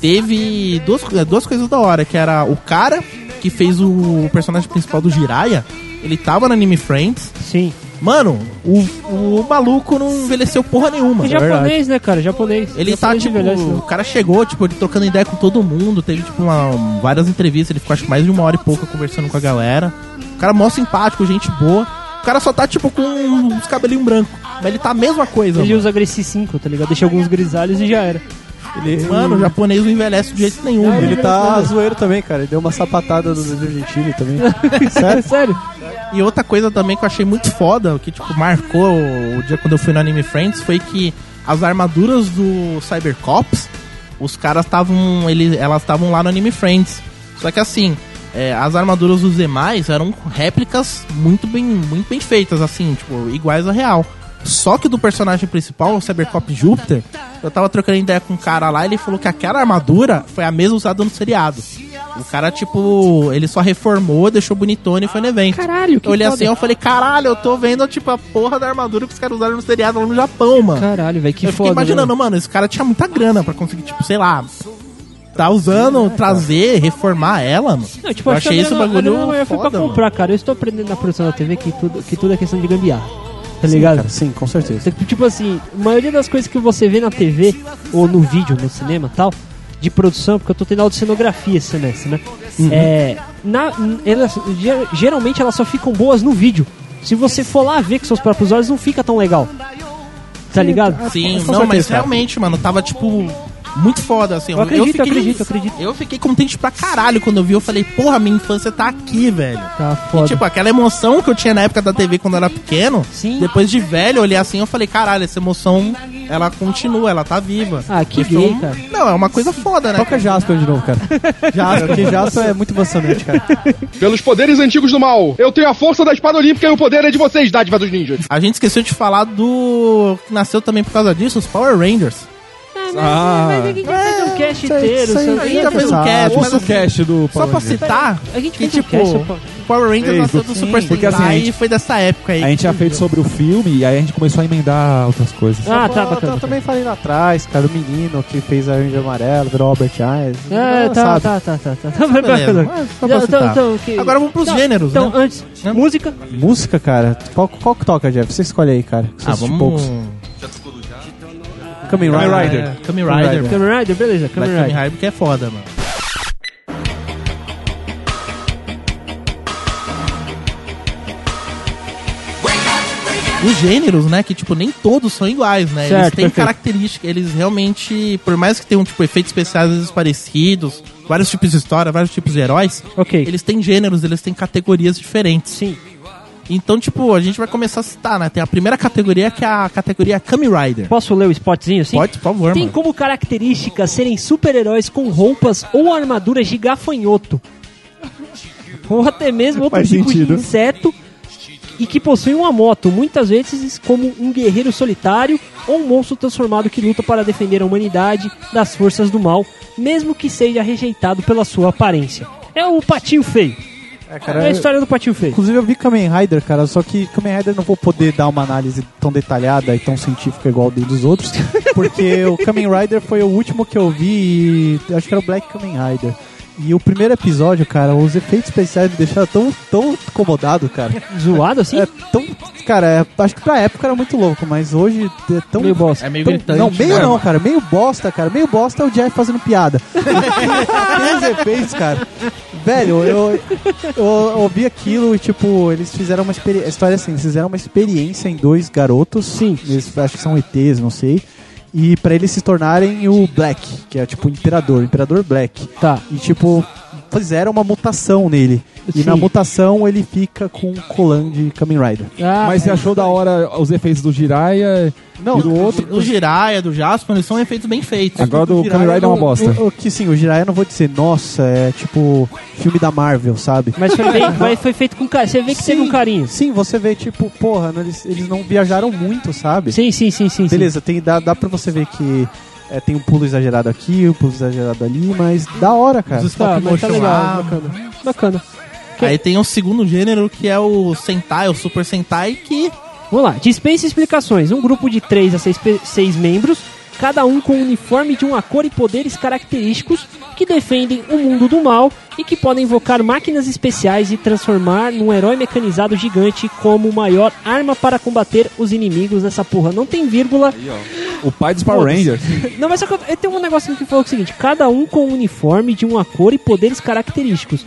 Speaker 4: teve duas, co- duas coisas da hora, que era o cara que fez o personagem principal do Jiraiya, ele tava no Anime Friends.
Speaker 1: Sim.
Speaker 4: Mano, o, o maluco não envelheceu porra nenhuma.
Speaker 1: E japonês, né, cara? Japonês.
Speaker 4: é Ele tá,
Speaker 1: Japonês de né?
Speaker 4: tipo,
Speaker 1: velhote,
Speaker 4: o
Speaker 1: não.
Speaker 4: cara chegou, tipo, ele trocando ideia com todo mundo, teve, tipo, uma- várias entrevistas, ele ficou, acho que mais de uma hora e pouca conversando com a galera. O cara mó simpático, gente boa. O cara só tá, tipo, com uns cabelinhos brancos. Mas ele tá a mesma coisa,
Speaker 1: Ele
Speaker 4: mano.
Speaker 1: usa Gracie 5, tá ligado? Deixa alguns grisalhos e já era.
Speaker 4: Mano, o japonês não envelhece de jeito nenhum. mano.
Speaker 2: Ele tá zoeiro também, cara. Ele deu uma sapatada no Brasil Argentino também.
Speaker 4: É.
Speaker 1: É, Sério?
Speaker 4: E outra coisa também que eu achei muito foda, que tipo, marcou o dia quando eu fui no Anime Friends, foi que as armaduras do Cybercops, os caras estavam. ele- Elas estavam lá no Anime Friends. Só que assim, é, as armaduras dos demais eram réplicas muito bem, muito bem feitas, assim, tipo, iguais à real. Só que do personagem principal, o Cybercop Júpiter, eu tava trocando ideia com um cara lá, ele falou que aquela armadura foi a mesma usada no seriado. O cara, tipo, ele só reformou, deixou bonitona e foi no evento.
Speaker 1: Caralho, que
Speaker 4: Eu olhei
Speaker 1: foda.
Speaker 4: assim, eu falei, caralho, eu tô vendo, tipo, a porra da armadura que os caras usaram no seriado lá no Japão, mano.
Speaker 1: Caralho, velho, que
Speaker 4: eu fiquei
Speaker 1: foda.
Speaker 4: imaginando, mano, esse cara tinha muita grana pra conseguir, tipo, sei lá, tá usando, trazer, reformar ela, mano.
Speaker 1: é, Não, tipo,
Speaker 4: eu
Speaker 1: acho que
Speaker 4: achei
Speaker 1: a
Speaker 4: esse
Speaker 1: minha-
Speaker 4: bagulho
Speaker 1: a minha mãe foi pra
Speaker 4: foda, mano.
Speaker 1: comprar, cara. Eu estou aprendendo na produção da TV que tudo, que tudo é questão de gambiarra. Tá ligado?
Speaker 2: Cara, sim, com certeza.
Speaker 1: Tipo assim, a maioria das coisas que você vê na TV ou no vídeo, no cinema e tal, de produção, porque eu tô tendo aula de cenografia esse semestre, né? É, na- n- elas, ger- geralmente elas só ficam boas no vídeo. Se você for lá ver com seus próprios olhos, não fica tão legal. Tá ligado?
Speaker 4: Sim, não, mas realmente, mano, tava tipo muito foda assim.
Speaker 1: Eu acredito,
Speaker 4: fiquei,
Speaker 1: eu acredito, eu acredito.
Speaker 4: eu fiquei contente pra caralho quando eu vi, eu falei, porra, minha infância tá aqui, velho.
Speaker 1: Tá
Speaker 4: E,
Speaker 1: foda.
Speaker 4: tipo, aquela emoção que eu tinha na época da TV quando eu era pequeno,
Speaker 1: Sim.
Speaker 4: depois de velho, eu olhei assim, eu falei, caralho, essa emoção, ela continua, ela tá viva.
Speaker 1: Ah, que
Speaker 4: E foi
Speaker 1: gay,
Speaker 4: um-
Speaker 1: cara.
Speaker 4: Não, é uma coisa foda, né?
Speaker 2: Toca Jasper de novo, cara. Jasper, porque Jasper é muito emocionante, cara.
Speaker 6: Pelos poderes antigos do mal, eu tenho a força da espada olímpica e o poder é de vocês, dádiva dos ninjas.
Speaker 4: A gente esqueceu de falar do... que nasceu também por causa disso, os Power Rangers.
Speaker 3: Ah,
Speaker 1: fazer um cast
Speaker 2: isso aí-
Speaker 1: inteiro,
Speaker 2: isso aí-
Speaker 1: sabe?
Speaker 4: A gente já fez um
Speaker 2: sabe.
Speaker 4: cast, mas
Speaker 3: ouça o
Speaker 4: assim,
Speaker 3: cast do
Speaker 4: só
Speaker 3: Power
Speaker 4: pra
Speaker 3: Rangers.
Speaker 4: citar,
Speaker 1: A gente
Speaker 4: que
Speaker 1: fez um
Speaker 4: tipo...
Speaker 1: cast, pô.
Speaker 4: Power Rangers
Speaker 3: Fez,
Speaker 4: nasceu do Super
Speaker 3: porque, assim, a
Speaker 4: Sentai
Speaker 3: gente-
Speaker 4: e foi dessa época aí.
Speaker 3: A gente já fez sobre o filme e aí a gente começou a emendar outras coisas.
Speaker 1: Ah, tá,
Speaker 2: Eu- eu,
Speaker 1: bacana.
Speaker 2: também falei lá atrás, cara, o menino que fez a Ranger Amarela, virou Albert Einstein.
Speaker 1: É,
Speaker 2: Não,
Speaker 1: tá,
Speaker 2: sabe?
Speaker 1: tá, tá, tá, tá.
Speaker 4: Beleza,
Speaker 1: Bacana.
Speaker 4: mas só pra
Speaker 1: Então,
Speaker 4: citar.
Speaker 1: então, que-
Speaker 4: Agora vamos pros
Speaker 1: Então,
Speaker 4: gêneros,
Speaker 1: Então,
Speaker 4: né?
Speaker 1: antes,
Speaker 4: Né?
Speaker 1: música.
Speaker 2: Música, cara, qual, qual que toca, Jeff? Você escolhe aí, cara.
Speaker 4: Ah,
Speaker 2: Seus
Speaker 4: vamos...
Speaker 2: poucos. Kamen
Speaker 4: Kamen
Speaker 2: Rider.
Speaker 4: Rider. É, Kamen Rider.
Speaker 2: Rider.
Speaker 1: Kamen Rider, beleza,
Speaker 4: Black
Speaker 1: Kamen
Speaker 4: Kamen
Speaker 1: Rider.
Speaker 4: Rider que é foda, mano. Os gêneros, né? Que, tipo, nem todos são iguais, né? eles
Speaker 1: Certo,
Speaker 4: têm
Speaker 1: perfeito.
Speaker 4: características, eles realmente, por mais que tenham, tipo, efeitos especiais às vezes parecidos, vários tipos de história, vários tipos de heróis,
Speaker 1: Ok.
Speaker 4: eles têm gêneros, eles têm categorias diferentes.
Speaker 1: Sim.
Speaker 4: Então, tipo, a gente vai começar a citar, né? Tem a primeira categoria que é a categoria Kamen Rider.
Speaker 1: Posso ler o spotzinho assim?
Speaker 4: Pode, por favor,
Speaker 1: Tem
Speaker 4: mano.
Speaker 1: como característica serem super-heróis com roupas ou armaduras de gafanhoto. Ou até mesmo outro
Speaker 7: Faz
Speaker 1: tipo
Speaker 7: sentido.
Speaker 1: de inseto e que possuem uma moto, muitas vezes como um guerreiro solitário ou um monstro transformado que luta para defender a humanidade das forças do mal, mesmo que seja rejeitado pela sua aparência. É o patinho feio. É, a história do patinho feio.
Speaker 2: né, Inclusive eu vi Kamen Rider, cara, só que Kamen Rider eu não vou poder dar uma análise tão detalhada e tão científica igual a dos outros, porque o Kamen Rider foi o último que eu vi e acho que era o Black Kamen Rider. E o primeiro episódio, cara, os efeitos especiais me deixaram tão, tão incomodado, cara.
Speaker 1: Zoado assim?
Speaker 2: É tão. Cara, é- acho que pra época era muito louco, mas hoje é tão.
Speaker 1: Meio bosta.
Speaker 4: É meio
Speaker 2: tão-
Speaker 4: gritante.
Speaker 2: não, meio
Speaker 4: né,
Speaker 2: não, cara. Meio bosta, cara. Meio bosta é o Jeff fazendo piada. Tem os efeitos, cara. Velho, eu, eu ouvi aquilo e, tipo, eles fizeram uma experiência. A história é assim: eles fizeram uma experiência em dois garotos. Sim. Eles, acho que são ETs, não sei. E pra eles se tornarem o Black, que é tipo o Imperador, o Imperador Black.
Speaker 1: Tá.
Speaker 2: E tipo, fizeram uma mutação nele. E
Speaker 1: Sim.
Speaker 2: na mutação ele fica com o colan de Kamen Rider.
Speaker 1: Ah,
Speaker 3: Mas você achou da hora os efeitos do Jiraiya
Speaker 2: Não,
Speaker 3: e do outro?
Speaker 4: Do Jiraiya, do Jasper, eles são efeitos bem feitos.
Speaker 3: Agora do
Speaker 2: Jiraiya
Speaker 3: Kamen Rider é uma
Speaker 2: não-
Speaker 3: bosta.
Speaker 2: O, o que sim, o Jiraiya eu não vou dizer, nossa, é tipo filme da Marvel, sabe?
Speaker 1: Mas foi, bem- mas foi feito com carinho. Você vê que teve um carinho.
Speaker 2: Sim, você vê, tipo, porra, não, eles, eles não viajaram muito, sabe?
Speaker 1: Sim, sim, sim, sim. sim.
Speaker 2: Beleza, tem, dá, dá pra você ver que é, tem um pulo exagerado aqui, um pulo exagerado ali, mas da hora, cara.
Speaker 4: Os
Speaker 1: Tá,
Speaker 4: stop
Speaker 1: mas tá
Speaker 4: motion
Speaker 1: legal,
Speaker 4: lá.
Speaker 1: bacana. Bacana.
Speaker 4: Aí tem o segundo gênero que é o Sentai, o Super Sentai, que
Speaker 1: Vamos lá, dispensa explicações. Um grupo de 3 a 6, membros, cada um com um uniforme de uma cor e poderes característicos que defendem o mundo do mal e que podem invocar máquinas especiais e transformar num herói mecanizado gigante como maior arma para combater os inimigos dessa porra. Não tem vírgula.
Speaker 3: O pai dos Power Rangers.
Speaker 1: Não, mas só que eu, eu tenho um negocinho que falou o seguinte: cada um com um uniforme de uma cor e poderes característicos.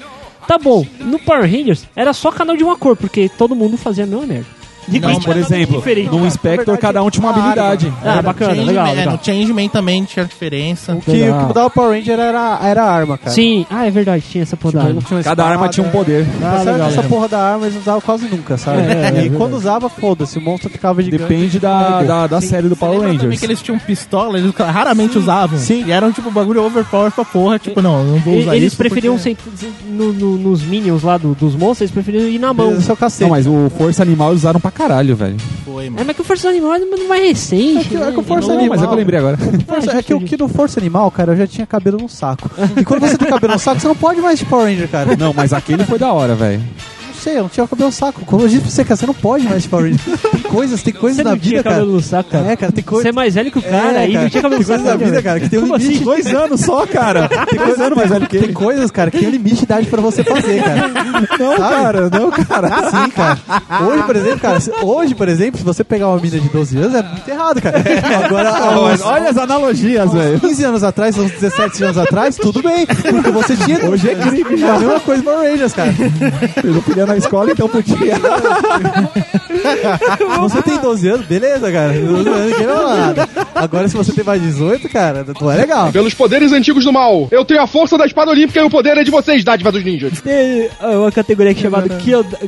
Speaker 1: Tá bom, no Power Rangers era só canal de uma cor, porque todo mundo fazia a mesma merda.
Speaker 4: Não,
Speaker 3: Por exemplo,
Speaker 1: diferente.
Speaker 3: no Inspector cada um tinha uma habilidade.
Speaker 1: Ah, bacana,
Speaker 4: Changeman-
Speaker 1: legal,
Speaker 4: é,
Speaker 1: legal.
Speaker 4: no Changeman também tinha diferença.
Speaker 2: O que, o que mudava o Power Ranger era, era a arma, cara. Tipo,
Speaker 1: Sim, ah, é verdade, tinha essa porra da arma.
Speaker 2: Tinha uma
Speaker 3: Cada arma
Speaker 2: espada,
Speaker 3: tinha um poder.
Speaker 2: Tá certo
Speaker 1: legal,
Speaker 2: que essa
Speaker 1: legal.
Speaker 2: porra da arma eles não usavam quase nunca, sabe? e quando usava, foda-se, o monstro ficava gigante.
Speaker 3: Depende da, da, da série do Power
Speaker 4: Lembra também
Speaker 3: Rangers.
Speaker 4: que eles tinham pistola, eles raramente usavam.
Speaker 2: sim.
Speaker 4: E eram tipo bagulho overpower pra porra, tipo, não, não vou
Speaker 1: E-
Speaker 4: usar
Speaker 1: Eles
Speaker 4: isso
Speaker 2: é.
Speaker 1: preferiam
Speaker 4: porque- é.
Speaker 1: ser- no- no- nos minions lá do- dos monstros, eles preferiam ir na mão.
Speaker 2: Esse é o cacete.
Speaker 3: Não, mas o Força Animal eles usaram pra caralho, velho.
Speaker 4: Foi,
Speaker 1: É,
Speaker 4: mano.
Speaker 1: mas que o Força Animal não vai recente.
Speaker 2: É que-
Speaker 1: né?
Speaker 2: é que o Força
Speaker 1: Não,
Speaker 3: Não, mas é que eu lembrei agora.
Speaker 2: Força-
Speaker 1: Ah,
Speaker 2: é que o
Speaker 1: entendi.
Speaker 2: que do Força Animal, cara, eu já tinha cabelo no saco. E quando você tem cabelo no saco, você não pode mais de Power Ranger, cara.
Speaker 3: Não, mas aquele foi da hora, velho.
Speaker 2: Não sei, eu não tinha cabelo no saco. Como eu disse pra você, cara, você não pode mais de Power Rangers. Tem coisas, tem coisas
Speaker 1: Você
Speaker 2: na
Speaker 1: não tinha
Speaker 2: vida, cara.
Speaker 1: cabelo no saco, cara.
Speaker 2: É, cara, tem
Speaker 1: Você
Speaker 2: coisas.
Speaker 1: é mais velho que o cara, aí não tinha cabelo no saco.
Speaker 2: tem coisas na vida,
Speaker 1: velho.
Speaker 2: cara, que tem um
Speaker 1: Como
Speaker 2: limite.
Speaker 1: assim?
Speaker 7: Dois anos só, cara. Tem dois anos mais velho que
Speaker 2: Tem
Speaker 7: ele.
Speaker 2: coisas, cara, que tem um limite de idade pra você fazer, cara.
Speaker 7: Não, cara, não, cara.
Speaker 2: Sim, cara. Hoje, por exemplo, cara, se- hoje, por exemplo, se você pegar uma mina de 12 anos, é muito errado, cara. Agora, há
Speaker 7: Olha,
Speaker 2: uns
Speaker 7: olha as analogias, velho.
Speaker 2: 15 anos atrás, uns 17 anos atrás, tudo bem. Porque você tinha.
Speaker 7: Hoje é crime
Speaker 2: É a
Speaker 7: já.
Speaker 2: mesma coisa Power Rangers, cara.
Speaker 7: Pedofilia na escola, então podia.
Speaker 2: Você tem 12 anos, beleza, cara. 12 anos, ninguém vai falar nada. Agora, se você tem mais 18, cara, não é legal.
Speaker 6: Pelos poderes antigos do mal, eu tenho a força da espada olímpica e o poder é de vocês, dádiva dos ninjas.
Speaker 1: Tem ah, uma categoria que é chamada Kyoda...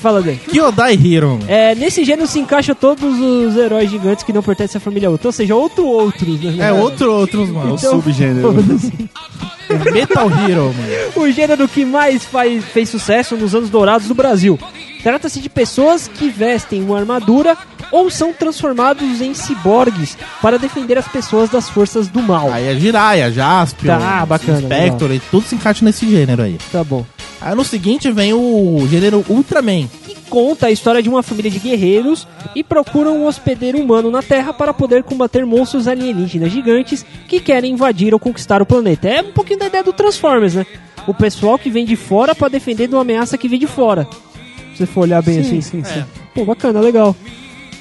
Speaker 1: Fala bem.
Speaker 4: Kyodai Hero. mano.
Speaker 1: É, nesse gênero se encaixam todos os heróis gigantes que não pertencem à família outra, ou seja, outro outros. né? Então,
Speaker 4: É outro, outros, mano.
Speaker 7: Subgênero.
Speaker 4: Metal Hero, mano.
Speaker 1: o gênero que mais faz, fez sucesso nos anos dourados do Brasil. Trata-se de pessoas que vestem uma armadura ou são transformados em ciborgues para defender as pessoas das forças do mal.
Speaker 4: Aí é Jiraiya, Jaspion,
Speaker 1: Tá, bacana,
Speaker 4: Spectre, tudo se encaixa nesse gênero aí.
Speaker 1: Tá bom.
Speaker 4: Aí no seguinte vem o gênero Ultraman.
Speaker 1: Que conta a história de uma família de guerreiros e procuram um hospedeiro humano na Terra para poder combater monstros alienígenas gigantes que querem invadir ou conquistar o planeta. É um pouquinho da ideia do Transformers, né? O pessoal que vem de fora para defender de uma ameaça que vem de fora. Se você for olhar bem assim.
Speaker 2: sim, É.
Speaker 4: sim.
Speaker 1: Pô, bacana, legal.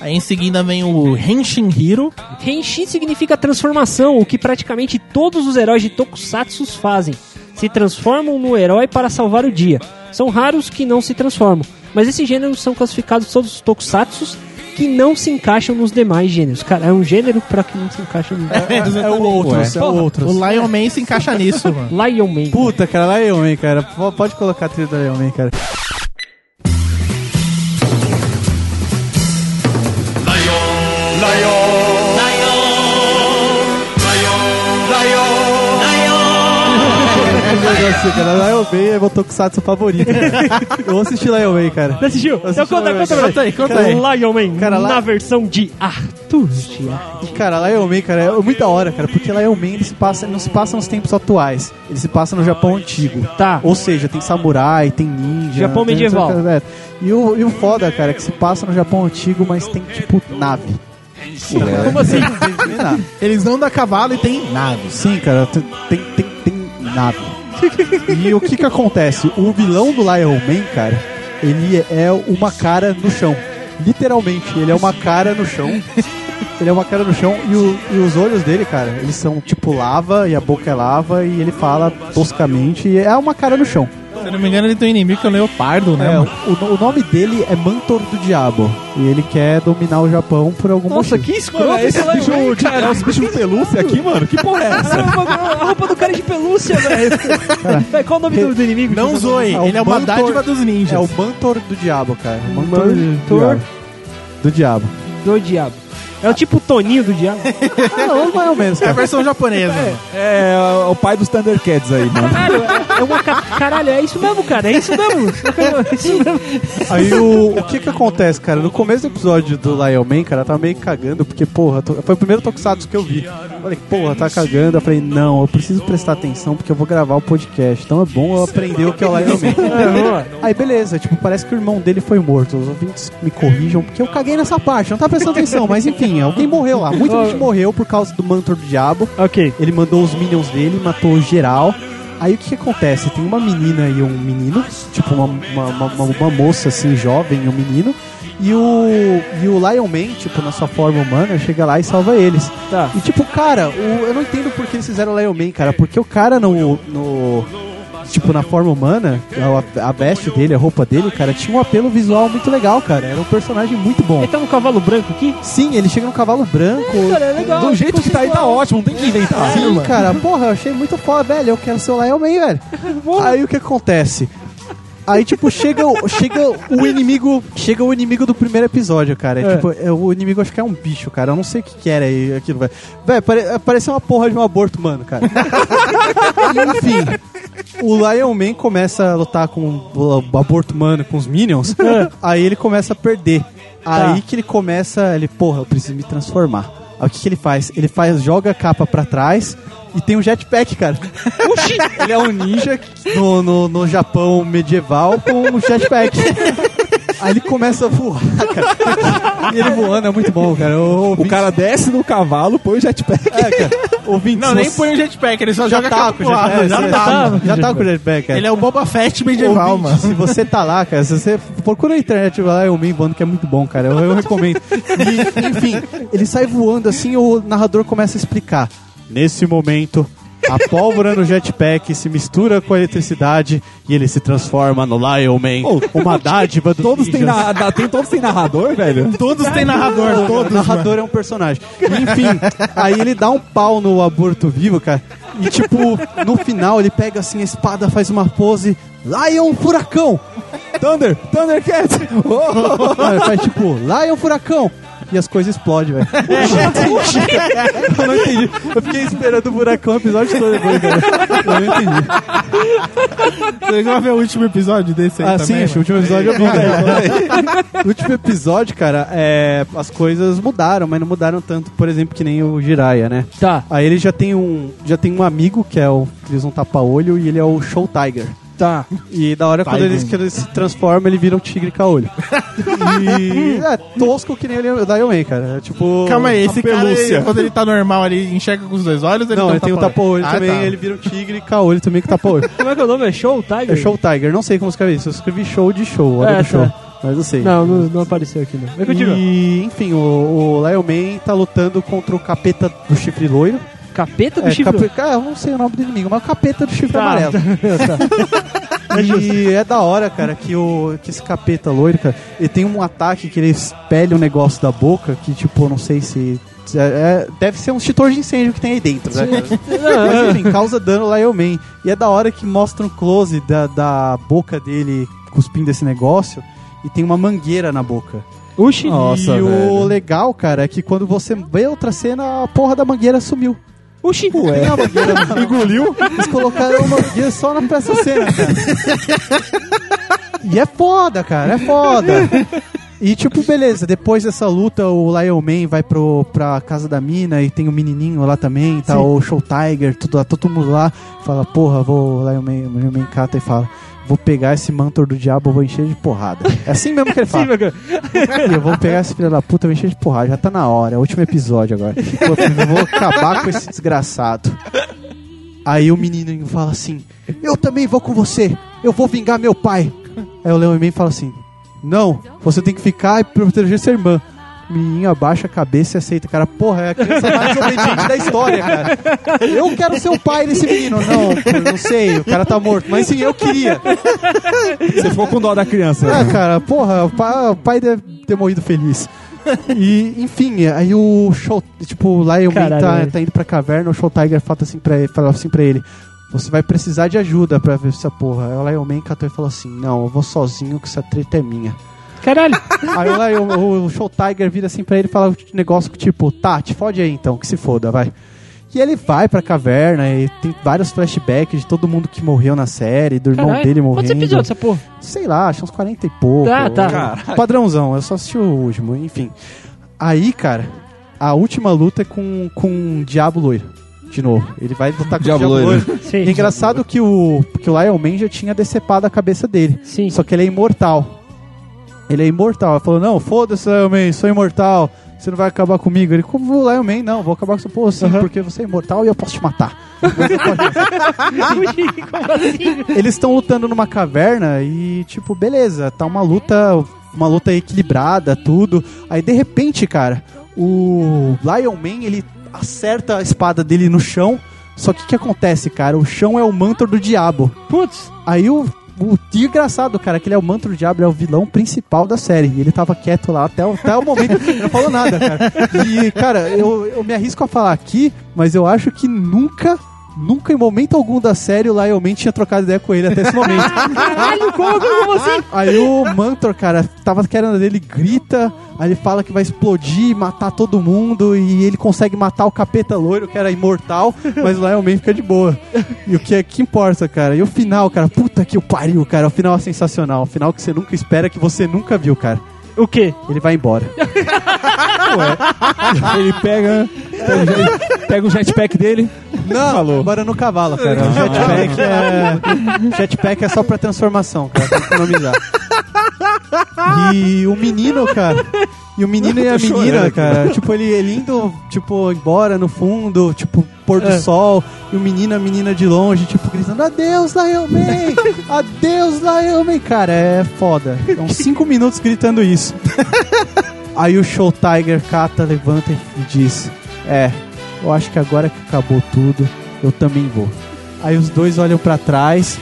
Speaker 4: Aí em seguida vem o Henshin Hero.
Speaker 1: Henshin significa transformação, o que praticamente todos os heróis de Tokusatsu fazem. Se transformam no herói para salvar o dia. São raros que não se transformam, mas esse gênero são classificados todos os Tokusatsus que não se encaixam nos demais gêneros. Cara, é um gênero pra que não se encaixa no
Speaker 2: É o outros, é o
Speaker 4: O
Speaker 2: outros.
Speaker 4: Lion Man se encaixa nisso, mano.
Speaker 1: Lion Man.
Speaker 2: Puta, cara, Lion Man, cara. P- Pode colocar a trilha do Lion Man, cara. Assim, cara, Lion Man é meu tokusatsu favorito. cara. Eu vou assistir Lion Man, cara.
Speaker 1: Não assistiu? Então
Speaker 2: assisti
Speaker 1: conta,
Speaker 2: Lion Man,
Speaker 1: conta,
Speaker 2: cara.
Speaker 1: pra mim.
Speaker 2: Conta aí, conta
Speaker 1: Lion Man
Speaker 2: Cara,
Speaker 1: na
Speaker 2: lá-
Speaker 1: versão de Arthur. de Arthur.
Speaker 2: Cara, Lion Man, cara, é muito da hora, cara, porque Lion Man ele se passa, não se passa nos tempos atuais, ele se passa no Japão antigo.
Speaker 1: Tá.
Speaker 2: Ou seja, tem samurai, tem ninja.
Speaker 1: Japão
Speaker 2: tem-
Speaker 1: medieval.
Speaker 2: é. E o, e o foda, cara, é que se passa no Japão antigo, mas tem tipo nave.
Speaker 3: é
Speaker 1: Como assim?
Speaker 2: Tem nave.
Speaker 4: Eles andam a cavalo e tem naves.
Speaker 2: Sim, cara, tem, tem, tem, tem nave. E o que que acontece? O vilão do Lion Man, cara, ele é uma cara no chão. Literalmente, ele é uma cara no chão. Ele é uma cara no chão e, o- e os olhos dele, cara, eles são tipo lava e a boca é lava e ele fala toscamente e é uma cara no chão.
Speaker 4: Se eu não me engano, ele tem um inimigo que é o Leopardo, né?
Speaker 2: É,
Speaker 4: mano?
Speaker 2: o, o nome dele é Mantor do Diabo. E ele quer dominar o Japão por algum
Speaker 1: Nossa,
Speaker 2: motivo.
Speaker 1: que escroto esse um Lion
Speaker 7: bicho,
Speaker 1: Man, cara.
Speaker 7: é os bichos de pelúcia aqui, mano. Que porra é essa?
Speaker 1: A roupa do cara é de pelúcia, velho. Vai, Qual o nome um do, do inimigo?
Speaker 4: Não zoe,
Speaker 2: É o
Speaker 4: ele é uma
Speaker 2: Mantor-
Speaker 4: dádiva dos ninjas.
Speaker 2: É o Mantor do Diabo, cara. O Mantor,
Speaker 1: Mantor.
Speaker 2: do Diabo.
Speaker 1: Do diabo. É o tipo Toninho do diabo.
Speaker 2: Não, mais ou menos,
Speaker 4: É a
Speaker 2: cara.
Speaker 4: versão japonesa. mano.
Speaker 7: É o pai dos Thundercats aí, mano.
Speaker 1: Caralho, é, é uma ca- Caralho, é isso mesmo, cara. É isso mesmo. É isso mesmo.
Speaker 2: Aí o, o que que acontece, cara? No começo do episódio do Lion Man, cara, eu tava meio cagando, porque, porra, to- foi o primeiro Tokusatsu que eu vi. Falei, porra, tá cagando. Eu falei, não, eu preciso prestar atenção porque eu vou gravar o podcast. Então é bom eu aprender o que é o Lion Man. Aí beleza, tipo, parece que o irmão dele foi morto. Os ouvintes me corrijam, porque eu caguei nessa parte, não tá prestando atenção, mas enfim, alguém morreu lá. Muita gente morreu por causa do mantor do diabo.
Speaker 1: Ok.
Speaker 2: Ele mandou os minions dele, matou geral. Aí o que, que acontece? Tem uma menina e um menino, tipo uma, uma, uma, uma- uma moça assim, jovem e um menino. E o, e o Lion Man, tipo, na sua forma humana, chega lá e salva eles.
Speaker 1: Tá.
Speaker 2: E tipo, cara, o- eu não entendo por que eles fizeram o Lion Man, cara. Porque o cara no. no tipo, na forma humana, a, a veste dele, a roupa dele, cara, tinha um apelo visual muito legal, cara. Era um personagem muito bom.
Speaker 1: Ele tá um cavalo branco aqui?
Speaker 2: Sim, ele chega num cavalo branco.
Speaker 1: Cara, é legal.
Speaker 7: Do jeito que tá aí, tá ótimo. Não tem que inventar.
Speaker 3: né,
Speaker 2: Sim, cara, porra, eu achei muito foda, velho. Eu quero ser o Lion Man, velho. Aí o que acontece? Aí, tipo, chega, o- chega o inimigo. Chega o inimigo do primeiro episódio, cara. É, Tipo, é, o inimigo acho que é um bicho, cara. Eu não sei o que, que era aí, aquilo, velho. Velho, pare, é, parecia uma porra de um aborto humano, cara. Enfim. O Lion Man começa a lutar com o o aborto humano, com os Minions. aí ele começa a perder. Aí que ele começa. Ele, porra, eu preciso me transformar. Aí o que, que ele faz? Ele faz, joga a capa pra trás e tem um jetpack, cara. Ele é um ninja no, no, no Japão medieval com um jetpack. Aí ele começa a voar, cara. E ele voando é muito bom, cara. O,
Speaker 7: O cara desce no cavalo, põe o jetpack.
Speaker 2: É, cara. Ouvinte,
Speaker 4: Não,
Speaker 2: se
Speaker 4: nem
Speaker 2: você-
Speaker 4: põe o jetpack, ele só
Speaker 2: já
Speaker 4: joga
Speaker 2: tá
Speaker 4: capa
Speaker 2: com o
Speaker 4: pro lado,
Speaker 2: jetpack.
Speaker 4: já
Speaker 2: você
Speaker 4: tá.
Speaker 2: já, tá com o jetpack, cara.
Speaker 4: Ele é o Boba Fett medieval,
Speaker 2: Ouvinte,
Speaker 4: mano.
Speaker 2: Se você tá lá, cara, se você procura na internet vai lá, é o Min Bando, que é muito bom, cara. Eu, eu recomendo. E, enfim, ele sai voando assim o narrador começa a explicar. Nesse momento, a pólvora no jetpack se mistura com a eletricidade e ele se transforma no Lion Man, uma dádiva dos
Speaker 7: Todos têm,
Speaker 2: ninjas.
Speaker 7: na, na- tem- todos têm narrador, velho.
Speaker 4: Todos têm narrador,
Speaker 2: O narrador é um personagem. Enfim, aí ele dá um pau no aborto vivo, cara. E tipo, no final ele pega assim a espada, faz uma pose. Lion Furacão!
Speaker 7: Thunder, Thundercat. Oh,
Speaker 2: Não, ele faz tipo, Lion Furacão! E as coisas explodem, velho. eu não entendi. Eu fiquei esperando o furacão o episódio todo depois, cara. Eu não entendi.
Speaker 4: Vocês vão ver o último episódio desse aí
Speaker 2: Ah, sim,
Speaker 4: também?
Speaker 2: acho que o último episódio eu vi, cara. No último episódio, cara, é, as coisas mudaram, mas não mudaram tanto, por exemplo, que nem o Jiraiya, né?
Speaker 1: Tá.
Speaker 2: Aí ele já tem um, já tem um amigo que é o que eles um tapa-olho e ele é o Show Tiger.
Speaker 1: Tá.
Speaker 2: E da hora quando
Speaker 4: Tiger.
Speaker 2: eles, que eles se transformam, ele vira um tigre caolho. E é tosco que nem ele, o Lion Man, cara. É tipo.
Speaker 4: Calma aí, esse cara,
Speaker 2: pelúcia.
Speaker 4: ele- quando ele tá normal ali, enxerga com os dois olhos, ele
Speaker 2: Não,
Speaker 4: tá
Speaker 2: ele tem o tapa-olho
Speaker 4: Ah,
Speaker 2: também,
Speaker 4: tá.
Speaker 2: ele vira um tigre caolho também que tapa-olho.
Speaker 1: Como é que é o nome? É Show Tiger?
Speaker 2: É Show Tiger, não sei como escrever isso. Eu escrevi show de show, hora
Speaker 1: É,
Speaker 2: do
Speaker 1: tá.
Speaker 2: show. Mas eu sei.
Speaker 1: Não, não, não apareceu aqui não. é Mas continua.
Speaker 2: E, enfim, o, o Lion Man tá lutando contra o capeta do chifre loiro.
Speaker 1: Capeta do
Speaker 2: É,
Speaker 1: chifre.
Speaker 2: cape- Ah, eu não sei o nome do inimigo, mas o capeta do chifre
Speaker 1: Tá.
Speaker 2: amarelo. E é da hora, cara, que, o, que esse capeta loiro, cara, ele tem um ataque que ele espelha um negócio da boca que, tipo, eu não sei se. se é- é- deve ser um extintor de incêndio que tem aí dentro, né? cara?
Speaker 1: Ah,
Speaker 2: Mas, enfim, causa dano lá Lion Man. E é da hora que mostra um close da, da boca dele cuspindo esse negócio e tem uma mangueira na boca.
Speaker 1: Uxi.
Speaker 2: e o legal, cara, é que quando você vê outra cena, a porra da mangueira sumiu.
Speaker 1: Uxi.
Speaker 2: Tem a mangueira, mano. Engoliu? Eles colocaram a mangueira só na peça cena, cara. E é foda, cara, é foda. E tipo, beleza, depois dessa luta o Lion Man vai pro, pra casa da mina e tem o menininho lá também, tá o Show Tiger, tudo, lá, todo mundo lá. Fala, porra, vou, o Lion Man, o Lion Man cata e fala, vou pegar esse mantor do diabo, vou encher de porrada. É assim mesmo que ele fala. Aí, Eu vou pegar esse filho da puta, me encher de porrada. Já tá na hora, é o último episódio agora. Pô, filho, eu vou acabar com esse desgraçado. Aí o menino fala assim: Eu também vou com você, eu vou vingar meu pai. Aí o Leão Man fala assim: Não, você tem que ficar e proteger sua irmã. O Menininho abaixa a cabeça e aceita, cara. Porra, é a criança mais obediente da história, cara. Eu quero ser o pai desse menino. Não, não sei, o cara tá morto. Mas sim, eu queria.
Speaker 7: você ficou com dó da criança.
Speaker 2: Ah, cara, porra, o pa- o pai deve ter morrido feliz. E, enfim, aí o show, tipo, lá o Man
Speaker 1: Caralho,
Speaker 2: tá,
Speaker 1: velho.
Speaker 2: tá indo pra caverna, o Show Tiger fala assim pra ele, fala assim pra ele, você vai precisar de ajuda pra ver essa porra. Aí o Lion Man catou e falou assim, não, eu vou sozinho que essa treta é minha.
Speaker 1: Caralho.
Speaker 2: Aí o, Lion- o- o Show Tiger vira assim pra ele e fala um negócio tipo, tá, te fode aí então, que se foda, vai. E ele vai pra caverna e tem vários flashbacks de todo mundo que morreu na série, do irmão
Speaker 1: Caralho.
Speaker 2: dele morrendo.
Speaker 1: Quantos episódios essa porra?
Speaker 2: Sei lá, acho uns 40 e pouco.
Speaker 1: Ah, tá.
Speaker 2: Caralho. Padrãozão, eu só assisti o último, enfim. Aí, cara, a última luta é com, com um Diabo Loiro. De novo. Ele vai lutar com
Speaker 7: Diabo
Speaker 2: o Diabo
Speaker 7: Loiro.
Speaker 2: Loiro.
Speaker 1: Sim.
Speaker 2: E é engraçado que o, que o Lion Man já tinha decepado a cabeça dele.
Speaker 1: Sim.
Speaker 2: Só que ele é imortal. Ele é imortal. Ele falou: Não, foda-se, Lion Man, sou imortal. Você não vai acabar comigo. Ele, como o Lion Man? Não, vou acabar com você. Pô, sim, porque você é imortal e eu posso te matar.
Speaker 1: Uxi, como assim?
Speaker 2: Eles estão lutando numa caverna e, tipo, beleza, tá uma luta, uma luta equilibrada, tudo. Aí, de repente, cara, o Lion Man, ele acerta a espada dele no chão. Só que o que acontece, cara? O chão é o manto do diabo.
Speaker 1: Putz.
Speaker 2: Aí o, o e engraçado, cara, que ele é o manto do diabo, ele é o vilão principal da série. E ele tava quieto lá até, o- até o momento, ele não falou nada, cara. E, cara, eu, eu me arrisco a falar aqui, mas eu acho que nunca, nunca em momento algum da série o Lion Man tinha trocado ideia com ele até esse momento.
Speaker 1: Caralho, como, como assim?
Speaker 2: Aí o Mantor, cara, tava querendo dele, grita, aí ele fala que vai explodir, matar todo mundo, e ele consegue matar o capeta loiro, que era imortal, mas o Lion Man fica de boa. E o que é que importa, cara? E o final, cara, puta que o pariu, cara, o final é sensacional, o final que você nunca espera, que você nunca viu, cara.
Speaker 8: O quê?
Speaker 2: Ele vai embora.
Speaker 9: Ele pega, pega, o jet- pega o jetpack dele.
Speaker 2: Não,
Speaker 9: Falou.
Speaker 2: embora no cavalo, cara. Jetpack, é... Jetpack é só pra transformação, cara. Tem que economizar. E o menino, cara. E o menino e a menina, cara. Tipo, ele, ele indo, tipo, embora no fundo, tipo, pôr do sol. E o menino, a menina de longe, tipo, gritando: Adeus, Lion Man! Adeus, Lion Man! Cara, é foda. São cinco minutos gritando isso. Aí o Show Tiger cata, levanta e diz: É, eu acho que agora que acabou tudo, eu também vou. Aí os dois olham pra trás,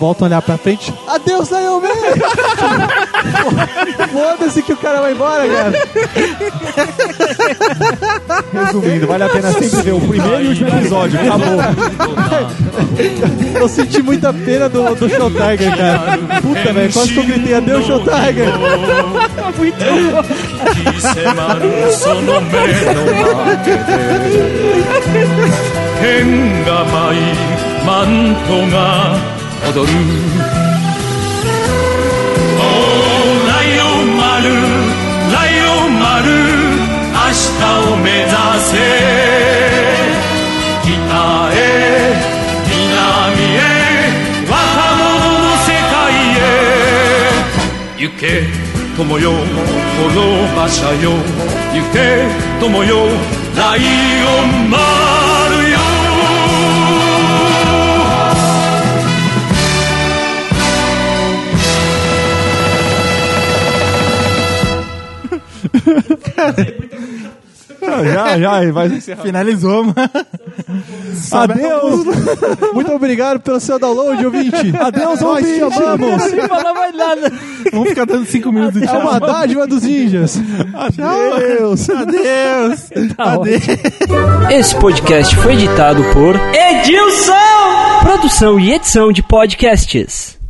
Speaker 2: voltam a olhar pra frente. Adeus, Lion Man! Foda-se que o cara vai embora, cara.
Speaker 9: Resumindo, vale a pena sempre ver o primeiro e o último episódio. Acabou.
Speaker 2: Eu senti muita pena do, do Show Tiger, cara. Puta, velho, quase que eu gritei adeus, Show Tiger!
Speaker 9: Já, já, vai encerrar.
Speaker 4: Finalizou, mano.
Speaker 2: Adeus! Muito obrigado pelo seu download, ouvinte! Adeus, Nós te amamos!
Speaker 8: Não fala mais nada.
Speaker 4: Vamos ficar dando cinco minutos de
Speaker 2: É uma dádiva dos ninjas! Adeus!
Speaker 4: Adeus.
Speaker 8: Esse podcast foi editado por Edilson! Produção e edição de podcasts.